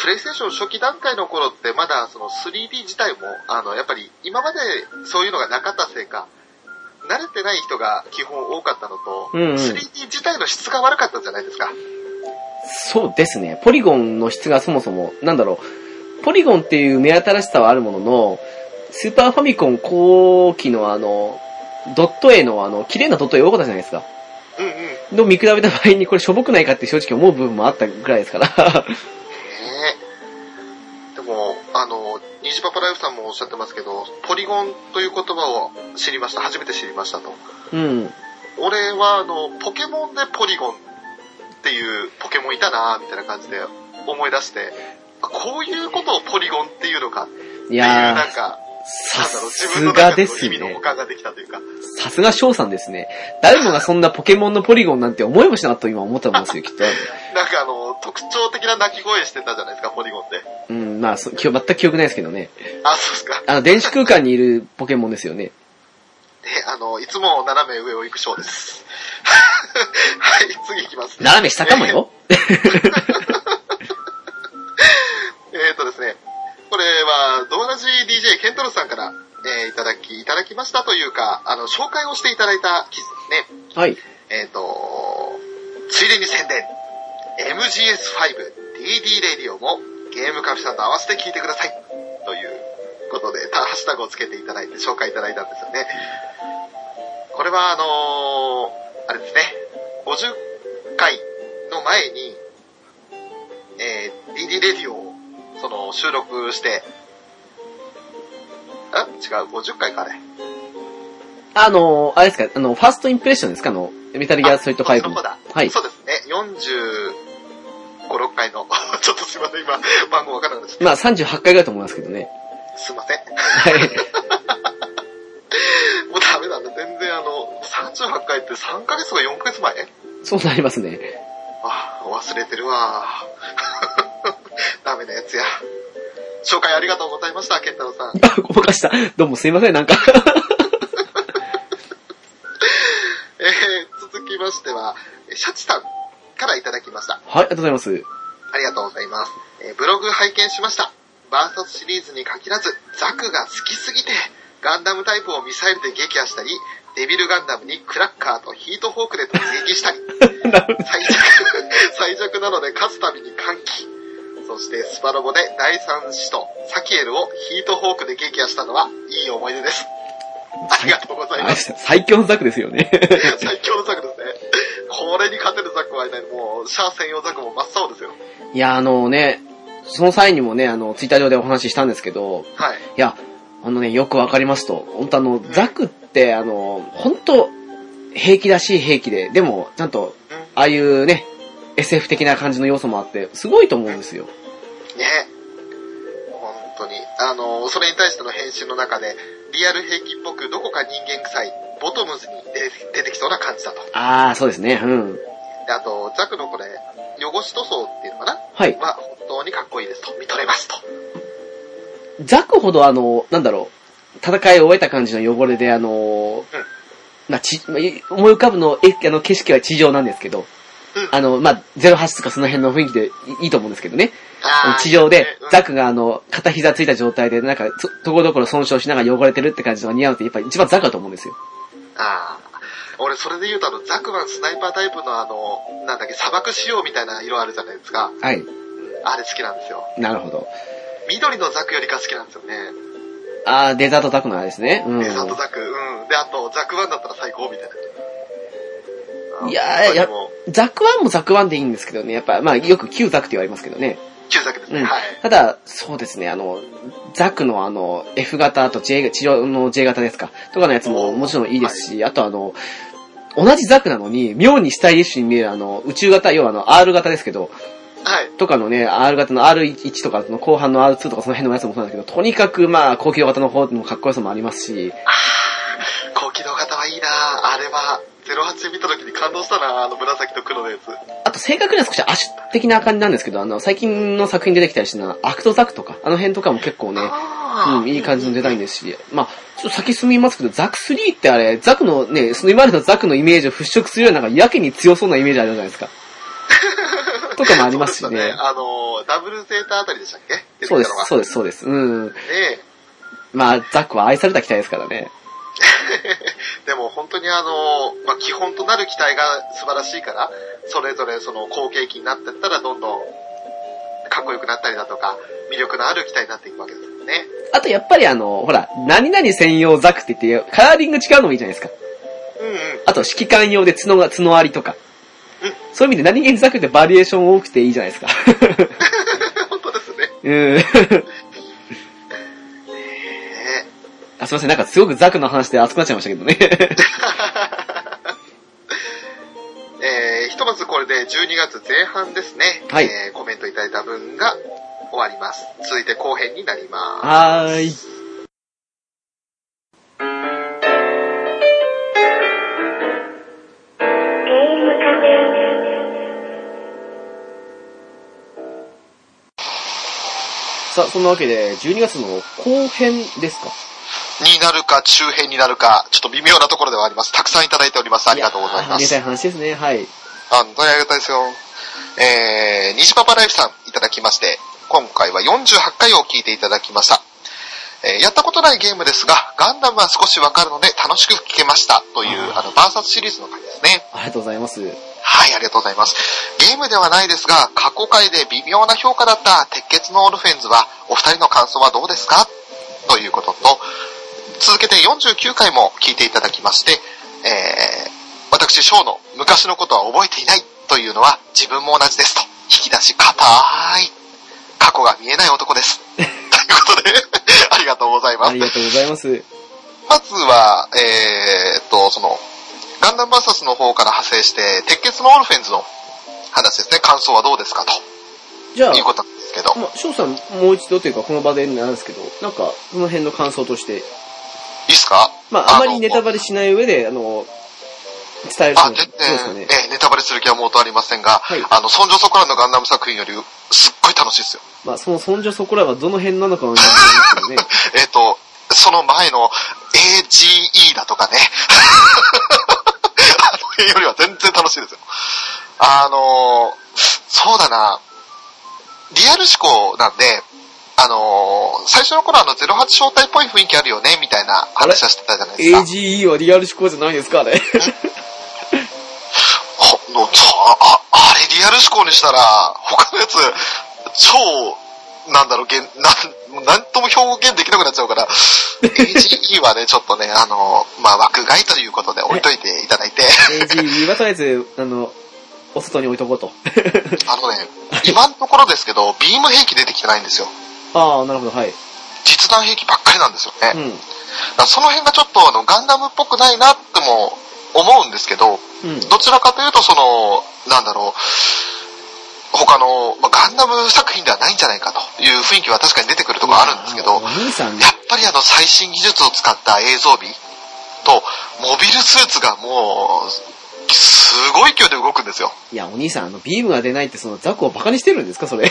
Speaker 2: プレイステーション初期段階の頃ってまだその 3D 自体も、あの、やっぱり今までそういうのがなかったせいか、慣れてない人が基本多かったのと、
Speaker 1: うんうん
Speaker 2: 3D 自体の質が悪かったんじゃないですか。
Speaker 1: そうですね。ポリゴンの質がそもそも、なんだろう。ポリゴンっていう目新しさはあるものの、スーパーファミコン後期のあの、ドット絵のあの、綺麗なドット絵多かったじゃないですか。
Speaker 2: うんうん。ね
Speaker 1: の見比べた場合にこれしょぼくないかって正直思う部分もあったぐらいですから。
Speaker 2: えでも、あの、虹パパライフさんもおっしゃってますけど、ポリゴンという言葉を知りました。初めて知りましたと。
Speaker 1: うん。
Speaker 2: 俺はあの、ポケモンでポリゴンっていうポケモンいたなぁみたいな感じで思い出して、あこういうことをポリゴンっていうのかっていう、
Speaker 1: い
Speaker 2: な
Speaker 1: や
Speaker 2: ん
Speaker 1: ー、
Speaker 2: か、
Speaker 1: さ
Speaker 2: なんだろう、自
Speaker 1: す
Speaker 2: 分の
Speaker 1: が
Speaker 2: 中
Speaker 1: で
Speaker 2: ですの意味の
Speaker 1: ね
Speaker 2: 保。管ができたというか、
Speaker 1: さすが翔さんですね。誰もがそんなポケモンのポリゴンなんて思いもしなかったと今思ったもんですよ、きっと。
Speaker 2: なんかあの、特徴的な鳴き声してたじゃないですか、ポリゴンって。
Speaker 1: うん、まあ、そ記憶全く記憶ないですけどね。
Speaker 2: あ、そうですか。
Speaker 1: あの、電子空間にいるポケモンですよね。
Speaker 2: え、あの、いつも斜め上を行くショーです。 はい、次行きます。
Speaker 1: 斜め下かもよ。
Speaker 2: えーとですね、これは、同じ DJ ケントロスさんから、えーいただき、いただきましたというか、あの、紹介をしていただいた記事ですね。
Speaker 1: はい。
Speaker 2: えーと、ついでに宣伝。MGS5 DD レディオもゲームカフェさんと合わせて聞いてください。ということで、たハッシュタグをつけていただいて紹介いただいたんですよね。これはあのーあれですね、50回の前に、えー DD レディオをその収録して、あ違う、50回かあれ。
Speaker 1: あの、あれですか、あの、ファーストインプレッションですかあの、メタルギアソリッド
Speaker 2: あ
Speaker 1: 5
Speaker 2: そ
Speaker 1: の。
Speaker 2: こだ。
Speaker 1: はい。
Speaker 2: そうですね。45、6回の、 ちょっとすいません、今、番号わからなくなっちゃっ
Speaker 1: まあ、38回ぐらいだと思いますけどね。
Speaker 2: た。すいません。
Speaker 1: は い。
Speaker 2: もうダメだね。全然あの、38回って3ヶ月とか4ヶ月前
Speaker 1: そうなりますね。
Speaker 2: ああ、忘れてるわ。 ダメなやつや。紹介ありがとうございました、ケンタロウさん。
Speaker 1: あ、ごまかした。どうもすいません、なんか。
Speaker 2: えー、続きましては、シャチさんからいただきました。
Speaker 1: はい、ありがとうございます。
Speaker 2: ありがとうございます。えーブログ拝見しました。バーサスシリーズに限らず、ザクが好きすぎて、ガンダムタイプをミサイルで撃破したり、デビルガンダムにクラッカーとヒートフォークで突撃したり、最弱、最弱なので勝つたびに歓喜。そしてスパロボで第三使徒、サキエルをヒートフォークで撃破したのは、いい思い出です。ありがとうござ
Speaker 1: あ
Speaker 2: い
Speaker 1: れ
Speaker 2: ま。
Speaker 1: です最強のザクですよね。
Speaker 2: 最強のザクですね。これに勝てるザクはいない。もう、シャア専用ザクも真っ青ですよ。
Speaker 1: いや、あのね、その際にもね、あの、ツイッター上でお話ししたんですけど、
Speaker 2: はい。
Speaker 1: いや、あのね、よくわかりますと。本当あの、ザクって、あの、本当兵器らしい兵器で、でも、ちゃんと、
Speaker 2: うん
Speaker 1: ああいうね、SF 的な感じの要素もあって、すごいと思うんですよ。
Speaker 2: ね本当に。あの、それに対しての編集の中で、リアル兵器っぽくどこか人間臭い、ボトムズに出て出てきそうな感じだと。
Speaker 1: ああ、そうですね、うん。
Speaker 2: で、あと、ザクのこれ、汚し塗装っていうのかな
Speaker 1: はい。
Speaker 2: は、本当にかっこいいですと。認めますと。
Speaker 1: ザクほどあの、なんだろう、戦いを終えた感じの汚れで、あの、まあ、ち、まあい思い浮かぶの、え、あの、景色は地上なんですけど、
Speaker 2: うん
Speaker 1: あの、まあ、08とかその辺の雰囲気でいいいと思うんですけどね。
Speaker 2: あー
Speaker 1: 地上で
Speaker 2: うん、
Speaker 1: ザクがあの、片膝ついた状態で、なんか、とところどころ損傷しながら汚れてるって感じのが似合うって、やっぱり一番ザクだと思うんですよ。
Speaker 2: ああ。俺、それで言うとあの、ザクマンスナイパータイプのあの、なんだっけ、砂漠仕様みたいな色あるじゃないですか。
Speaker 1: はい。
Speaker 2: あれ好きなんですよ。
Speaker 1: なるほど。
Speaker 2: 緑のザクよりか好きなんですよね。
Speaker 1: あー、デザートタクのあれですね。うん。
Speaker 2: デザートザク、うん。で、あと、ザクワンだったら最高みたいな。
Speaker 1: いやー
Speaker 2: でも、
Speaker 1: ザクワンもザクワンでいいんですけどね。やっぱ、まあ、よく旧ザクって言われますけどね。
Speaker 2: 旧ザクですね。
Speaker 1: うん
Speaker 2: はい。
Speaker 1: ただ、そうですね、あの、ザクのあの、F 型と J、治療の J 型ですか、とかのやつももちろんいいですし、あとあの、同じザクなのに、妙にスタイリッシュに見えるあの、宇宙型、要はあの、R 型ですけど、
Speaker 2: はい。
Speaker 1: とかのね、R 型の R1 とか、その後半の R2 とかその辺のやつもそうなんですけど、とにかくまあ、高機動型の方のかっこよさもありますし、
Speaker 2: 高機動型はいいなあれは、08見た時に感動したなあの紫と黒のやつ。
Speaker 1: あと正確には少しアシュ的な感じなんですけど、あの、最近の作品出てきたりしてるのは、アクトザクとか、あの辺とかも結構ね、
Speaker 2: あ
Speaker 1: うん、いい感じのデザインですし、まあ、ちょっと先進みますけど、ザク3ってあれ、ザクのね、その今までのザクのイメージを払拭するような、なんかやけに強そうなイメージあるじゃないです か。とかもあり ますし
Speaker 2: そうで
Speaker 1: ね
Speaker 2: し。たあのー、ダブルゼータあたりでしたっけ
Speaker 1: そうです、そう
Speaker 2: う
Speaker 1: です、そうです。うん。
Speaker 2: で
Speaker 1: まあ、ザクは愛された機体ですからね。
Speaker 2: でも本当にあのー、まあ、基本となる機体が素晴らしいから、それぞれその後継機になってったらどんどんかっこよくなったりだとか、魅力のある機体になっていくわけですよね。
Speaker 1: あと、やっぱりあの、ほら、何々専用ザクって言って、カラーリング違うのもいいじゃないですか。
Speaker 2: うんうん。
Speaker 1: あと、指揮官用で角が、角ありとか
Speaker 2: うん。
Speaker 1: そういう意味で何気にザクってバリエーション多くていいじゃないですか。
Speaker 2: 本当ですね。
Speaker 1: うん。
Speaker 2: ね
Speaker 1: あ、すいません、なんかすごくザクの話で熱くなっちゃいましたけどね。
Speaker 2: えー、ひとまずこれで12月前半ですね。
Speaker 1: はい
Speaker 2: えー、コメントいただいた分が終わります。続いて後編になります。
Speaker 1: はーい。さあ、そんなわけで、12月の後編ですか
Speaker 2: になるか中編になるか、ちょっと微妙なところではあります。たくさんいただいております。あ
Speaker 1: あ
Speaker 2: りがとうございま
Speaker 1: ありがた
Speaker 2: す。
Speaker 1: い話ですね、はい。
Speaker 2: あ本当にありがたいですよ。えー、虹パパライフさんいただきまして、今回は48回を聞いていただきました。えーやったことないゲームですが、ガンダムは少しわかるので楽しく聞けました。という、あの、バーサスシリーズの回ですね。
Speaker 1: ありがとうございます。
Speaker 2: はい、ありがとうございます。ゲームではないですが、過去回で微妙な評価だった鉄血のオルフェンズは、お二人の感想はどうですかということと、続けて49回も聞いていただきまして、えー、私、ショーの昔のことは覚えていないというのは自分も同じですと。引き出し硬い。過去が見えない男です。ということで、ありがとうございます
Speaker 1: あり。がとうございます。
Speaker 2: まずは、えーっと、その、ガンダムバーサスの方から派生して、鉄血のオルフェンズの話ですね。感想はどうですかと
Speaker 1: じゃあ
Speaker 2: いう、ことなんですけど。
Speaker 1: まあ、翔さん、もう一度というか、この場でなんですけど、なんか、その辺の感想として、
Speaker 2: いいっすか
Speaker 1: まあ、あまり
Speaker 2: の
Speaker 1: ネタバレしない上で、あの、伝えるの
Speaker 2: あ、
Speaker 1: はどう
Speaker 2: 全
Speaker 1: ですか
Speaker 2: 然、
Speaker 1: ね。
Speaker 2: えーネタバレする気はもうとありませんが、
Speaker 1: はい
Speaker 2: あの、尊女ソクラのガンダム作品より、すっごい楽しいですよ。
Speaker 1: まあ、その尊女そこらはどの辺なのかもないんですけどね。
Speaker 2: えーっと、その前の AGE だとかね。 あの辺よりは全然楽しいですよ。あのーそうだな、リアル思考なんで、あのー最初の頃あの08招待っぽい雰囲気あるよね、みたいな話はしてたじ ゃないですか。
Speaker 1: AGE はリアル思考じゃないですか、あ れ。
Speaker 2: ほのちょああれリアル思考にしたら、他のやつ、超、なんだろう、げんなん、なんとも表現できなくなっちゃ うから、AGE はね、ちょっとね、あの、まあ、枠外ということで置いといていただい て、
Speaker 1: AGE はとりあえず、あの、お外に置いとこう と。
Speaker 2: あのね、今のところですけど、ビーム兵器出てきてないんですよ。
Speaker 1: ああ、なるほど、はい。
Speaker 2: 実弾兵器ばっかりなんですよね。
Speaker 1: う
Speaker 2: だ
Speaker 1: ん。
Speaker 2: からその辺がちょっとあの、ガンダムっぽくないなっても思うんですけど、
Speaker 1: うん。
Speaker 2: どちらかというと、その、なんだろう、他の、まあ、ガンダム作品ではないんじゃないかという雰囲気は確かに出てくるところあるんですけど、
Speaker 1: お兄さん、
Speaker 2: やっぱりあの最新技術を使った映像美と、モビルスーツがもう、すごい勢いで動くんですよ。
Speaker 1: いや、お兄さん、あの、ビームが出ないって、その、ザクをバカにしてるんですか、それ。
Speaker 2: い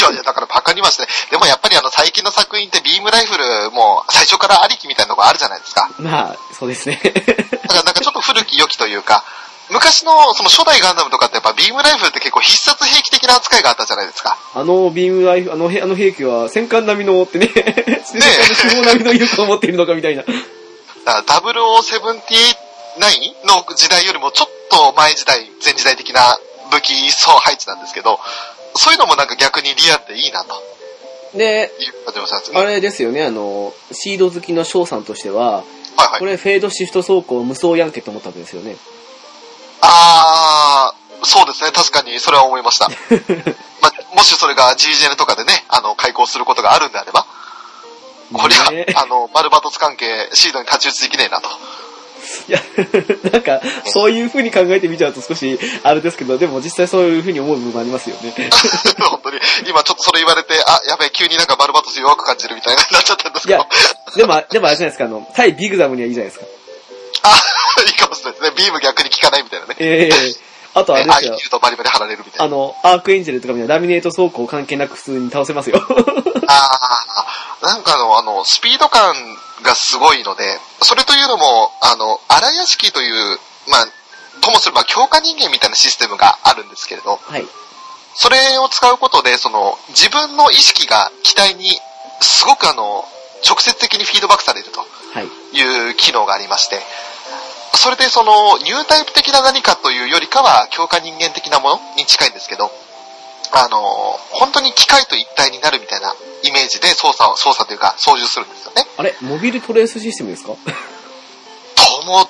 Speaker 2: やいや、だからバカにはしてね。でもやっぱりあの最近の作品ってビームライフルもう最初からありきみたいなのがあるじゃないですか。
Speaker 1: まあ、そうですね。
Speaker 2: だからなんかちょっと古き良きというか、昔のその初代ガンダムとかってやっぱビームライフルって結構必殺兵器的な扱いがあったじゃないですか。
Speaker 1: あのビームライフ、あの、へあの兵器は戦艦並みのってね、戦艦の
Speaker 2: え
Speaker 1: 死亡並みの威力を持っているのかみたいな。
Speaker 2: だから0078 9の時代よりもちょっと前時代、前時代的な武器層配置なんですけど、そういうのもなんか逆にリアルでいいなと
Speaker 1: で、
Speaker 2: いう感じもしたんですね。
Speaker 1: あれですよね、あの、シード好きの翔さんとしては、
Speaker 2: はいはい
Speaker 1: こ。れフェードシフト走行無双やんけと思ったわけですよね。
Speaker 2: あー、そうですね、確かにそれは思い ました。まあ、もしそれが GGN とかでね、あの、開講することがあるんであれば、こりゃ、
Speaker 1: ね
Speaker 2: あの、バルバトス関係、シードに太刀打ちできねえなと。
Speaker 1: いや、なんか、そういう風に考えてみちゃうと少し、あれですけど、でも実際そういう風に思う部分もあります よね。
Speaker 2: 本当に、今ちょっとそれ言われて、あ、やべえ、急になんかバルバトス弱く感じるみたいになっちゃったんです
Speaker 1: い
Speaker 2: けど、
Speaker 1: や、でも、でもあれじゃないですか、あの、対ビグザムにはいいじゃないですか。
Speaker 2: あ、 いいかもしれないですね。ビーム逆に効かないみたいなね。
Speaker 1: ええあとあれで
Speaker 2: ア
Speaker 1: す
Speaker 2: イキ
Speaker 1: よ
Speaker 2: ル、とバリバリ貼られるみた
Speaker 1: あ
Speaker 2: いな。
Speaker 1: の、アークエンジェルとかみたいなラミネート走行関係なく普通に倒せますよ。
Speaker 2: ああ、なんかあの、あの、スピード感がすごいので、それというのも、あの、荒屋敷という、まあ、ともすれば強化人間みたいなシステムがあるんですけれど、
Speaker 1: はい。
Speaker 2: それを使うことで、その、自分の意識が機体に、すごくあの、直接的にフィードバックされると。
Speaker 1: はい。
Speaker 2: いう機能がありまして、それでそのニュータイプ的な何かというよりかは強化人間的なものに近いんですけど、あの、本当に機械と一体になるみたいなイメージで操作を、操作というか操縦するんですよね。
Speaker 1: あれ、モビルトレースシステムですか
Speaker 2: とも、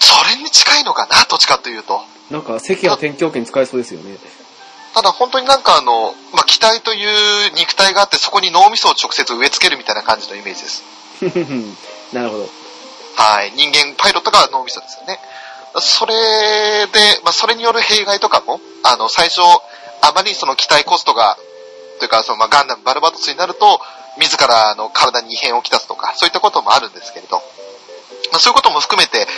Speaker 2: それに近いのかな、どっちかというと。
Speaker 1: なんか、赤や天狂拳使えそうですよ ね。
Speaker 2: ただ本当になんかあの、まあ、機体という肉体があってそこに脳みそを直接植え付けるみたいな感じのイメージです。
Speaker 1: なるほど。
Speaker 2: はい。人間、パイロットが脳みそですよね。それで、まあ、それによる弊害とかも、あの、最初、あまりその機体コストが、というか、その、まあ、ガンダム、バルバトスになると、自らの体に異変をきたすとか、そういったこともあるんですけれど、まあ、そういうことも含めて、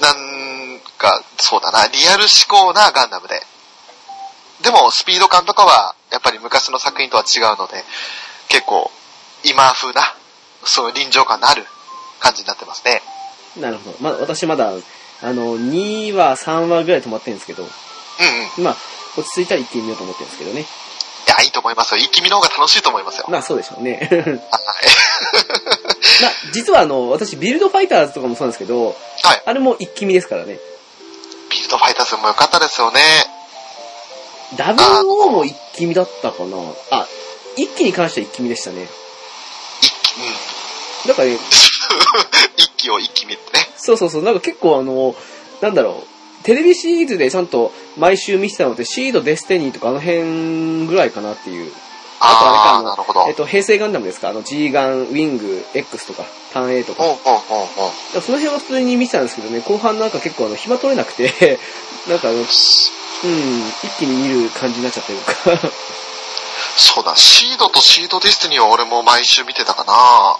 Speaker 2: なんか、そうだな、リアル思考なガンダムで。でも、スピード感とかは、やっぱり昔の作品とは違うので、結構、今風な、そういう臨場感のある感じになってますね。
Speaker 1: なるほど。まあ、私まだ、あの、2話、3話ぐらい止まってるんですけど、
Speaker 2: うんうん。い
Speaker 1: まあ、落ち着いたら行ってみようと思ってるんですけどね。
Speaker 2: や、いいと思いますよ。一気見の方が楽しいと思いますよ。
Speaker 1: まあ、そうでしょうね。
Speaker 2: はい。
Speaker 1: まあ、実はあの、私、ビルドファイターズとかもそうなんですけど、
Speaker 2: はい
Speaker 1: あれも一気見ですからね。
Speaker 2: ビルドファイターズも良かったですよね。
Speaker 1: WO も一気見だったかな。あ、一気に関しては一気見でしたね。
Speaker 2: 一気、うん。
Speaker 1: だからね、
Speaker 2: 一気を一気見ってね。
Speaker 1: そうそうそう、なんか結構あの、なんだろう、テレビシリーズでちゃんと毎週見てたのって、シード、デスティニーとかあの辺ぐらいかなっていう。
Speaker 2: あ
Speaker 1: あとあれかあ
Speaker 2: ー、
Speaker 1: の
Speaker 2: なるほど。うん
Speaker 1: えっと、平成ガンダムですかあの、G ガン、ウィング、X とか、ターン A とか。
Speaker 2: うんうんうん。
Speaker 1: その辺は普通に見てたんですけどね、後半なんか結構あの、暇取れなくて、 なんかあの、うん、一気に見る感じになっちゃってるか。
Speaker 2: そうだ、シードとシードディスティニーは俺も毎週見てたかな。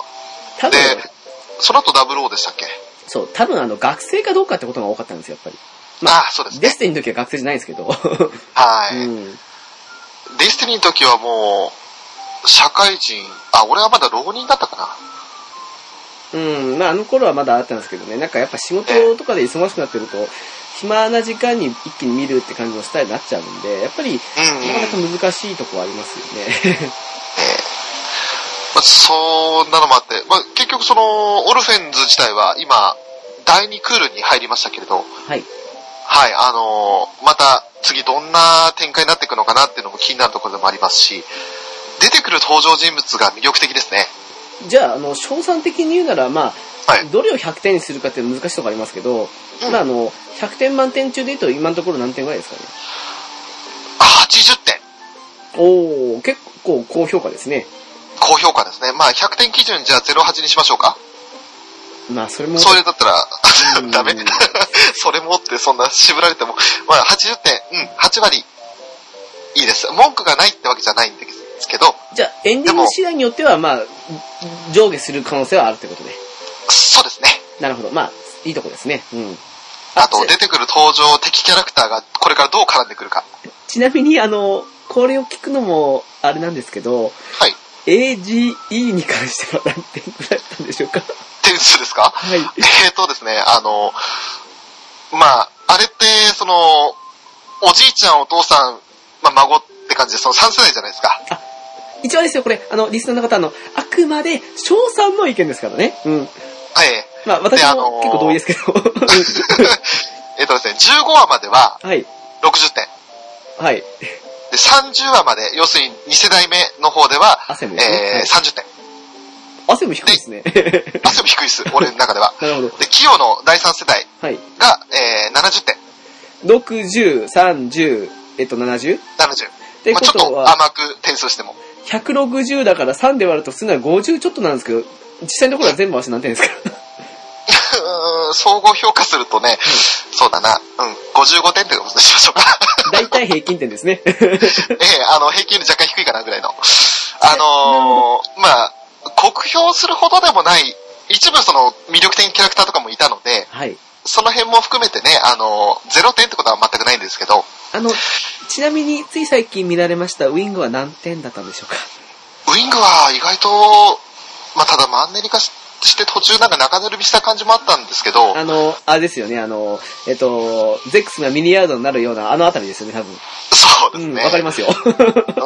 Speaker 1: 多分、
Speaker 2: で、その後ダブルオーでしたっけ
Speaker 1: そう、多分あの、学生かどうかってことが多かったんですよ、やっぱり。ま
Speaker 2: ああ、そうです
Speaker 1: デ
Speaker 2: ね。
Speaker 1: スティニーの時は学生じゃないんですけど。
Speaker 2: は
Speaker 1: う
Speaker 2: い。
Speaker 1: ん。
Speaker 2: ディスティニーの時はもう、社会人、あ、俺はまだ浪人だったかな。
Speaker 1: うん、まああの頃はまだあったんですけどね、なんかやっぱ仕事とかで忙しくなってると、暇な時間に一気に見るって感じのスタイルになっちゃうんで、やっぱり、
Speaker 2: うん、うん。
Speaker 1: なかなか難しいとこはありますよね。
Speaker 2: まあ、そんなのもあって、まあ、結局その、オルフェンズ自体は今、第2クールに入りましたけれど、
Speaker 1: はい。
Speaker 2: はい、あのーまた次どんな展開になっていくのかなっていうのも気になるところでもありますし、出てくる登場人物が魅力的ですね。
Speaker 1: じゃあ、あの、賞賛的に言うなら、まあ、
Speaker 2: はい
Speaker 1: どれを100点にするかって難しいとこありますけど、
Speaker 2: うん
Speaker 1: まああの、100点満点中で言うと今のところ何点ぐらいですかね。
Speaker 2: 80点。
Speaker 1: おー、結構高評価ですね。
Speaker 2: 高評価ですね。まあ、100点基準じゃあ08にしましょうか。
Speaker 1: まあ、それも、
Speaker 2: それだった
Speaker 1: う
Speaker 2: ら
Speaker 1: ん、
Speaker 2: ダメそれもってそんな渋られても、まあ、80点、うん、8割、いいです。文句がないってわけじゃないんですけど、
Speaker 1: じゃあ、エンディング次第によっては、まあ、上下する可能性はあるってことで。
Speaker 2: そうですね。
Speaker 1: なるほど。まあ、いいとこですね。うん。
Speaker 2: あと、
Speaker 1: ち
Speaker 2: 出てくる登場敵キャラクターがこれからどう絡んでくるか。
Speaker 1: ちなみに、あの、これを聞くのも、あれなんですけど、
Speaker 2: はい。
Speaker 1: AGE に関しては何点くらいだったんでしょうか
Speaker 2: 点数ですか
Speaker 1: はい。
Speaker 2: えーとですね、あの、まあ、あれって、その、おじいちゃん、お父さん、まあ、孫って感じで、その3世代じゃないですか。
Speaker 1: 一応あれですよ、これ、あの、リスナーの方、あの、あくまで、賞賛の意見ですからね。うん。
Speaker 2: はい。
Speaker 1: まあ、私
Speaker 2: であの
Speaker 1: も
Speaker 2: ー
Speaker 1: 結構同意ですけど。
Speaker 2: えっとですね、15話までは
Speaker 1: はい。
Speaker 2: 60点。
Speaker 1: はい。
Speaker 2: で、30話まで、要するに2世代目の方では、
Speaker 1: 汗もですね。は
Speaker 2: え
Speaker 1: い
Speaker 2: ー、30点。
Speaker 1: 汗も低いですね。
Speaker 2: 汗も低いです、俺の中では。
Speaker 1: なるほど。
Speaker 2: で、キヨの第3世代
Speaker 1: はい。
Speaker 2: が、えー、70点。
Speaker 1: 60、30、えっと、70? っ
Speaker 2: 70。
Speaker 1: て
Speaker 2: ま
Speaker 1: こ
Speaker 2: あ、ちょっ
Speaker 1: と
Speaker 2: と
Speaker 1: は、
Speaker 2: 甘く点数しても。
Speaker 1: 160だから3で割るとするのは50ちょっとなんですけど、実際のところは全部足何点ですか
Speaker 2: うーん総合評価するとね、そうだな、うん、55点ってことにしましょうか。
Speaker 1: 大体平均点ですね。
Speaker 2: ええあの、平均より若干低いかなぐらいの。あのーまあ、酷評するほどでもない、一部その魅力的なキャラクターとかもいたので、
Speaker 1: はい。
Speaker 2: その辺も含めてね、あのー、0点ってことは全くないんですけど、
Speaker 1: あの、ちなみに、つい最近見られましたウィングは何点だったんでしょうか
Speaker 2: ウィングは意外と、まあ、ただマンネリ化しして途中なんか中ぬるびした感じもあったんですけど、
Speaker 1: あの、あれですよね、あの、えっと、ゼックスがミニヤードになるような、あのあたりですよね、多分。
Speaker 2: そうで
Speaker 1: う
Speaker 2: す
Speaker 1: ん、
Speaker 2: ね。
Speaker 1: わかりますよ。わかり
Speaker 2: うん
Speaker 1: ますよ。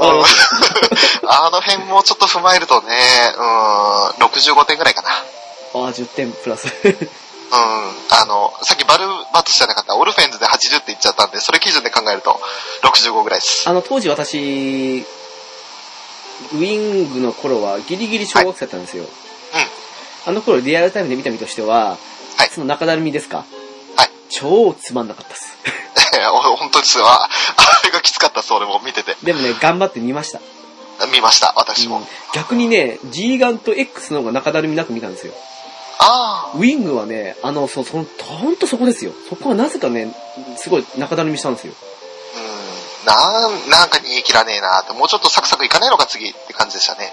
Speaker 2: あの辺もちょっと踏まえるとね、うん、65点ぐらいかな。
Speaker 1: ああ、10点プラス。
Speaker 2: うん、あの、さっきバルバトスじゃなかった、オルフェンズで80って言っちゃったんで、それ基準で考えると65ぐらいです。
Speaker 1: あの、当時私、ウィングの頃はギリギリ小学生だったんですよ。あの頃リアルタイムで見た身としては、
Speaker 2: はい
Speaker 1: その中だるみですか
Speaker 2: はい。
Speaker 1: 超つまんなかったっす。
Speaker 2: お本当ですよ。ああれがきつかったです、俺も見てて。
Speaker 1: でもね、頑張って見ました。
Speaker 2: 見ました、私
Speaker 1: う
Speaker 2: も。
Speaker 1: ん逆にね、G ガンと X の方が中だるみなく見たんですよ。
Speaker 2: ああ、
Speaker 1: ウィングはね、あの、そ、その、ほんとそこですよ。そこはなぜかね、すごい中だるみしたんですよ。
Speaker 2: うん、なん、なんか煮え切らねえなって、もうちょっとサクサクいかないのか次って感じでしたね。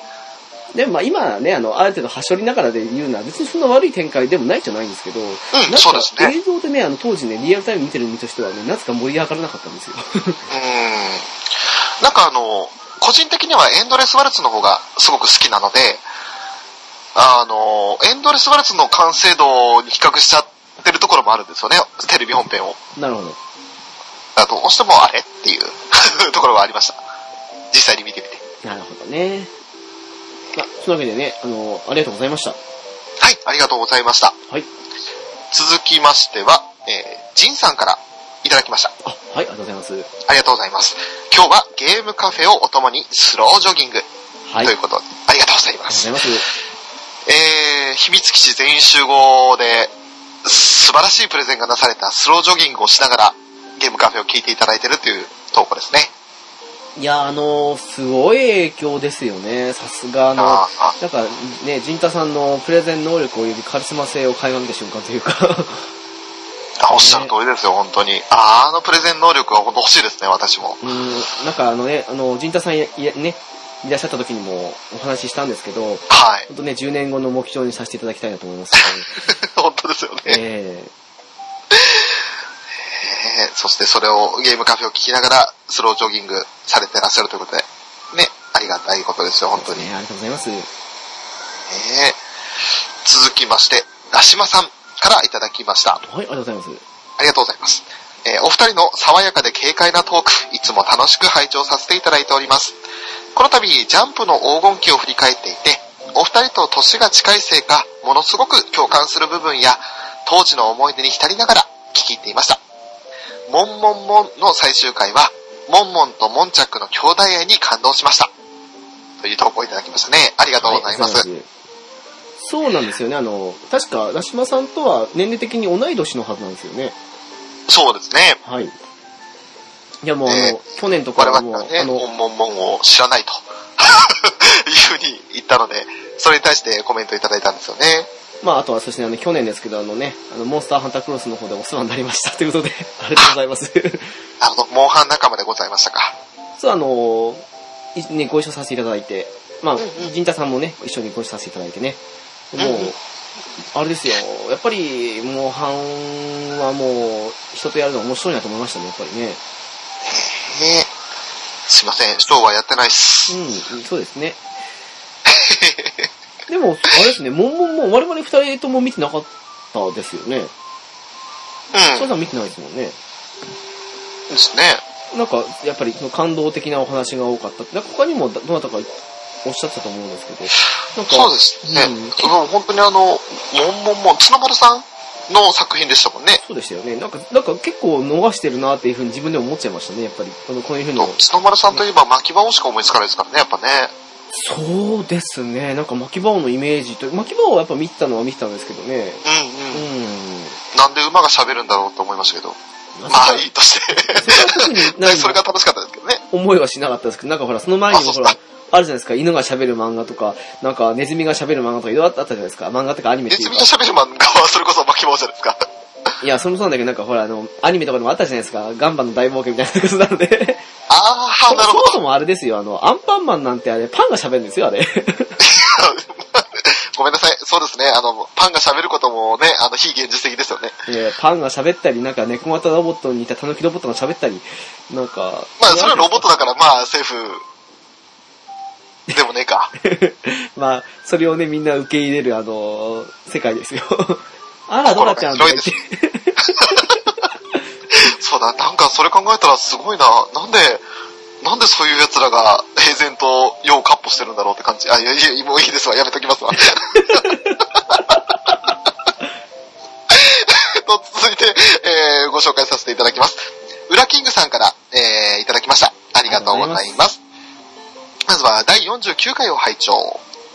Speaker 1: でもまあ今ね、あの、ある程度端折りながらで言うのは別にそんな悪い展開でもないじゃないんですけど、
Speaker 2: うん、
Speaker 1: なん
Speaker 2: そう
Speaker 1: か
Speaker 2: ですね。
Speaker 1: 映像でね、あの当時ね、リアルタイム見てる身としてはね、なぜか盛り上がらなかったんですよ。
Speaker 2: うん。なんかあの、個人的にはエンドレスワルツの方がすごく好きなので、あの、エンドレスワルツの完成度に比較しちゃってるところもあるんですよね、テレビ本編を。
Speaker 1: なるほど。
Speaker 2: だからどうしてもあれっていう ところはありました。実際に見てみて。
Speaker 1: なるほどね。まあ、そんなわけでね、あの、ありがとうございました。
Speaker 2: はい、ありがとうございました。
Speaker 1: はい。
Speaker 2: 続きましては、えー、ジンさんからいただきました。
Speaker 1: あ、はい、ありがとうございます。
Speaker 2: ありがとうございます。今日はゲームカフェをお供にスロージョギング
Speaker 1: はい。あ
Speaker 2: とい
Speaker 1: り
Speaker 2: う
Speaker 1: がとう
Speaker 2: ことで、ありがとうございま
Speaker 1: ご
Speaker 2: す
Speaker 1: ざい。ます。
Speaker 2: えー、秘密基地全員集合で、素晴らしいプレゼンがなされたスロージョギングをしながら、ゲームカフェを聞いていただいてるという投稿ですね。
Speaker 1: いや、あの、すごい影響ですよね。さすがあの、
Speaker 2: あーあ
Speaker 1: なんかね、ジンタさんのプレゼン能力及びカリスマ性を垣間見た瞬間という か、
Speaker 2: あ、おっしゃる通りですよ、本当に。ああのプレゼン能力は本当欲しいですね、私も。
Speaker 1: うん、なんかあのね、あの、ジンタさんいいやね、いらっしゃった時にもお話ししたんですけど、
Speaker 2: はい。
Speaker 1: 本当ね、10年後の目標にさせていただきたいなと思います、
Speaker 2: 本当ですよね。
Speaker 1: ね。え
Speaker 2: えーそしてそれをゲームカフェを聞きながら、スロージョギングされてらっしゃるということで、ね、ありがたいことですよ、本当
Speaker 1: え
Speaker 2: に。
Speaker 1: ねありがとうございます。
Speaker 2: えー続きまして、ラシマさんからいただきました。
Speaker 1: はい、ありがとうございます。
Speaker 2: ありがとうございます。えーお二人の爽やかで軽快なトーク、いつも楽しく拝聴させていただいております。この度、ジャンプの黄金期を振り返っていて、お二人と年が近いせいか、ものすごく共感する部分や、当時の思い出に浸りながら聞き入っていました。モンモンモンの最終回は、モンモンとモンチャックの兄弟愛に感動しました。という投稿をいただきましたね。ありがとうございます。
Speaker 1: はありがとうございますそうなんですよね、あの、確か、ラシマさんとは年齢的に同い年のはずなんですよね。
Speaker 2: そうですね。
Speaker 1: はい。いや、もうあの、
Speaker 2: ね
Speaker 1: 去年とか
Speaker 2: 我
Speaker 1: はもう、
Speaker 2: 々がね、
Speaker 1: あの
Speaker 2: モ、ンモンモンを知らないと、 いうふうに言ったので、それに対してコメントいただいたんですよね。
Speaker 1: まあ、あとはそして、あの、去年ですけど、あのね、あの、モンスターハンタークロスの方でお世話になりました ということで、ありがとうございます。
Speaker 2: なるほど、モンハン仲間でございましたか。
Speaker 1: そう、あの、いね、ご一緒させていただいて、まあ、
Speaker 2: んうん
Speaker 1: 陣太さんもね、一緒にご一緒させていただいてね。もう
Speaker 2: うんうん、
Speaker 1: あれですよ、やっぱり、もう、半はもう、人とやるの面白いなと思いましたね、やっぱりね。
Speaker 2: ねすいません、人はやってないっす。
Speaker 1: うん、そうです ね。でも、あれですね、もんもんもん、我々二人とも見てなかったですよね。
Speaker 2: うん
Speaker 1: 翔、さん見てないですもんね。
Speaker 2: ですね。
Speaker 1: なんか、やっぱりその感動的なお話が多かったって。なんか他にもどどなたかおっしゃってたと思うんですけど、なんか、
Speaker 2: そうですね。
Speaker 1: うん
Speaker 2: うん、本当にあの、もんもんもん、角丸さんの作品でしたもんね。
Speaker 1: そうでしたよね。なんか、なんか結構逃してるなっていうふうに自分でも思っちゃいましたね、やっぱり。あの、こういうふうの。
Speaker 2: 角丸さんといえば巻き場をしか思いつかないですからね、やっぱね。
Speaker 1: そうですね。なんか、巻き場王のイメージと、巻き場王はやっぱ見てたのは見てたんですけどね。
Speaker 2: うん
Speaker 1: う
Speaker 2: うん。
Speaker 1: ん。
Speaker 2: なんで馬が喋るんだろうと思いましたけど。
Speaker 1: ま
Speaker 2: まあいいとして。
Speaker 1: 特に何
Speaker 2: それが楽しかったですけどね。
Speaker 1: 思いはしなかったんですけど、なんかほら、その前にも
Speaker 2: あ
Speaker 1: ほ
Speaker 2: そう
Speaker 1: ら、あるじゃないですか、犬が喋る漫画とか、なんかネズミが喋る漫画とかいろいろあったじゃないですか、漫画とかアニメっ
Speaker 2: ネ
Speaker 1: てい
Speaker 2: ズ
Speaker 1: う
Speaker 2: ミ
Speaker 1: か
Speaker 2: と。喋る漫画はそれこそ巻き場じゃないですか。
Speaker 1: いや、それもそうなんだけど、なんかほら、あの、アニメとかでもあったじゃないですか、ガンバの大冒険みたいなことなので。
Speaker 2: あ
Speaker 1: そ
Speaker 2: ー、なる
Speaker 1: そ
Speaker 2: ほ
Speaker 1: も
Speaker 2: ど。
Speaker 1: そもあれですよ、あの、アンパンマンなんてあれ、パンが喋るんですよ、あ れ。
Speaker 2: ごめんなさい。そうですね。あの、パンが喋ることもね、あの、非現実的ですよね。
Speaker 1: えーパンが喋ったり、なんか猫型ロボットに似たタヌキロボットが喋ったり、なんか、
Speaker 2: まあ、それはロボットだから、まあ、セーフ。でもねえか。
Speaker 1: まあ、それをね、みんな受け入れる、あのー世界ですよ。 あら、ドラちゃんとか言って
Speaker 2: 心が そうだ、なんかそれ考えたらすごいな。なんで、なんでそういう奴らが平然と用をカッポしてるんだろうって感じ。あ、いやいや、もういいですわ。やめときますわ。 と、続いて、えーご紹介させていただきます。裏キングさんから、えーいただきました。ありがとうございます。まずは、第49回を拝聴。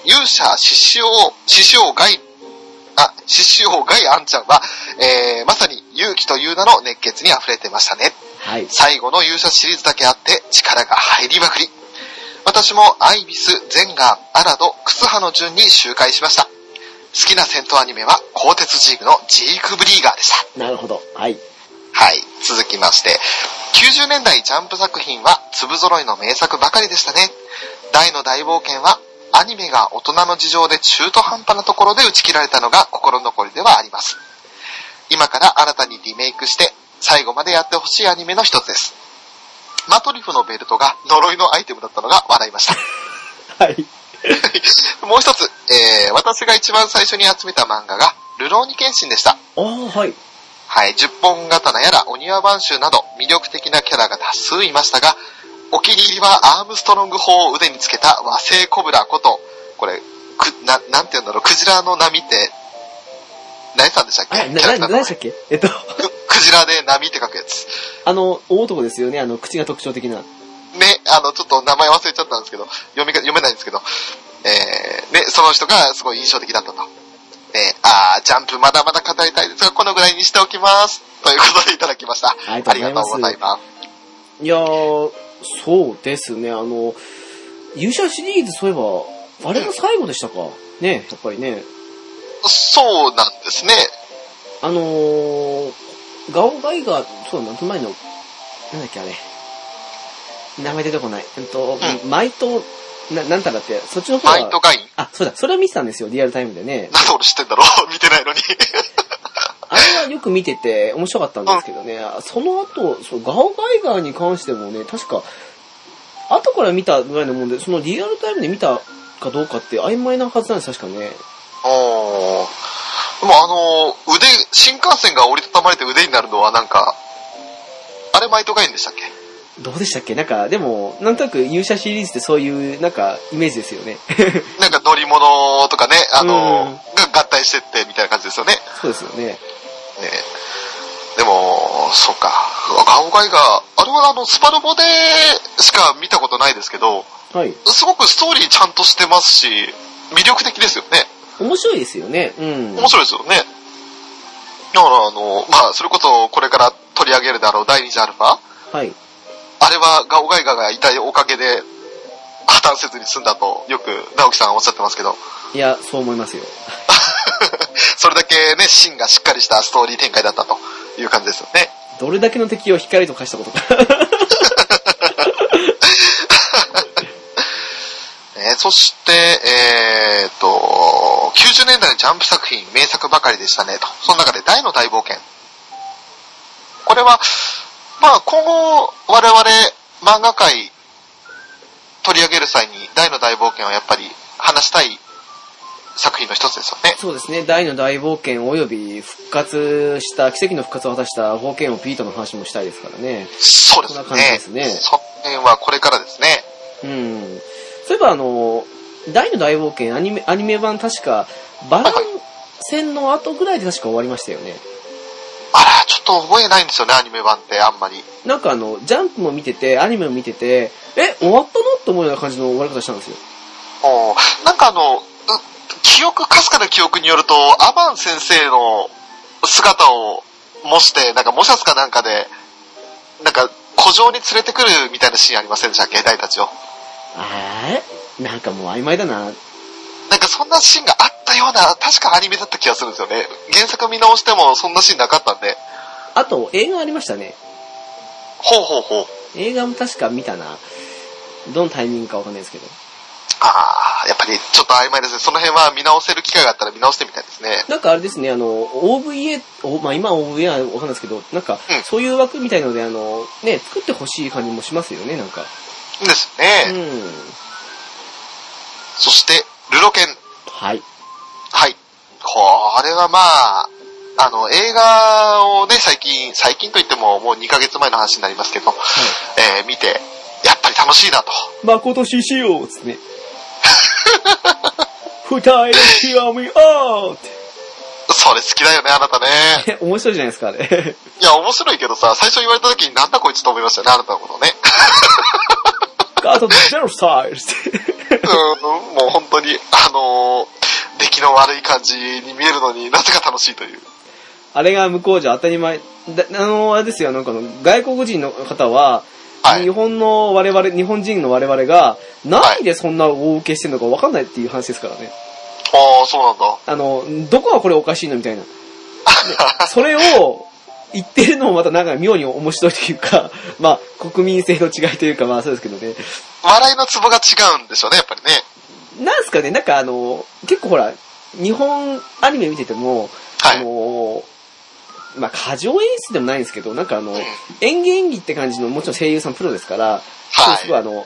Speaker 2: 勇者、獅子王、獅子王ガイ、あ、獅子王ガイアンちゃんは、えーまさに勇気という名の熱血に溢れてましたね。
Speaker 1: はい。
Speaker 2: 最後の勇者シリーズだけあって力が入りまくり。私もアイビス、ゼンガー、アラド、クスハの順に周回しました。好きな戦闘アニメは、鋼鉄ジークのジークブリーガーでした。
Speaker 1: なるほど。はい。
Speaker 2: はい、続きまして、90年代ジャンプ作品は粒揃いの名作ばかりでしたね。大の大冒険は、アニメが大人の事情で中途半端なところで打ち切られたのが心残りではあります。今から新たにリメイクして、最後までやってほしいアニメの一つです。マトリフのベルトが呪いのアイテムだったのが笑いました。
Speaker 1: はい。
Speaker 2: もう一つ、えー、私が一番最初に集めた漫画が、ルローニケンシンでした。
Speaker 1: ああ、はい。
Speaker 2: はい、10本刀やら、お庭番衆など、魅力的なキャラが多数いましたが、お気に入りはアームストロング砲を腕につけた和製コブラこと、これ、く、な、なんて言うんだろう、クジラの波って、何さんでしたっ
Speaker 1: あ
Speaker 2: け
Speaker 1: れ、
Speaker 2: キャラ
Speaker 1: な、
Speaker 2: ク
Speaker 1: な、
Speaker 2: ターの
Speaker 1: 何でしたっけえっと、
Speaker 2: くクジラで波って書くやつ。
Speaker 1: あの、大男ですよね、あの、口が特徴的な。
Speaker 2: ね、あの、ちょっと名前忘れちゃったんですけど、読みが、読めないんですけど、えー、ね、その人がすごい印象的だったと。ね、あー、ジャンプまだまだ語りたいですが、このぐらいにしておきます。ということでいただきました。
Speaker 1: ありがとうございます
Speaker 2: ありがとうございます。
Speaker 1: いやー、そうですね、あの、勇者シリーズ、そういえば、あれが最後でしたか。ね、やっぱりね。
Speaker 2: そうなんですね。
Speaker 1: あのー、ガオガイガー、そう、なんと前の、なんだっけ、あれ。名前出てこない。えっと、
Speaker 2: う
Speaker 1: マイト、な、なんたらって、そっちの方
Speaker 2: ナイト
Speaker 1: は、
Speaker 2: ガイン。
Speaker 1: あ、そうだ、それを見てたんですよ、リアルタイムでね。
Speaker 2: なんで俺知ってんだろう 見てないのに。
Speaker 1: あれはよく見てて面白かったんですけどね、その後、そう、ガオガイガーに関してもね、確か、後から見たぐらいのもんで、そのリアルタイムで見たかどうかって曖昧なはずなんです、確かね。
Speaker 2: おー。でもあのー、腕、新幹線が折りたたまれて腕になるのはなんか、あれマイトガインでしたっけ
Speaker 1: どうでしたっけなんか、でも、なんとなく勇者シリーズってそういう、なんか、イメージですよね。
Speaker 2: なんか乗り物とかね、あのー
Speaker 1: うん
Speaker 2: が合体してってみたいな感じですよね。ね
Speaker 1: そうですよね。
Speaker 2: でも、そうか。うわガオガイが、あれはあの、スパロボでしか見たことないですけど、
Speaker 1: はい。
Speaker 2: すごくストーリーちゃんとしてますし、魅力的ですよね。
Speaker 1: 面白いですよね。うん。
Speaker 2: 面白いですよね。だからあの、まあ、それこそこれから取り上げるだろう第2次アルファ
Speaker 1: はい。
Speaker 2: あれはガオガイガがいたおかげで破綻せずに済んだとよく直樹さんはおっしゃってますけど、
Speaker 1: いや、そう思いますよ。
Speaker 2: それだけね、芯がしっかりしたストーリー展開だったという感じですよね。
Speaker 1: どれだけの敵を光と化したことか。
Speaker 2: えーそして、えーっと、90年代のジャンプ作品、名作ばかりでしたね、と。その中で大の大冒険。これは、まあ今後、我々、漫画界、取り上げる際に、大の大冒険はやっぱり話したい作品の一つですよね。
Speaker 1: そうですね、大の大冒険及び復活した、奇跡の復活を果たした冒険王ピートの話もしたいですからね。
Speaker 2: そうです
Speaker 1: そんな感じ
Speaker 2: ね。
Speaker 1: ですね
Speaker 2: その辺はこれからですね。
Speaker 1: うん。そういえばあの、大の大冒険アニメ、アニメ版確か、バラン戦の後ぐらいで確か終わりましたよね。
Speaker 2: あら、ちょっと覚えないんですよね、アニメ版って、あんまり。
Speaker 1: なんかあの、ジャンプも見てて、アニメも見てて、え、終わったのって思うような感じの終わり方したんですよ。
Speaker 2: おーなんかあの、う記憶、かすかな記憶によると、アバン先生の姿を模して、なんか模写すかなんかで、なんか、古城に連れてくるみたいなシーンありませんでしたっけ大たちを。
Speaker 1: あれなんかもう曖昧だな。
Speaker 2: なんかそんなシーンがあったような、確かアニメだった気がするんですよね。原作見直してもそんなシーンなかったんで。
Speaker 1: あと、映画ありましたね。
Speaker 2: ほうほうほう。
Speaker 1: 映画も確か見たな。どのタイミングかわかんないですけど。
Speaker 2: ああ、やっぱりちょっと曖昧ですね。その辺は見直せる機会があったら見直してみたいですね。
Speaker 1: なんかあれですね、あの、OVA、おまあ今は OVA はわかんないですけど、なんか
Speaker 2: うん、
Speaker 1: そういう枠みたいので、あの、ね、作ってほしい感じもしますよね、なんか。
Speaker 2: です
Speaker 1: う
Speaker 2: ね。
Speaker 1: ん。
Speaker 2: そして、ルロケン。
Speaker 1: はい。
Speaker 2: はい。これはまあ、あの、映画をね、最近、最近といってももう2ヶ月前の話になりますけど、えー見て、やっぱり楽しいなと。
Speaker 1: 誠獅子よつって ね。二重極みあーっ
Speaker 2: それ好きだよね、あなたね。
Speaker 1: て。え面白いじゃないですか、あれ。
Speaker 2: いや、面白いけどさ、最初言われた時になんだこいつと思いましたよね、あなたのことね。
Speaker 1: ガードゼロサイルって。
Speaker 2: うん、もう本当に、あのー出来の悪い感じに見えるのになぜか楽しいという。
Speaker 1: あれが向こうじゃ当たり前。だあの、あれですよ、なんかあの外国人の方は、
Speaker 2: はい
Speaker 1: 日本の我々、日本人の我々が、なんでそんな大受けしてるのかわかんないっていう話ですからね。
Speaker 2: ああ、そうなんだ。
Speaker 1: あの、どこがこれおかしいのみたいな。でそれを言ってるのもまたなんか妙に面白いというか、まあ、国民性の違いというか、まあそうですけどね。
Speaker 2: 笑いのツボが違うんでしょうね、やっぱりね。
Speaker 1: なんすかね、なんかあの、結構ほら、日本アニメ見てても、
Speaker 2: はい
Speaker 1: あの、まあ、過剰演出でもないんですけど、なんかあの
Speaker 2: うん、
Speaker 1: 演技演技って感じの、もちろん声優さんプロですから、
Speaker 2: はい
Speaker 1: すごいあの、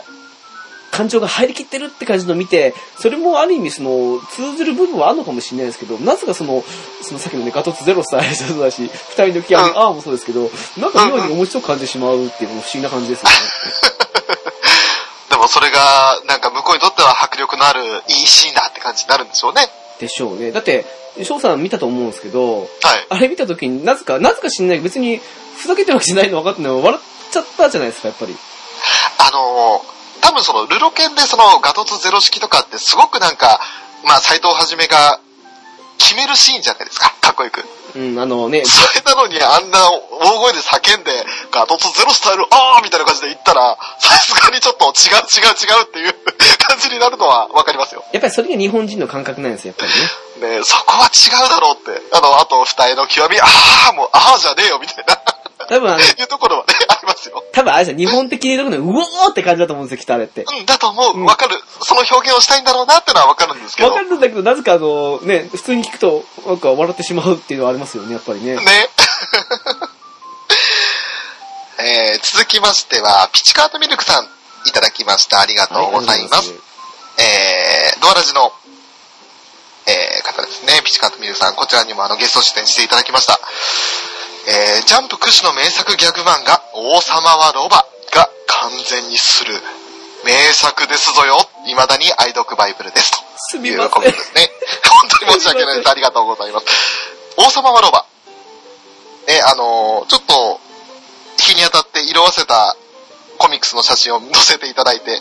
Speaker 1: 感情が入りきってるって感じのを見て、それもある意味その、通ずる部分はあるのかもしれないですけど、なぜかその、そのさっきのね、ガトツゼロスターそうだし、二人のキア
Speaker 2: うん
Speaker 1: ああもそうですけど、なんか妙に面白く感じてしまうっていうのも不思議な感じですよね。
Speaker 2: でもそれが、なんか向こうにとっては迫力のある、いいシーンだって感じになるんでしょうね。
Speaker 1: でしょうね。だって、翔さん見たと思うんですけど、
Speaker 2: はい。
Speaker 1: あれ見た時になぜか、なぜか知んないけど、別に、ふざけてるわけじゃないの分かってない笑っちゃったじゃないですか、やっぱり。
Speaker 2: あのー多分その、ルロケンでその、ガトツゼロ式とかってすごくなんか、まあ、斎藤はじめが、決めるシーンじゃないですか。かっこよく。
Speaker 1: うん、あのね、
Speaker 2: それなのにあんな大声で叫んで、ガトツゼロスタイル、あーみたいな感じで言ったら、さすがにちょっと違う違う違うっていう 感じになるのはわかりますよ。
Speaker 1: やっぱりそれが日本人の感覚なんですよ、やっぱりね。
Speaker 2: ねそこは違うだろうって。あの、あと二重の極み、あーもう、あーじゃねえよみたいな、
Speaker 1: 多分あの、
Speaker 2: いうところはね、ありますよ。
Speaker 1: 多分あれじゃん日本的に言うとこの、うおーって感じだと思うんですよ、きっとあれって。
Speaker 2: うん、だと思
Speaker 1: うん
Speaker 2: う。わかる。その表現をしたいんだろうなってのはわかるんですけ
Speaker 1: わ
Speaker 2: ど。
Speaker 1: かるんだけど、なぜかあの、ね、普通に聞くと、なんか笑ってしまうっていうのはありますよね、やっぱりね。
Speaker 2: ね。 えー続きましては、ピチカートミルクさん、いただきました。ありがとうございます。えー、ドアラジの、えー、方ですね。ピチカートミルクさん、こちらにもあのゲスト出演していただきました。えー、ジャンプ屈指の名作ギャグ漫画、王様はロバが完全にする名作ですぞよ。未だに愛読バイブルです。と
Speaker 1: す
Speaker 2: とい
Speaker 1: みま
Speaker 2: うこと
Speaker 1: せ
Speaker 2: で
Speaker 1: ん。
Speaker 2: す ね。本当に申し訳ないです。ありがとうございます。王様はロバ。ね、あのーちょっと、日に当たって色あせたコミックスの写真を載せていただいて、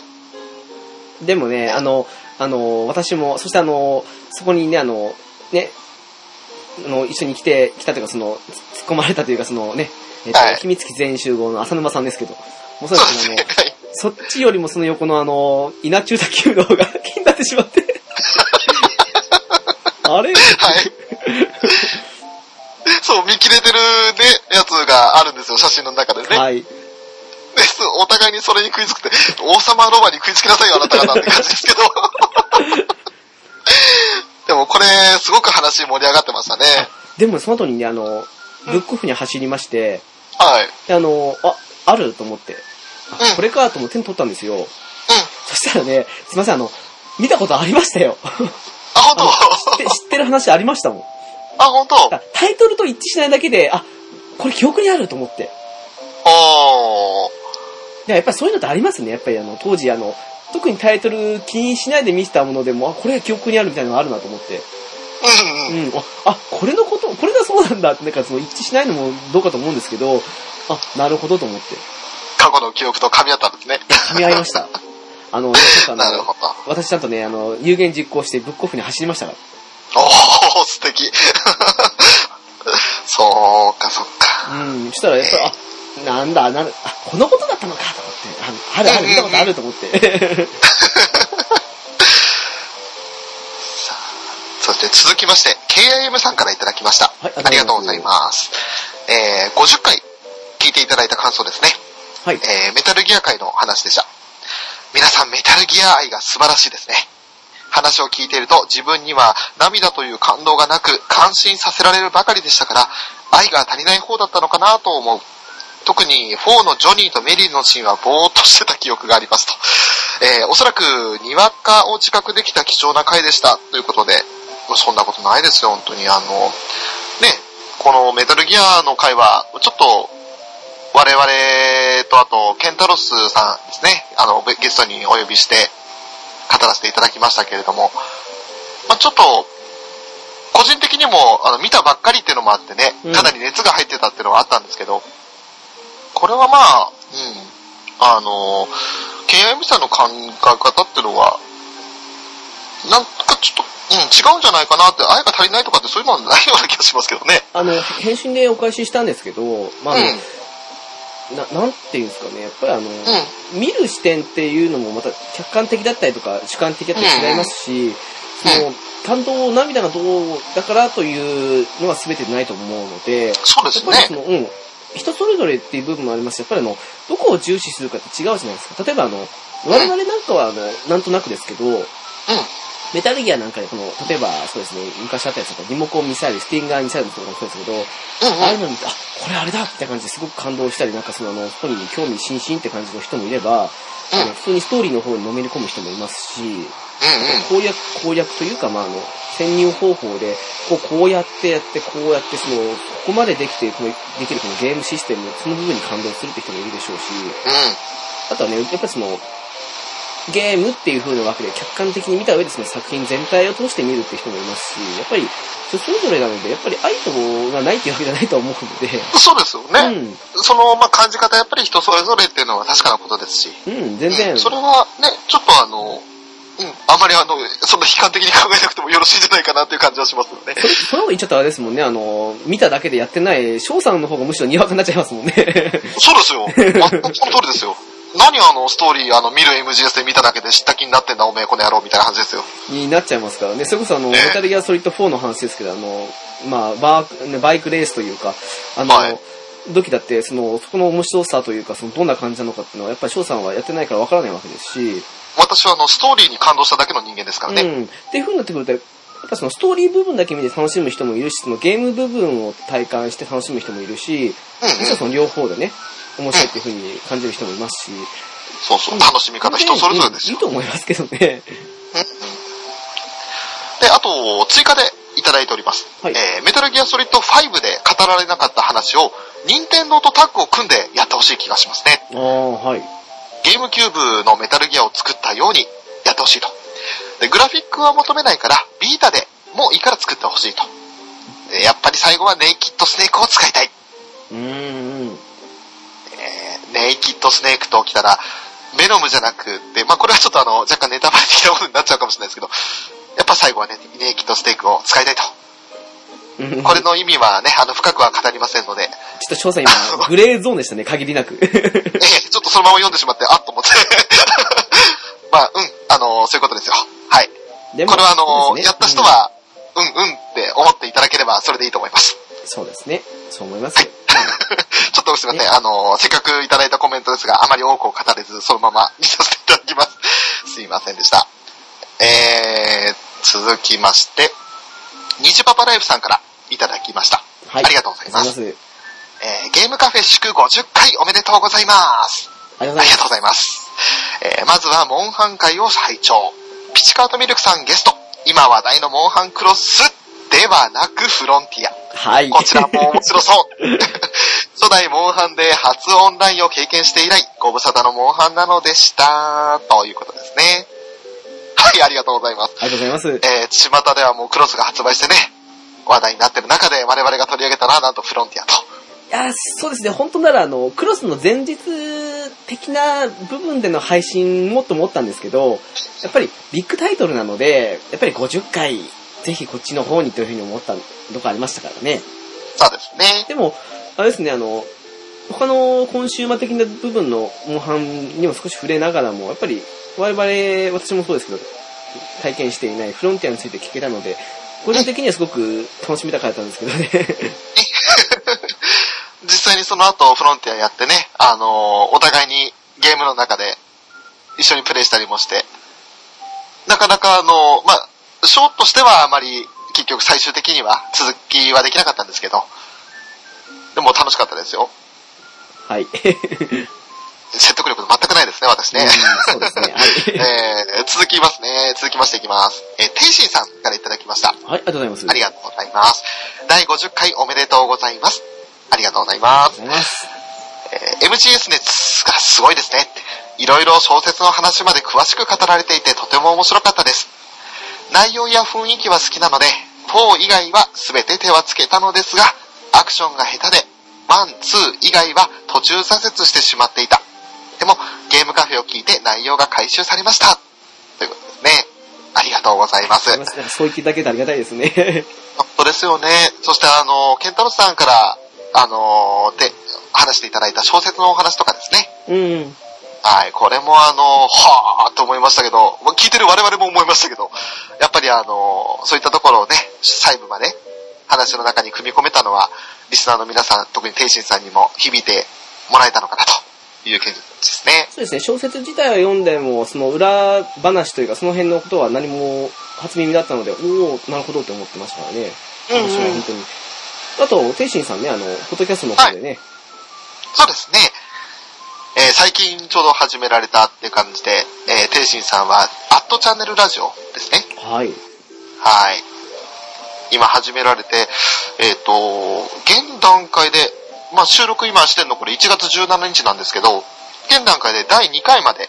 Speaker 1: でもね、あの、あの、私も、そしてあの、そこにね、あの、ね、あの、一緒に来て、来たというか、その、つ突っ込まれたというか、そのね、えっ、と、
Speaker 2: はい
Speaker 1: 秘密基全員集合の浅沼さんですけど、もうそ
Speaker 2: そうう
Speaker 1: で
Speaker 2: ですす
Speaker 1: ね、
Speaker 2: ね
Speaker 1: あの、。そっちよりもその横のあの、稲中太球の方が 気になってしま って。あれ
Speaker 2: はい。 そう、見切れてるね、やつがあるんですよ、写真の中でね。
Speaker 1: はい。
Speaker 2: です。お互いにそれに食いつくって、王様ロバに食いつきなさいよ、あなた方って感じですけ ど。でもこれ、すごく話盛り上がってましたね。
Speaker 1: でもその後にね、あの、ブックオフに走りまして、
Speaker 2: はい。
Speaker 1: であの、あ、あると思って、あ
Speaker 2: うん
Speaker 1: これかと思って手に取ったんですよ。
Speaker 2: うん。
Speaker 1: そしたらね、すいません、あの、見たことありました よ。
Speaker 2: あ、本
Speaker 1: 知って
Speaker 2: 当
Speaker 1: 知ってる話ありましたもん。
Speaker 2: あ、本当
Speaker 1: だからタイトルと一致しないだけで、あ、これ記憶にあると思って。
Speaker 2: おー。
Speaker 1: でやっぱりそういうのってありますね。やっぱりあの、当時あの、特にタイトル気にしないで見せたものでも、あ、これが記憶にあるみたいなのがあるなと思って。
Speaker 2: うん
Speaker 1: う
Speaker 2: うん。
Speaker 1: ん。あ、あこれのこと、これがそうなんだって、なんかその一致しないのもどうかと思うんですけど、あ、なるほどと思って。
Speaker 2: 過去の記憶と噛み合ったんですね。
Speaker 1: 噛み合いました。あの、ね、ちょっとあ
Speaker 2: なる
Speaker 1: の、
Speaker 2: ほど。
Speaker 1: 私ちゃんとね、あの、有言実行してブックオフに走りましたから。
Speaker 2: おー、素敵。 そうか、そっか。
Speaker 1: うん、そしたらやっぱり、あ、なんだ、なる、あ、このことだったのか、と思って、ああるある、見たことあると思って。
Speaker 2: さあそして続きまして、KIM さんからいただきました。
Speaker 1: はい
Speaker 2: ありがとうございます。えー、50回聞いていただいた感想ですね。
Speaker 1: はい。
Speaker 2: えー、メタルギア界の話でした。皆さんメタルギア愛が素晴らしいですね。話を聞いていると自分には涙という感動がなく感心させられるばかりでしたから、愛が足りない方だったのかなと思う。特に4のジョニーとメリーのシーンはぼーっとしてた記憶がありますと。えーおそらくにわかを自覚できた貴重な回でしたということで、そんなことないですよ、本当に。あの、ね、このメタルギアの回は、ちょっと我々とあと、ケンタロスさんですね、あの、ゲストにお呼びして語らせていただきましたけれども、まあ、ちょっと、個人的にもあの見たばっかりっていうのもあってね
Speaker 1: うん、
Speaker 2: かなり熱が入ってたっていうのはあったんですけど、これはまあ、うん、あの、KIM さんの考え方っていうのは、なんかちょっと、うん、違うんじゃないかなって、愛が足りないとかってそういうのはないような気がしますけどね。
Speaker 1: あの、返信でお返ししたんですけど、まあ、あの
Speaker 2: うん
Speaker 1: な、なんていうんですかね、やっぱりあの、
Speaker 2: うん、
Speaker 1: 見る視点っていうのもまた客観的だったりとか主観的だったり違いますし、その、感動、涙がどうだからというのは全てないと思うので、
Speaker 2: そう
Speaker 1: や
Speaker 2: で
Speaker 1: っ
Speaker 2: す
Speaker 1: ぱりそ
Speaker 2: ね。
Speaker 1: の、うん。人それぞれっていう部分もありますし、やっぱりあの、どこを重視するかって違うじゃないですか。例えばあの、我々なんかはあの、なんとなくですけど、メタルギアなんかでこの、例えばそうですね、昔あったやつとか、リモコンミサイル、スティンガーミサイルとかもそうですけど、
Speaker 2: うん、うん
Speaker 1: ああいうの見て、あ、これあれだみたいな感じですごく感動したり、なんかそのあの、ストーリーに興味津々って感じの人もいれば、あの普通にストーリーの方にのめり込む人もいますし、
Speaker 2: う
Speaker 1: 攻略、攻略というか、まあ、あの、潜入方法で、こう、こうやってやって、こうやって、その、ここまでできて、この、できるこのゲームシステム、その部分に感動するって人もいるでしょうし、
Speaker 2: ん、うん。うん
Speaker 1: あとはね、やっぱりその、ゲームっていう風な枠で客観的に見た上でその作品全体を通して見るって人もいますし、やっぱり人それぞれなので、やっぱり愛とがないっていうわけじゃないと思うので、
Speaker 2: そうですよね。
Speaker 1: うん、
Speaker 2: その、まあ、感じ方、やっぱり人それぞれっていうのは確かなことですし。
Speaker 1: うん、全
Speaker 2: う
Speaker 1: 然
Speaker 2: ん、それはね、ちょっとあの、うん、あまりあの、そんな悲観的に考えなくてもよろしいんじゃないかなっていう感じはします よね。
Speaker 1: それ、その方言っちゃったらあれですもんね、あの、見ただけでやってない、翔さんの方がむしろにわかになっちゃいますもんね。
Speaker 2: そうですよ。全くその通りですよ。何あの、ストーリー、あの、見る MGS で見ただけで知った気になってんだ、おめえ、この野郎、みたいな感じですよ。
Speaker 1: になっちゃいますからね。それこそあの、メタルギアソリッド4の話ですけど、あの、まあ、バークねバイクレースというか、あの、
Speaker 2: はい
Speaker 1: 時だって、その、そこの面白さというか、その、どんな感じなのかっていうのは、やっぱり翔さんはやってないからわからないわけですし、
Speaker 2: 私はあの、ストーリーに感動しただけの人間ですからね。
Speaker 1: うん。っていう風になってくると、やっぱそのストーリー部分だけ見て楽しむ人もいるし、そのゲーム部分を体感して楽しむ人もいるし、
Speaker 2: うん、
Speaker 1: もち
Speaker 2: う
Speaker 1: ろん
Speaker 2: ん。
Speaker 1: その両方でね、面白いっていう風に感じる人もいますし、
Speaker 2: そうそう、楽しみ方人それぞれです
Speaker 1: いい
Speaker 2: よ。
Speaker 1: と思いますけど ね。
Speaker 2: で、あと、追加でいただいております。
Speaker 1: はい
Speaker 2: えー、メタルギアソリッド5で語られなかった話を、任天堂とタッグを組んでやってほしい気がしますね。
Speaker 1: ああ、はい。
Speaker 2: ゲームキューブのメタルギアを作ったようにやってほしいと。で、グラフィックは求めないから、ビータでもういいから作ってほしいと。えーやっぱり最後はネイキッドスネークを使いたい。
Speaker 1: うーん。
Speaker 2: えーネイキッドスネークと来たら、ベノムじゃなくて、まあ、これはちょっとあの、若干ネタバレ的なことになっちゃうかもしれないですけど、やっぱ最後はね、ネイキッドスネークを使いたいと。
Speaker 1: うん
Speaker 2: これの意味はね、あの、深くは語りませんの で、
Speaker 1: ちょっと翔さん今、 グレーゾーンでしたね、限りなく。
Speaker 2: ええちょっとそのまま読んでしまって、あっと思って。 まあ、うん、あのそういうことですよ。はい。
Speaker 1: で
Speaker 2: これはあの
Speaker 1: そうですね
Speaker 2: やった人は、うん、うんって思っていただければ、それでいいと思います。
Speaker 1: うんそうですね。そう思いますよ。
Speaker 2: ちょっとすいません。あのせっかくいただいたコメントですが、あまり多くを語れず、そのまま見させていただきます。すいませんでした。えー、続きまして、ニジパパライフさんからいただきました。
Speaker 1: はい。
Speaker 2: ありがとうございま
Speaker 1: あり
Speaker 2: す
Speaker 1: がとう
Speaker 2: えー、ゲームカフェ祝50回おめでとうございます。
Speaker 1: ござい
Speaker 2: あ
Speaker 1: ま
Speaker 2: りが
Speaker 1: す。
Speaker 2: とうございます。えーまずは、モンハン会を拝聴。ピチカートミルクさんゲスト。今話題のモンハンクロスでではなくフロンティア。
Speaker 1: はい。
Speaker 2: こちらも面白そう。 初代モンハンで初オンラインを経験して以来、ご無沙汰のモンハンなのでした。ということですね。はい、ありがとうございます。
Speaker 1: ありがとうございます。
Speaker 2: えー、巷ではもうクロスが発売してね、話題になってる中で我々が取り上げたらなんとフロンティアと。
Speaker 1: いや、そうですね、本当なら、あの、クロスの前日的な部分での配信もっと思ったんですけど、やっぱりビッグタイトルなので、やっぱり50回、ぜひこっちの方にというふうに思ったとこありましたからね。
Speaker 2: そうですね。
Speaker 1: でも、あれですね、あの、他のコンシューマー的な部分のモンハンにも少し触れながらも、やっぱり我々、私もそうですけど、体験していないフロンティアについて聞けたので、個人的にはすごく楽しみたかったんですけどね。
Speaker 2: 実際にその後フロンティアやってね、あのーお互いにゲームの中で一緒にプレイしたりもして、なかなかあのーまあ、ショーとしてはあまり結局最終的には続きはできなかったんですけど、でも楽しかったですよ。
Speaker 1: はい。
Speaker 2: 説得力全くないですね、私ね。
Speaker 1: うんそうですね。はい。
Speaker 2: えー、続きますね。続きましていきます。えー、天心さんからいただきました。
Speaker 1: はい、ありがとうございます。
Speaker 2: ありがとうございます。第50回おめでとうございます。ありがとうございま
Speaker 1: あり
Speaker 2: す。
Speaker 1: がとうございます。
Speaker 2: えー MGS 熱がすごいですねって。いろいろ小説の話まで詳しく語られていてとても面白かったです。内容や雰囲気は好きなので、4以外は全て手はつけたのですが、アクションが下手で、1、2以外は途中挫折してしまっていた。でも、ゲームカフェを聞いて内容が回収されました。ということですね。ありがとうございます
Speaker 1: あり。ますなんかそう言っていただけてありがたいですね。
Speaker 2: 本当ですよね。そしてあの、ケンタロスさんから、あの、で、話していただいた小説のお話とかですね。
Speaker 1: うん。
Speaker 2: はい、これもあの、はぁーと思いましたけど、もう聞いてる我々も思いましたけど、やっぱりあの、そういったところをね、細部まで話の中に組み込めたのは、リスナーの皆さん、特に天心さんにも響いてもらえたのかなという感じですね。
Speaker 1: そうですね、小説自体は読んでも、その裏話というか、その辺のことは何も初耳だったので、おおなるほどって思ってましたからね。
Speaker 2: うんうん
Speaker 1: 私は本当に。あと、天心さんね、あの、ポッドキャストの方でね、
Speaker 2: そうですね。えー最近ちょうど始められたっていう感じで、えー、天心さんは、アットチャンネルラジオですね。
Speaker 1: はい。
Speaker 2: はい。今始められて、えっ、と、現段階で、まあ、収録今してんのこれ1月17日なんですけど、現段階で第2回まで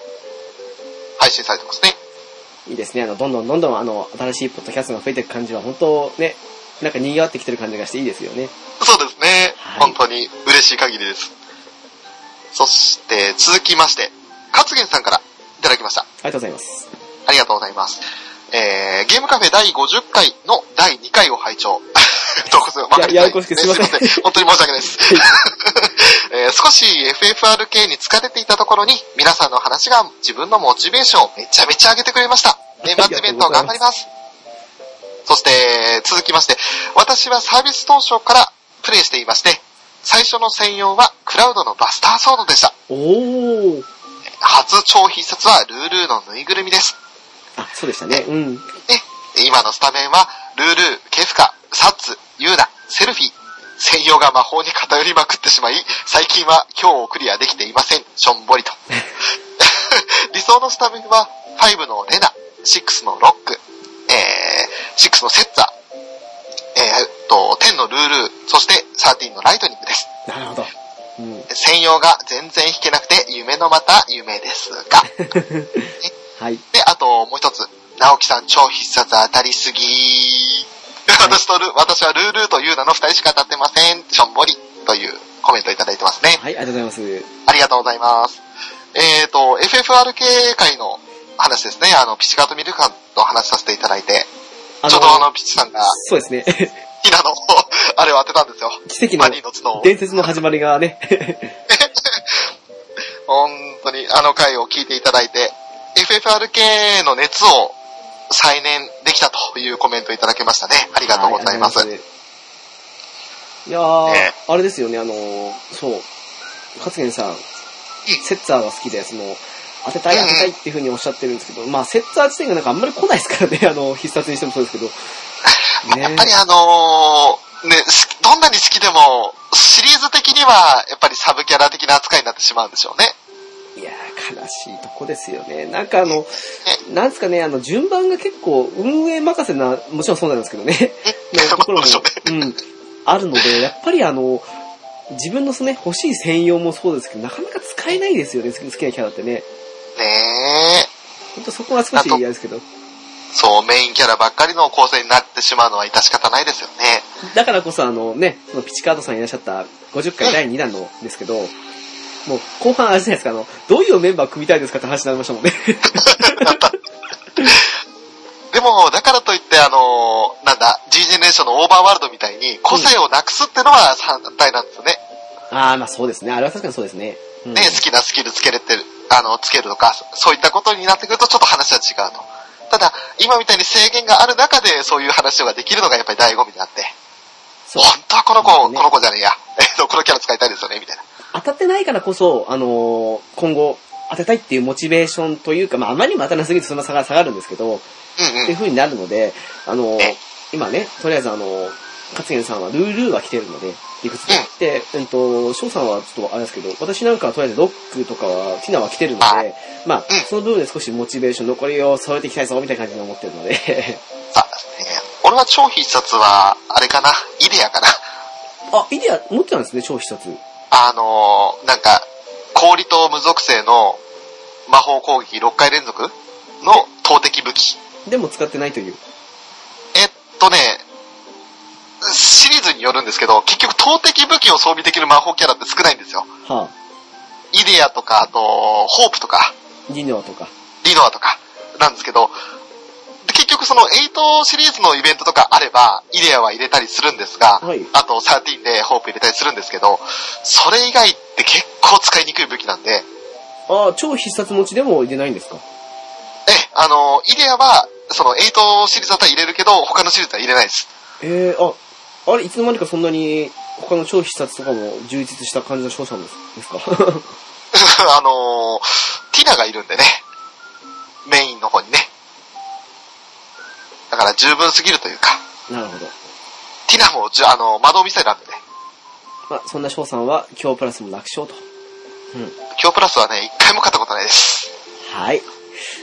Speaker 2: 配信されてますね。
Speaker 1: いいですね、あの、どんどんどんどん、あの、新しいポッドキャストが増えていく感じは、本当ね、なんか賑わってきてる感じがしていいですよね。
Speaker 2: そうですね。
Speaker 1: はい
Speaker 2: 本当に嬉しい限りです。そして続きまして、勝元さんからいただきました。
Speaker 1: ありがとうございます。
Speaker 2: ありがとうございます。えー、ゲームカフェ第50回の第2回を拝聴。 どうこそ、
Speaker 1: いやややこしくすいません
Speaker 2: 本当に申し訳ないです。 えー少し FFRK に疲れていたところに、皆さんの話が自分のモチベーションをめちゃめちゃ上げてくれました。年末イベント頑張ります。そして、続きまして、私はサービス当初からプレイしていまして、最初の専用はクラウドのバスターソードでした。
Speaker 1: おー。
Speaker 2: 初超必殺はルールーのぬいぐるみです。
Speaker 1: あ、そうでしたね。うん。
Speaker 2: ね、今のスタメンは、ルールー、ケフカ、サッツ、ユーダ、セルフィー。専用が魔法に偏りまくってしまい、最近は今日をクリアできていません。しょんぼりと。 理想のスタメンは、5のレナ、6のロック、えー、6のセッツァ、えー、っと、10のルールー、そして13のライトニングです。
Speaker 1: なるほど。うん。
Speaker 2: 専用が全然弾けなくて、夢のまた夢ですが。
Speaker 1: はい。
Speaker 2: で、あと、もう一つ。直樹さん超必殺当たりすぎ。私とル、私はルールーとユーナの二人しか当たってません。しょんぼり。というコメントいただいてますね。
Speaker 1: はい、ありがとうございます。
Speaker 2: ありがとうございます。えっ、ー、と、FFRK 会の話ですね。あの、ピチカートミルクさんと話させていただいて、
Speaker 1: あ
Speaker 2: ちょうどあの、ピチさんが、
Speaker 1: そうですね。
Speaker 2: ヒナの、 あれを当てたんですよ。
Speaker 1: 奇跡の
Speaker 2: バニーの角を。
Speaker 1: 伝説の始まりがね、
Speaker 2: 本当にあの回を聞いていただいて、FFRK の熱を再燃できたというコメントいただきましたね。ありがとうございます。
Speaker 1: はありがとうございますいやー、
Speaker 2: ね
Speaker 1: あれですよね、あのー、そう、勝元さん、セッツァーが好きで、その、当てたい
Speaker 2: うんう
Speaker 1: 当
Speaker 2: ん
Speaker 1: てたいっていう風におっしゃってるんですけど、まあ、セッツァー自体がなんかあんまり来ないですからね、あの、必殺にしてもそうです けど。ね
Speaker 2: やっぱりあのーね、すどんなに好きでも、シリーズ的には、やっぱりサブキャラ的な扱いになってしまうんでしょうね。
Speaker 1: いやー、悲しいとこですよね。なんかあの、なんですかね、あの、順番が結構、運営任せな、もちろんそうなんですけど ね、のところも、うん、あるので、やっぱりあの、自分のそのね、欲しい専用もそうですけど、なかなか使えないですよね、好き好きなキャラってね。
Speaker 2: ねえ。
Speaker 1: ほんとそこは少し嫌ですけど。
Speaker 2: そう、メインキャラばっかりの構成になってしまうのは致し方ないですよね。
Speaker 1: だからこそあのね、そのピチカートさんいらっしゃった50回第2弾のですけど、もう後半あれじゃないですか、あの、どういうメンバー組みたいですかって話になりましたもんね。
Speaker 2: でも、だからといって、あのーなんだ、G ジェネレーションのオーバーワールドみたいに、個性をなくすってのは反対なんですよね。
Speaker 1: ああ、まあそうですね。あれは確かにそうですね。うん
Speaker 2: ね、好きなスキルつけれてる、あの、つけるとか、そそういったことになってくるとちょっと話は違うと。ただ、今みたいに制限がある中でそういう話ができるのがやっぱり醍醐味であって、
Speaker 1: そう。
Speaker 2: 本当はこの子、
Speaker 1: ね
Speaker 2: この子じゃねえや、 えっと、このキャラ使いたいですよね、みたいな。
Speaker 1: 当たってないからこそ、あのー今後、当てたいっていうモチベーションというか、まああまりにも当たらなすぎるとその差が下がるんですけど、っ
Speaker 2: う
Speaker 1: てい
Speaker 2: ん
Speaker 1: う
Speaker 2: うん。
Speaker 1: 風になるので、あのー
Speaker 2: え
Speaker 1: 今ね、とりあえずあのー勝元さんはルールーは来てるので、いくつか来て、うんと、翔さんはちょっとあれですけど、私なんかはとりあえずロックとかは、ティナは来てるの
Speaker 2: は
Speaker 1: で、まあ
Speaker 2: うん、
Speaker 1: その部分で少しモチベーション残りを揃えていきたいぞ、みたいな感じに思ってるので、
Speaker 2: さえー俺は超必殺は、あれかな、イデアかな。
Speaker 1: あ、イデア持ってたんですね、超必殺。
Speaker 2: あのーなんか、氷と無属性の魔法攻撃6回連続の投擲武器。
Speaker 1: でも使ってないという。
Speaker 2: えっとね、シリーズによるんですけど、結局投擲武器を装備できる魔法キャラって少ないんですよ。
Speaker 1: は
Speaker 2: イデアとか、あと、ホープとか、
Speaker 1: ぁ、ディノアとか。
Speaker 2: リノアとか、なんですけど、で結局その8シリーズのイベントとかあれば、イデアは入れたりするんですが、
Speaker 1: はい
Speaker 2: あと13でホープ入れたりするんですけど、それ以外って結構使いにくい武器なんで、
Speaker 1: ああ、超必殺持ちでも入れないんですか
Speaker 2: ええ、あの、イデアは、その、8シリーズだったら入れるけど、他のシリーズは入れないです。
Speaker 1: ええあ、あれ、いつの間にかそんなに他の超必殺とかも充実した感じの翔さんですですか
Speaker 2: あのーティナがいるんでね。メインの方にね。だから十分すぎるというか、
Speaker 1: なるほど。
Speaker 2: ティナもじゅ、あのー、魔導ミサイルなんでね。
Speaker 1: まあ、そんな翔さんは今日プラスも楽勝と。うん。
Speaker 2: 今日プラスはね、一回も勝ったことないです。
Speaker 1: はい。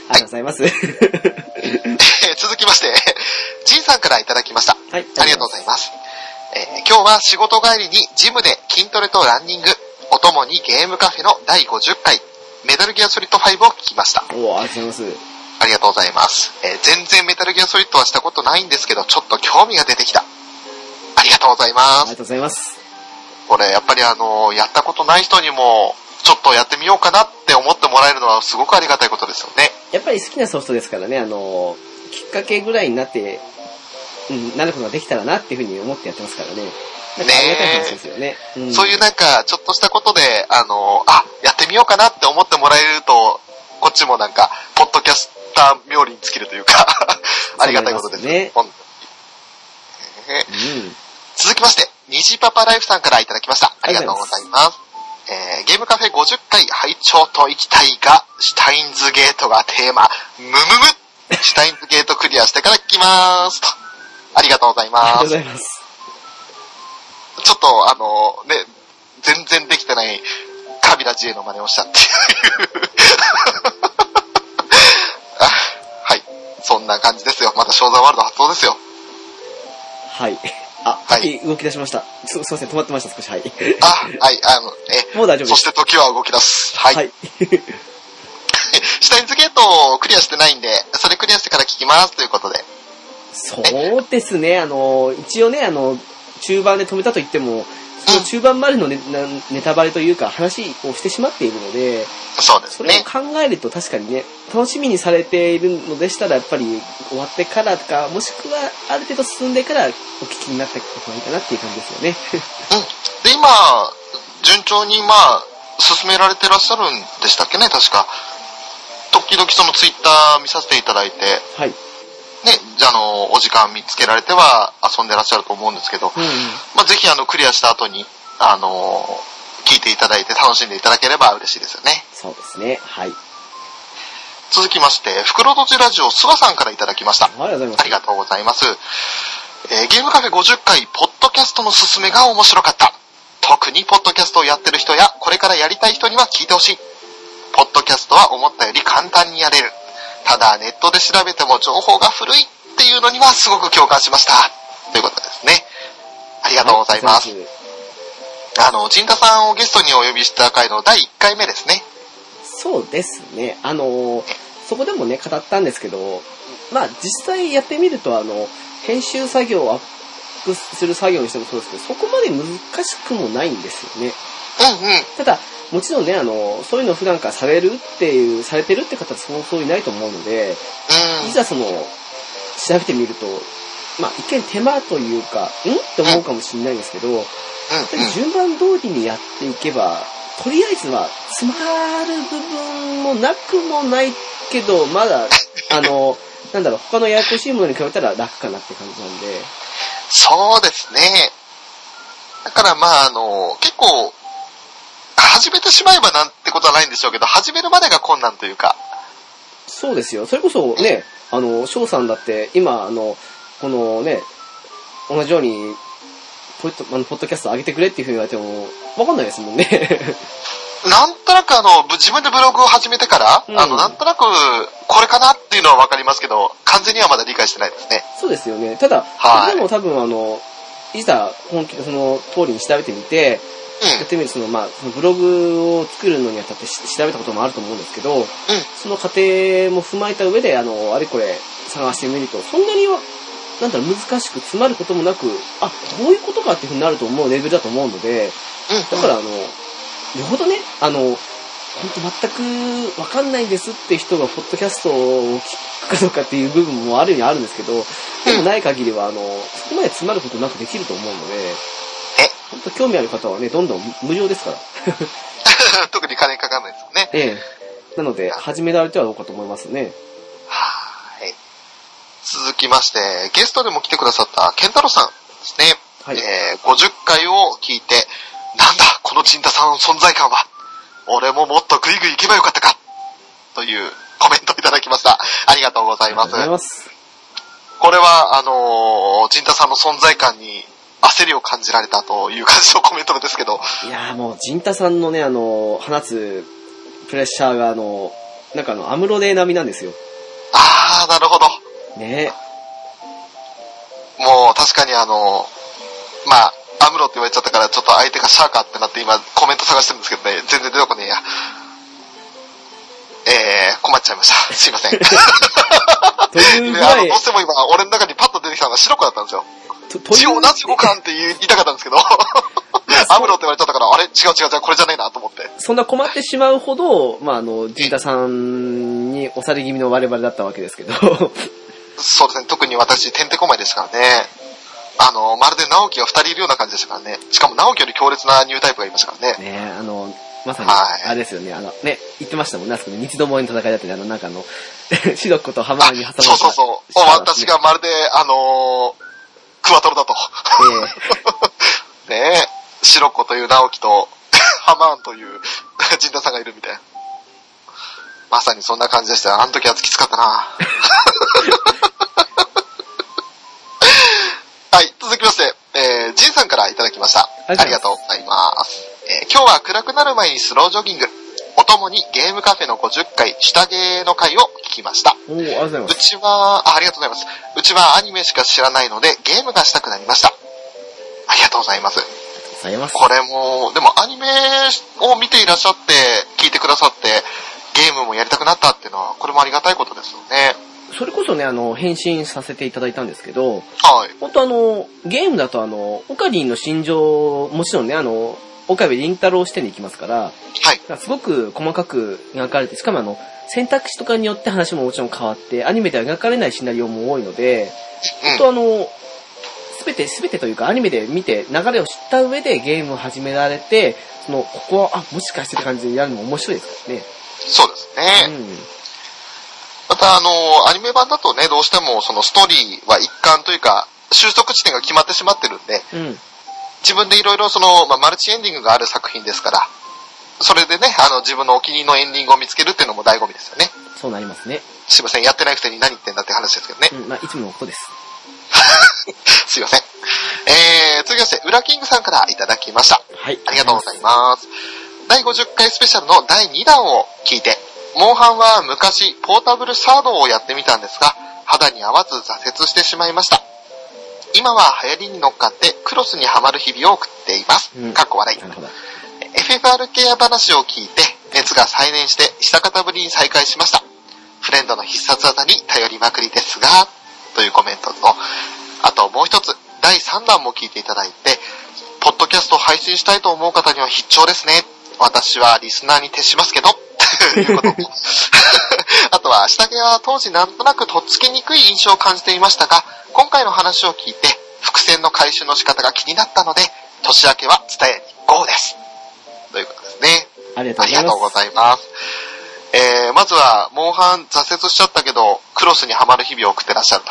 Speaker 1: ありがとうございます。
Speaker 2: えー 続きまして、ジンさんからいただきました。
Speaker 1: はい。
Speaker 2: ありがとうございます。えー今日は仕事帰りにジムで筋トレとランニング、お供にゲームカフェの第50回、メタルギアソリッド5を聞きました。
Speaker 1: す。おーありがとうございます。
Speaker 2: ありがとうございます。えー全然メタルギアソリッドはしたことないんですけど、ちょっと興味が出てきた。ありがとうござい
Speaker 1: あ
Speaker 2: ま
Speaker 1: りが
Speaker 2: す。
Speaker 1: とうございます。
Speaker 2: これ、やっぱりあのーやったことない人にも、ちょっとやってみようかなって思ってもらえるのはすごくありがたいことですよね。
Speaker 1: やっぱり好きなソフトですからね、あのーきっかけぐらいになって、うん、なることができたらなっていうふうに思ってやってますからね。なんかありがたい話ですよね。ん
Speaker 2: そういうなんか、ちょっとしたことで、あのーあ、やってみようかなって思ってもらえると、こっちもなんか、ポッドキャスター冥利に尽きるという か、ありがたいことですよね。
Speaker 1: そ
Speaker 2: ほんえー
Speaker 1: うん。
Speaker 2: 続きまして、西パパライフさんからいただきました。ありがとうございます。えー、ゲームカフェ50回拝聴と行きたいが、シュタインズゲートがテーマ、ムムムシュタインズゲートクリアしてから聞きます。と。ありがとうござ
Speaker 1: あ
Speaker 2: い
Speaker 1: りがとう
Speaker 2: ま
Speaker 1: ご
Speaker 2: す。
Speaker 1: ざいます。
Speaker 2: ちょっと、あの、ね、全然できてない、カビラ J の真似をしたっていう。 あはい。そんな感じですよ。また、正座ワールド発動ですよ。
Speaker 1: はい。あ、
Speaker 2: は
Speaker 1: はいい。動き出しました。す、すいません、止まってました、少し。はい。
Speaker 2: あ、はい、あの、え、
Speaker 1: もう大丈夫
Speaker 2: そ
Speaker 1: で
Speaker 2: し
Speaker 1: す。
Speaker 2: て時は動き出す。はい。
Speaker 1: はい。
Speaker 2: シュタインズゲートをクリアしてないんで、それクリアしてから聞きますということで。
Speaker 1: そうですね、あの、一応ね、あの、中盤で止めたと言っても、その中盤までのネなネタバレというか話をしてしまっているので、
Speaker 2: そうです
Speaker 1: それを
Speaker 2: ね。
Speaker 1: 考えると確かにね、楽しみにされているのでしたら、やっぱり終わってからとか、もしくはある程度進んでからお聞きになった方がいいかなっていう感じですよね。
Speaker 2: で、今、順調に、まあ、進められてらっしゃるんでしたっけね、確か。時々そのツイッター見させていただいて、ね、
Speaker 1: はい。
Speaker 2: じゃああの、お時間見つけられては遊んでらっしゃると思うんですけど、
Speaker 1: うんうん。
Speaker 2: まあ、ぜひあの、クリアした後に、あの、聞いていただいて楽しんでいただければ嬉しいですよね。
Speaker 1: そうですね。はい。
Speaker 2: 続きまして、袋とじラジオ、諏訪さんからいただきました。
Speaker 1: ありがとうご
Speaker 2: あ
Speaker 1: ざい
Speaker 2: り
Speaker 1: ま
Speaker 2: がとうございます。えーゲームカフェ50回、ポッドキャストのすすめが面白かった。特にポッドキャストをやってる人や、これからやりたい人には聞いてほしい。ポッドキャストは思ったより簡単にやれる。ただ、ネットで調べても情報が古いっていうのにはすごく共感しました。ということですね。ありがとうございます。あの、陣田さんをゲストにお呼びした回の第1回目ですね。
Speaker 1: そうですね。あの、そこでもね、語ったんですけど、まあ、実際やってみると、あの、編集作業をアップする作業にしてもそうですけど、そこまで難しくもないんですよね。
Speaker 2: うんうん。
Speaker 1: ただ、もちろんね、あの、そういうの普段からされるっていう、されてるって方はそうそういないと思うので、
Speaker 2: うん
Speaker 1: い。ざその、調べてみると、まあ、一見手間というか、んって思うかもしれないんですけど、
Speaker 2: うんうん。
Speaker 1: 順番通りにやっていけば、とりあえずは、詰まる部分もなくもないけど、ま だ、あの、なんだろう、他のややこしいものに比べたら楽かなって感じなんで、
Speaker 2: そうですね。だからまああの、結構、始めてしまえばなんてことはないんでしょうけど、始めるまでが困難というか。
Speaker 1: そうですよ。それこそね、あの、翔さんだって、今、あの、このね、同じように、ポッドあのポッドキャスト上げてくれっていうふうに言われても、わかんないですもんね。
Speaker 2: なんとなくあの、ぶ自分でブログを始めてから、
Speaker 1: うん
Speaker 2: あの、なんとなく、これかなっていうのはわかりますけど、完全にはまだ理解してないですね。
Speaker 1: そうですよね。ただ、
Speaker 2: はい
Speaker 1: でも多分あの、いざ本気でその通りに調べてみて、やってみるその、まあ、そのブログを作るのにあたってし調べたこともあると思うんですけど、その過程も踏まえた上で、あの、あれこれ探してみると、そんなには、なんだろう、難しく詰まることもなく、あ、こういうことかっていうふうになると思うレベルだと思うので、
Speaker 2: うん。うん。
Speaker 1: だからあの、よほどね、あの、本当全くわかんないんですって人がポッドキャストを聞くかどうかっていう部分もあるにはあるんですけど、でもない限りはあの、そこまで詰まることなくできると思うので、本当興味ある方はね、どんどん無料ですから。
Speaker 2: 特に金かかんないですよね。
Speaker 1: ええ。なので、始められてはどうかと思いますね。
Speaker 2: はい。続きまして、ゲストでも来てくださった、ケンタロウさんですね。
Speaker 1: はい。
Speaker 2: えー50回を聞いて、なんだ、この陣田さんの存在感は、俺ももっとグイグイ行けばよかったか、というコメントをいただきました。ありがとうございます。
Speaker 1: ありがとうございます。
Speaker 2: これは、あのー、陣田さんの存在感に焦りを感じられたという感じのコメントですけど、
Speaker 1: いやーもう、ジンタさんのね、あの、放つプレッシャーが、あの、なんかあの、アムロデー並みなんですよ。
Speaker 2: あー、なるほど。
Speaker 1: ね
Speaker 2: もう確かにあのー、まあ、アムロって言われちゃったから、ちょっと相手がシャーカーってなって今コメント探してるんですけどね、全然出てこねえや。えー、困っちゃいました。すいません。
Speaker 1: というぐ
Speaker 2: であ
Speaker 1: ら
Speaker 2: の、
Speaker 1: い
Speaker 2: どう、しても今、俺の中にパッと出てきたのが白子だったんですよ。
Speaker 1: とと
Speaker 2: 血
Speaker 1: いう
Speaker 2: を同じ五感って言いたかったんですけど、アムロって言われちゃったから、あれ違う違う違う、これじゃねえなと思って。
Speaker 1: そんな困ってしまうほど、まあ、あの、ジンタさんに押され気味の我々だったわけです けど、
Speaker 2: そうですね、特に私、てんてこまいですからね。あの、まるで直樹が二人いるような感じでしたからね。しかも直樹より強烈なニュータイプがいましたからね。
Speaker 1: ねあの、まさに、
Speaker 2: はい
Speaker 1: あれですよね、あの、ね、言ってましたもんね、あそこで三つどもえの戦いだったね、あの、なんかあの、 シロッコとハマーに挟まれた。
Speaker 2: そうそうそう。もう私がまるで、あのークワトロだと。
Speaker 1: ええ
Speaker 2: ねえ、白子という直樹と、 ハマーンという 陣田さんがいるみたいな。まさにそんな感じでしたよ。あの時はきつかったな はい、続きまして、えー、ジンさんからいただきました。
Speaker 1: あり
Speaker 2: あ
Speaker 1: がとうございます
Speaker 2: りがとうございます。えー今日は暗くなる前にスロージョギング、おともにゲームカフェの50回、下芸の回を聞きました。
Speaker 1: おー、ありがとうございま
Speaker 2: う
Speaker 1: す。
Speaker 2: ちは、あ、ありがとうございます。うちはアニメしか知らないので、ゲームがしたくなりました。ありがとうございます。
Speaker 1: ありがとうございます。
Speaker 2: これも、でもアニメを見ていらっしゃって、聞いてくださって、ゲームもやりたくなったっていうのは、これもありがたいことですよね。
Speaker 1: それこそね、あの、返信させていただいたんですけど、
Speaker 2: はい。
Speaker 1: 本当あの、ゲームだとあの、オカリンの心情、もちろんね、あの、岡部倫太郎視点でいきますから、
Speaker 2: はい。
Speaker 1: だからすごく細かく描かれて、しかもあの、選択肢とかによって話ももちろん変わって、アニメでは描かれないシナリオも多いので、本当あの、すべてすべてというかアニメで見て流れを知った上でゲームを始められて、その、ここは、あ、もしかしてって感じでやるのも面白いですからね。
Speaker 2: そうですね。また、あの、アニメ版だとね、どうしても、そのストーリーは一貫というか、収束地点が決まってしまってるんで、
Speaker 1: うん。うん。
Speaker 2: 自分でいろいろその、まあ、マルチエンディングがある作品ですから、それでね、あの、自分のお気に入りのエンディングを見つけるっていうのも醍醐味ですよね。
Speaker 1: そうなりますね。
Speaker 2: すいません、やってないくせに何言ってんだって話ですけどね
Speaker 1: う。ん。まあ、いつものことです。
Speaker 2: すいません。えー、続きまして、ウラキングさんからいただきました。
Speaker 1: はい。
Speaker 2: ありがとうございます。第50回スペシャルの第2弾を聞いて、モンハンは昔ポータブルサードをやってみたんですが、肌に合わず挫折してしまいました。今は流行りに乗っかってクロスにはまる日々を送っています
Speaker 1: うん。
Speaker 2: かっこ笑い
Speaker 1: な。るほど。
Speaker 2: FFR ケア話を聞いて、熱が再燃して久方ぶりに再開しました。フレンドの必殺技に頼りまくりですが、というコメントと、あともう一つ、第3弾も聞いていただいて、ポッドキャストを配信したいと思う方には必聴ですね。私はリスナーに徹しますけど、ということ と。あとは、下着は当時なんとなくとっつきにくい印象を感じていましたが、今回の話を聞いて、伏線の回収の仕方が気になったので、年明けは伝えに行こうです。ということですね。
Speaker 1: ありがと
Speaker 2: あ
Speaker 1: うご
Speaker 2: り
Speaker 1: ざい
Speaker 2: がとう
Speaker 1: ま
Speaker 2: ご
Speaker 1: す。
Speaker 2: ざいます。えー、まずは、モンハン挫折しちゃったけど、クロスにはまる日々を送ってらっしゃる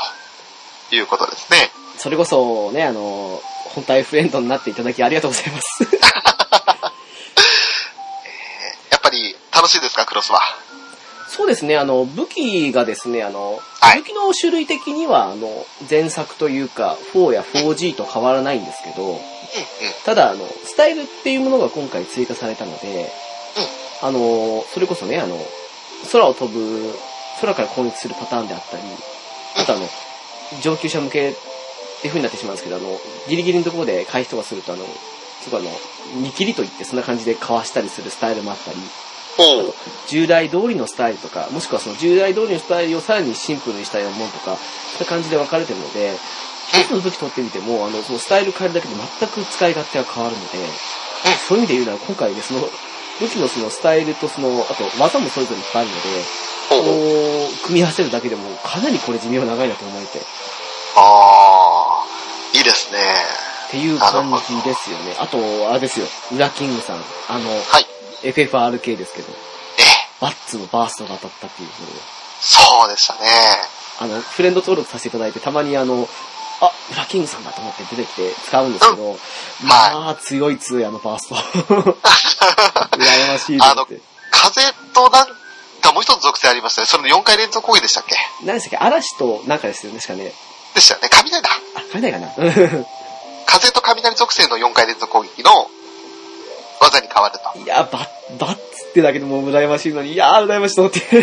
Speaker 2: ということですね。
Speaker 1: それこそ、ね、あの、本体フレンドになっていただきありがとうございます。
Speaker 2: やっぱり楽しいですか、クロスは。
Speaker 1: そうですね、あの、武器がですね、あの、
Speaker 2: はい
Speaker 1: 武器の種類的には、あの、前作というか、4や 4G と変わらないんですけど、
Speaker 2: うんうん。
Speaker 1: ただ、あの、スタイルっていうものが今回追加されたので、あの、それこそね、あの、空を飛ぶ、空から攻撃するパターンであったり、あとあの、上級者向けっていう風になってしまうんですけど、あの、ギリギリのところで回避とかすると、あの、そこあの、見切りといってそんな感じでかわしたりするスタイルもあったり、
Speaker 2: おう。
Speaker 1: 従来通りのスタイルとか、もしくはその従来通りのスタイルをさらにシンプルにしたようなものとか、そういう感じで分かれてるので、一つの時撮ってみても、あの、そのスタイル変えるだけで全く使い勝手が変わるので、そういう意味で言うなら今回ね、その、武器のそのスタイルとその、あと技もそれぞれいっぱいあるので、
Speaker 2: おう。
Speaker 1: こう、組み合わせるだけでもかなりこれ寿命長いなと思えて、っ
Speaker 2: あー、いいですね。
Speaker 1: ていう感じですよね。あと、あれですよ、ウラキングさん、あの、
Speaker 2: はい。
Speaker 1: FFRK ですけど、
Speaker 2: え、
Speaker 1: バッツのバーストが当たったっていうその
Speaker 2: そうでしたね。
Speaker 1: あの、フレンド登録させていただいて、たまにあの、あ、ブラキングさんだと思って出てきて使うんですけど、まあ、強い強いあのバースト。 羨ましいと思って。
Speaker 2: 風となんかもう一つ属性ありましたね。それの4回連続攻撃でしたっけ
Speaker 1: 何でしたっけ嵐となんかですよね、確かね。
Speaker 2: でしたよね。雷だ。
Speaker 1: あ、雷かな い
Speaker 2: 風と雷属性の4回連続攻撃の技に変わると。
Speaker 1: や、バッ、バッツってだけでもう羨ましいのに、いやー、羨ましいと思って。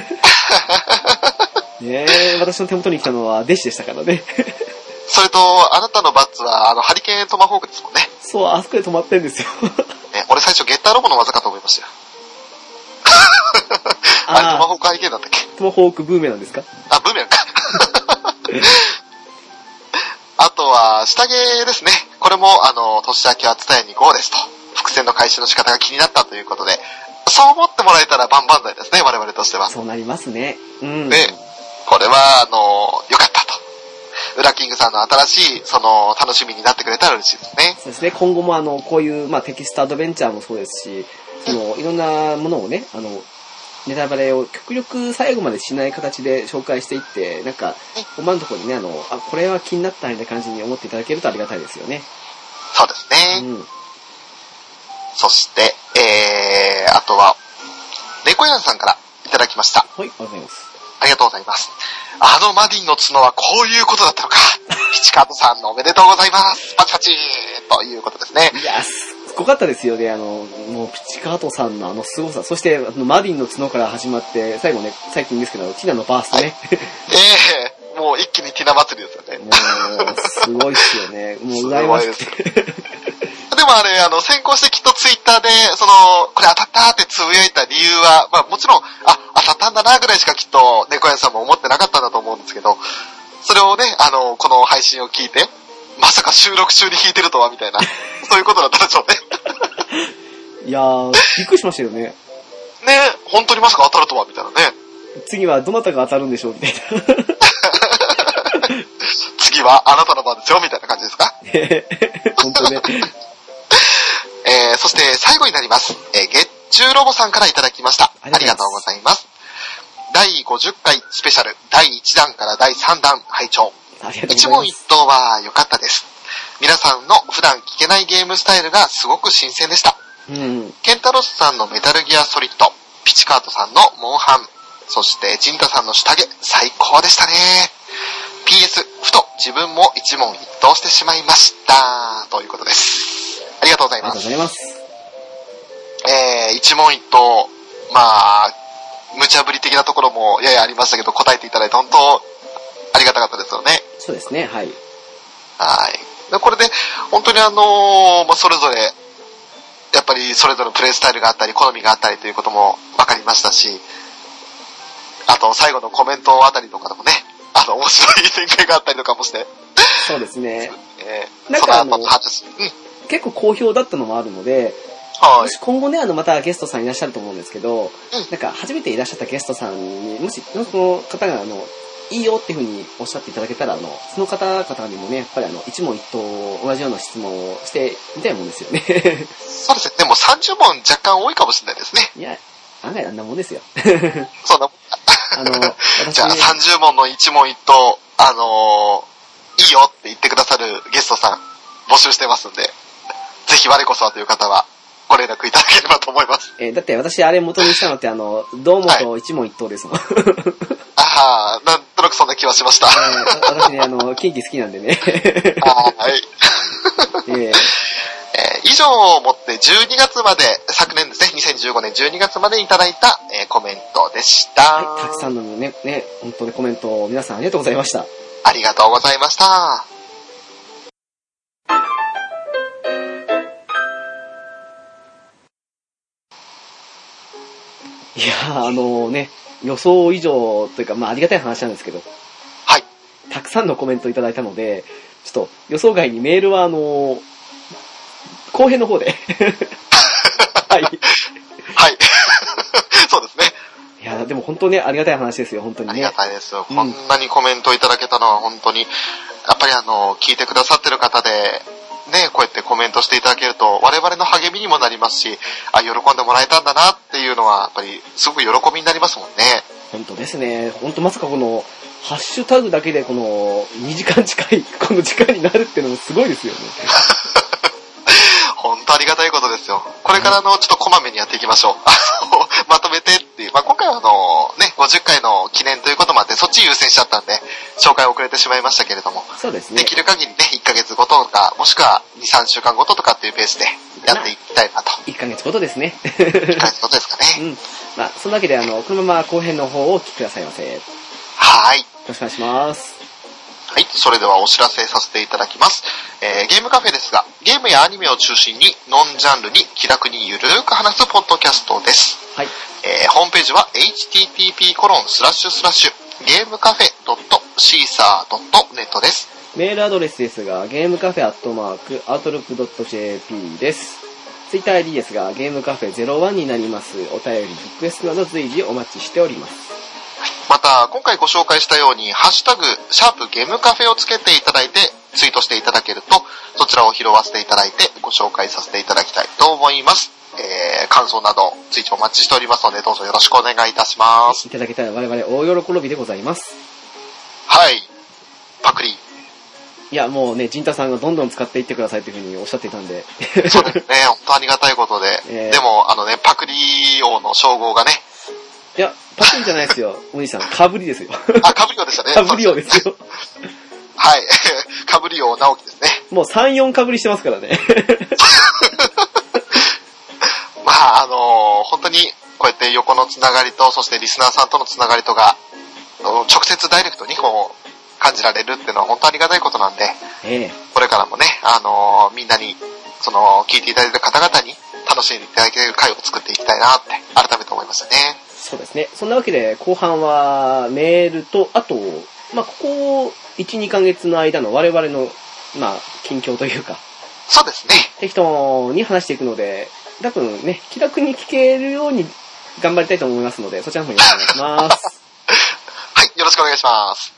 Speaker 1: ねえ、私の手元に来たのは弟子でしたからね。
Speaker 2: それと、あなたのバッツは、あの、ハリケーントマホークですもんね。
Speaker 1: そう、あそこで止まってんですよ。
Speaker 2: ね俺最初ゲッターロボの技かと思いましたよ。あれ、トマ
Speaker 1: あ
Speaker 2: ホークハリケーンだったっけ
Speaker 1: ー、トマホークブーメなんですか
Speaker 2: あ、ブーメランか。あとは、下着ですね。これも、あの、年明けは伝えに行こうですと。伏線の回収の仕方が気になったということで、そう思ってもらえたら万々歳ですね、我々としては。
Speaker 1: そうなりますね。うん。
Speaker 2: で、これは、あの、良かったと。ウラキングさんの新しい、その、楽しみになってくれたら嬉しいですね。
Speaker 1: そうですね、今後もあの、こういう、まあ、テキストアドベンチャーもそうですし、その、いろんなものをね、あの、ネタバレを極力最後までしない形で紹介していって、なんか、思わぬところにね、あの、あ、これは気になったみたいな感じに思っていただけるとありがたいですよね。
Speaker 2: そうですね。
Speaker 1: うん。
Speaker 2: そして、えー、あとは、猫やんさんからいただきました。
Speaker 1: はい、ありがとうございます。
Speaker 2: ありがとうございます。あのマディの角はこういうことだったのか。七角さんのおめでとうございます。パチパチーということですね。
Speaker 1: いや、すっごかったですよね、あの、もう、ピチカートさんのあの凄さ、そして、あのマディンの角から始まって、最後ね、最近ですけど、ティナのバーストね。
Speaker 2: えー、もう一気にティナ祭りですよね。
Speaker 1: もう、すごいっすよね。もう、羨ましくて。
Speaker 2: でもあれ、あの、先行してきっとツイッターで、その、これ当たったってつぶやいた理由は、まあもちろん、あ、当たったんだなぐらいしかきっと猫屋さんも思ってなかったんだと思うんですけど、それをね、あの、この配信を聞いて、まさか収録中に弾いてるとは、み たいな、そういうことだったでしょうね。
Speaker 1: いやー、びっくりしましたよね。
Speaker 2: ね本当にまさか当たるとは、みたいなね。
Speaker 1: 次はどなたが当たるんでしょうみたい
Speaker 2: 次はあなたの番ですよ、みたいな感じですか。
Speaker 1: な。ね 本当ね。
Speaker 2: えー、そして最後になります。えー、月中ロボさんからいただきました。
Speaker 1: あ
Speaker 2: あ
Speaker 1: り
Speaker 2: り
Speaker 1: がと
Speaker 2: がと
Speaker 1: う
Speaker 2: う
Speaker 1: ご
Speaker 2: ございます。第50回スペシャル、第1弾から第3弾、拝聴。
Speaker 1: ありがとうご
Speaker 2: 一
Speaker 1: ざいま
Speaker 2: 問一
Speaker 1: す。
Speaker 2: 答は良かったです。皆さんの普段聞けないゲームスタイルがすごく新鮮でした。
Speaker 1: うん。
Speaker 2: ケンタロスさんのメタルギアソリッド、ピチカートさんのモンハン、そしてジンタさんの下着、最高でしたね。PS、ふと自分も一問一答してしまいました。ということです。ありがとうござ
Speaker 1: あ
Speaker 2: い
Speaker 1: りがと
Speaker 2: ま
Speaker 1: うご
Speaker 2: す。
Speaker 1: ざいます。
Speaker 2: えー一問一答、まあ、無茶ぶり的なところもややありましたけど、答えていただいて本当、ありがたかったですよね。
Speaker 1: そうですね、はい。
Speaker 2: はい。でこれで、本当にあのーまあ、それぞれ、やっぱりそれぞれのプレイスタイルがあったり、好みがあったりということも分かりましたし、あと最後のコメントあたりとかでもね、あの、面白い展開があったりとかもして、
Speaker 1: そうですね。
Speaker 2: え
Speaker 1: なん
Speaker 2: ー、その
Speaker 1: かあ
Speaker 2: 後
Speaker 1: の
Speaker 2: の話、うん、
Speaker 1: 結構好評だったのもあるので、
Speaker 2: は
Speaker 1: も
Speaker 2: い
Speaker 1: し。今後ね、あの、またゲストさんいらっしゃると思うんですけど、
Speaker 2: ん
Speaker 1: なんか、初めていらっしゃったゲストさんに、もし、その方が、あの、いいよっていうふうにおっしゃっていただけたら、あの、その方々にもね、やっぱりあの、一問一答、同じような質問をしてみたいもんですよね。
Speaker 2: そうですね。でも30問若干多いかもしれないですね。
Speaker 1: いや、案外あんなもんですよ。
Speaker 2: そんなもん
Speaker 1: あの、私、
Speaker 2: じゃあ30問の一問一答、あのーいいよって言ってくださるゲストさん募集してますんで、ぜひ我こそはという方はご連絡いただければと思います。
Speaker 1: えーだって私、あれ元にしたのって、あの、どうもと一問一答ですもん。
Speaker 2: ああ、なんとなくそんな気はしま した。は
Speaker 1: えー私ね、あ の、キンキ好きなんでね。
Speaker 2: い。
Speaker 1: えー
Speaker 2: えー以上をもって12月まで、昨年ですね、2015年12月までいただいた、えーコメントでした、
Speaker 1: はい、たくさんのね、ね、本当にコメントを皆さんありがとうございました。
Speaker 2: ありがとうございました。
Speaker 1: いやー、あのね、予想以上というか、まあありがたい話なんですけど、
Speaker 2: はい。
Speaker 1: たくさんのコメントいただいたので、ちょっと予想外にメールはあのー後編の方 で。はい。
Speaker 2: はい。 そうですね。
Speaker 1: いやーでも本当ね、ありがたい話ですよ、本当に
Speaker 2: ありが
Speaker 1: ね。
Speaker 2: たいですよ。
Speaker 1: うん
Speaker 2: こんなにコメントいただけたのは本当に、やっぱりあの、聞いてくださってる方で、ね、こうやってコメントしていただけると、我々の励みにもなりますし、あ、喜んでもらえたんだなっていうのは、やっぱり、すごく喜びになりますもんね。
Speaker 1: 本当ですね。本当まさかこの、ハッシュタグだけでこの、2時間近い、 この時間になるっていうのもすごいですよね。
Speaker 2: 本当ありがたいことですよ。これからあの、ちょっとこまめにやっていきましょう。 あの、まとめてっていう。まあ、今回はあの、ね、50回の記念ということもあって、そっち優先しちゃったんで、紹介遅れてしまいましたけれども、
Speaker 1: そうですね
Speaker 2: で。きる限りね、1ヶ月ごととか、もしくは2、3週間ごととかっていうペースでやっていきたいなと。
Speaker 1: 1ヶ月ごとですね。
Speaker 2: 感じのことですか
Speaker 1: う
Speaker 2: ね。
Speaker 1: ん。まあ、そんなわけで、あの、このまま後編の方をお聞きくださいませ。よ
Speaker 2: はい。
Speaker 1: ろしくお願いします。
Speaker 2: はい。それではお知らせさせていただきます。えーゲームカフェですが、ゲームやアニメを中心に、ノンジャンルに気楽にゆるーく話すポッドキャストです。
Speaker 1: はい。
Speaker 2: えーホームページは http コロンスラッシュスラッシュゲームカフェ .caesar.net です。
Speaker 1: メールアドレスですが、ゲームカフェアットマーク、アウトロック .jp です。ツイッター ID ですが、ゲームカフェ01になります。お便り、リクエストなど随時お待ちしております。
Speaker 2: また、今回ご紹介したように、ハッシュタグ、シャープゲームカフェをつけていただいて、ツイートしていただけると、そちらを拾わせていただいて、ご紹介させていただきたいと思います。えー、感想など、ツイートお待ちしておりますので、どうぞよろしくお願いいたします。
Speaker 1: いただけたら我々大喜びでございます。
Speaker 2: はい。パクリ。
Speaker 1: いや、もうね、ジンタさんがどんどん使っていってくださいというふうにおっしゃっていたんで、
Speaker 2: そうですね、本当ありがたいことで。
Speaker 1: えー
Speaker 2: でも、あのね、パクリ王の称号がね、
Speaker 1: いや、パクリじゃないですよ。お兄さん、かぶりですよ。
Speaker 2: あ、かぶり王でしたね。
Speaker 1: かぶりをですよ。
Speaker 2: はい。 かぶり王直樹ですね。
Speaker 1: もう3、4かぶりしてますからね。
Speaker 2: まあ、あのー本当に、こうやって横のつながりと、そしてリスナーさんとのつながりとが、あの直接ダイレクトにこう、感じられるっていうのは本当ありがたいことなんで、
Speaker 1: ええ
Speaker 2: これからもね、あのーみんなに、その、聞いていただいてる方々に、楽しんでいただける会を作っていきたいなって、改めて思いましたね。
Speaker 1: そうですね。そんなわけで、後半はメールと、あと、まあ、ここ1、2ヶ月の間の我々の、まあ、近況というか、
Speaker 2: そうですね。
Speaker 1: 適当に話していくので、多分ね、気楽に聞けるように頑張りたいと思いますので、そちらの方にお願いします。
Speaker 2: はい、よろしくお願いします。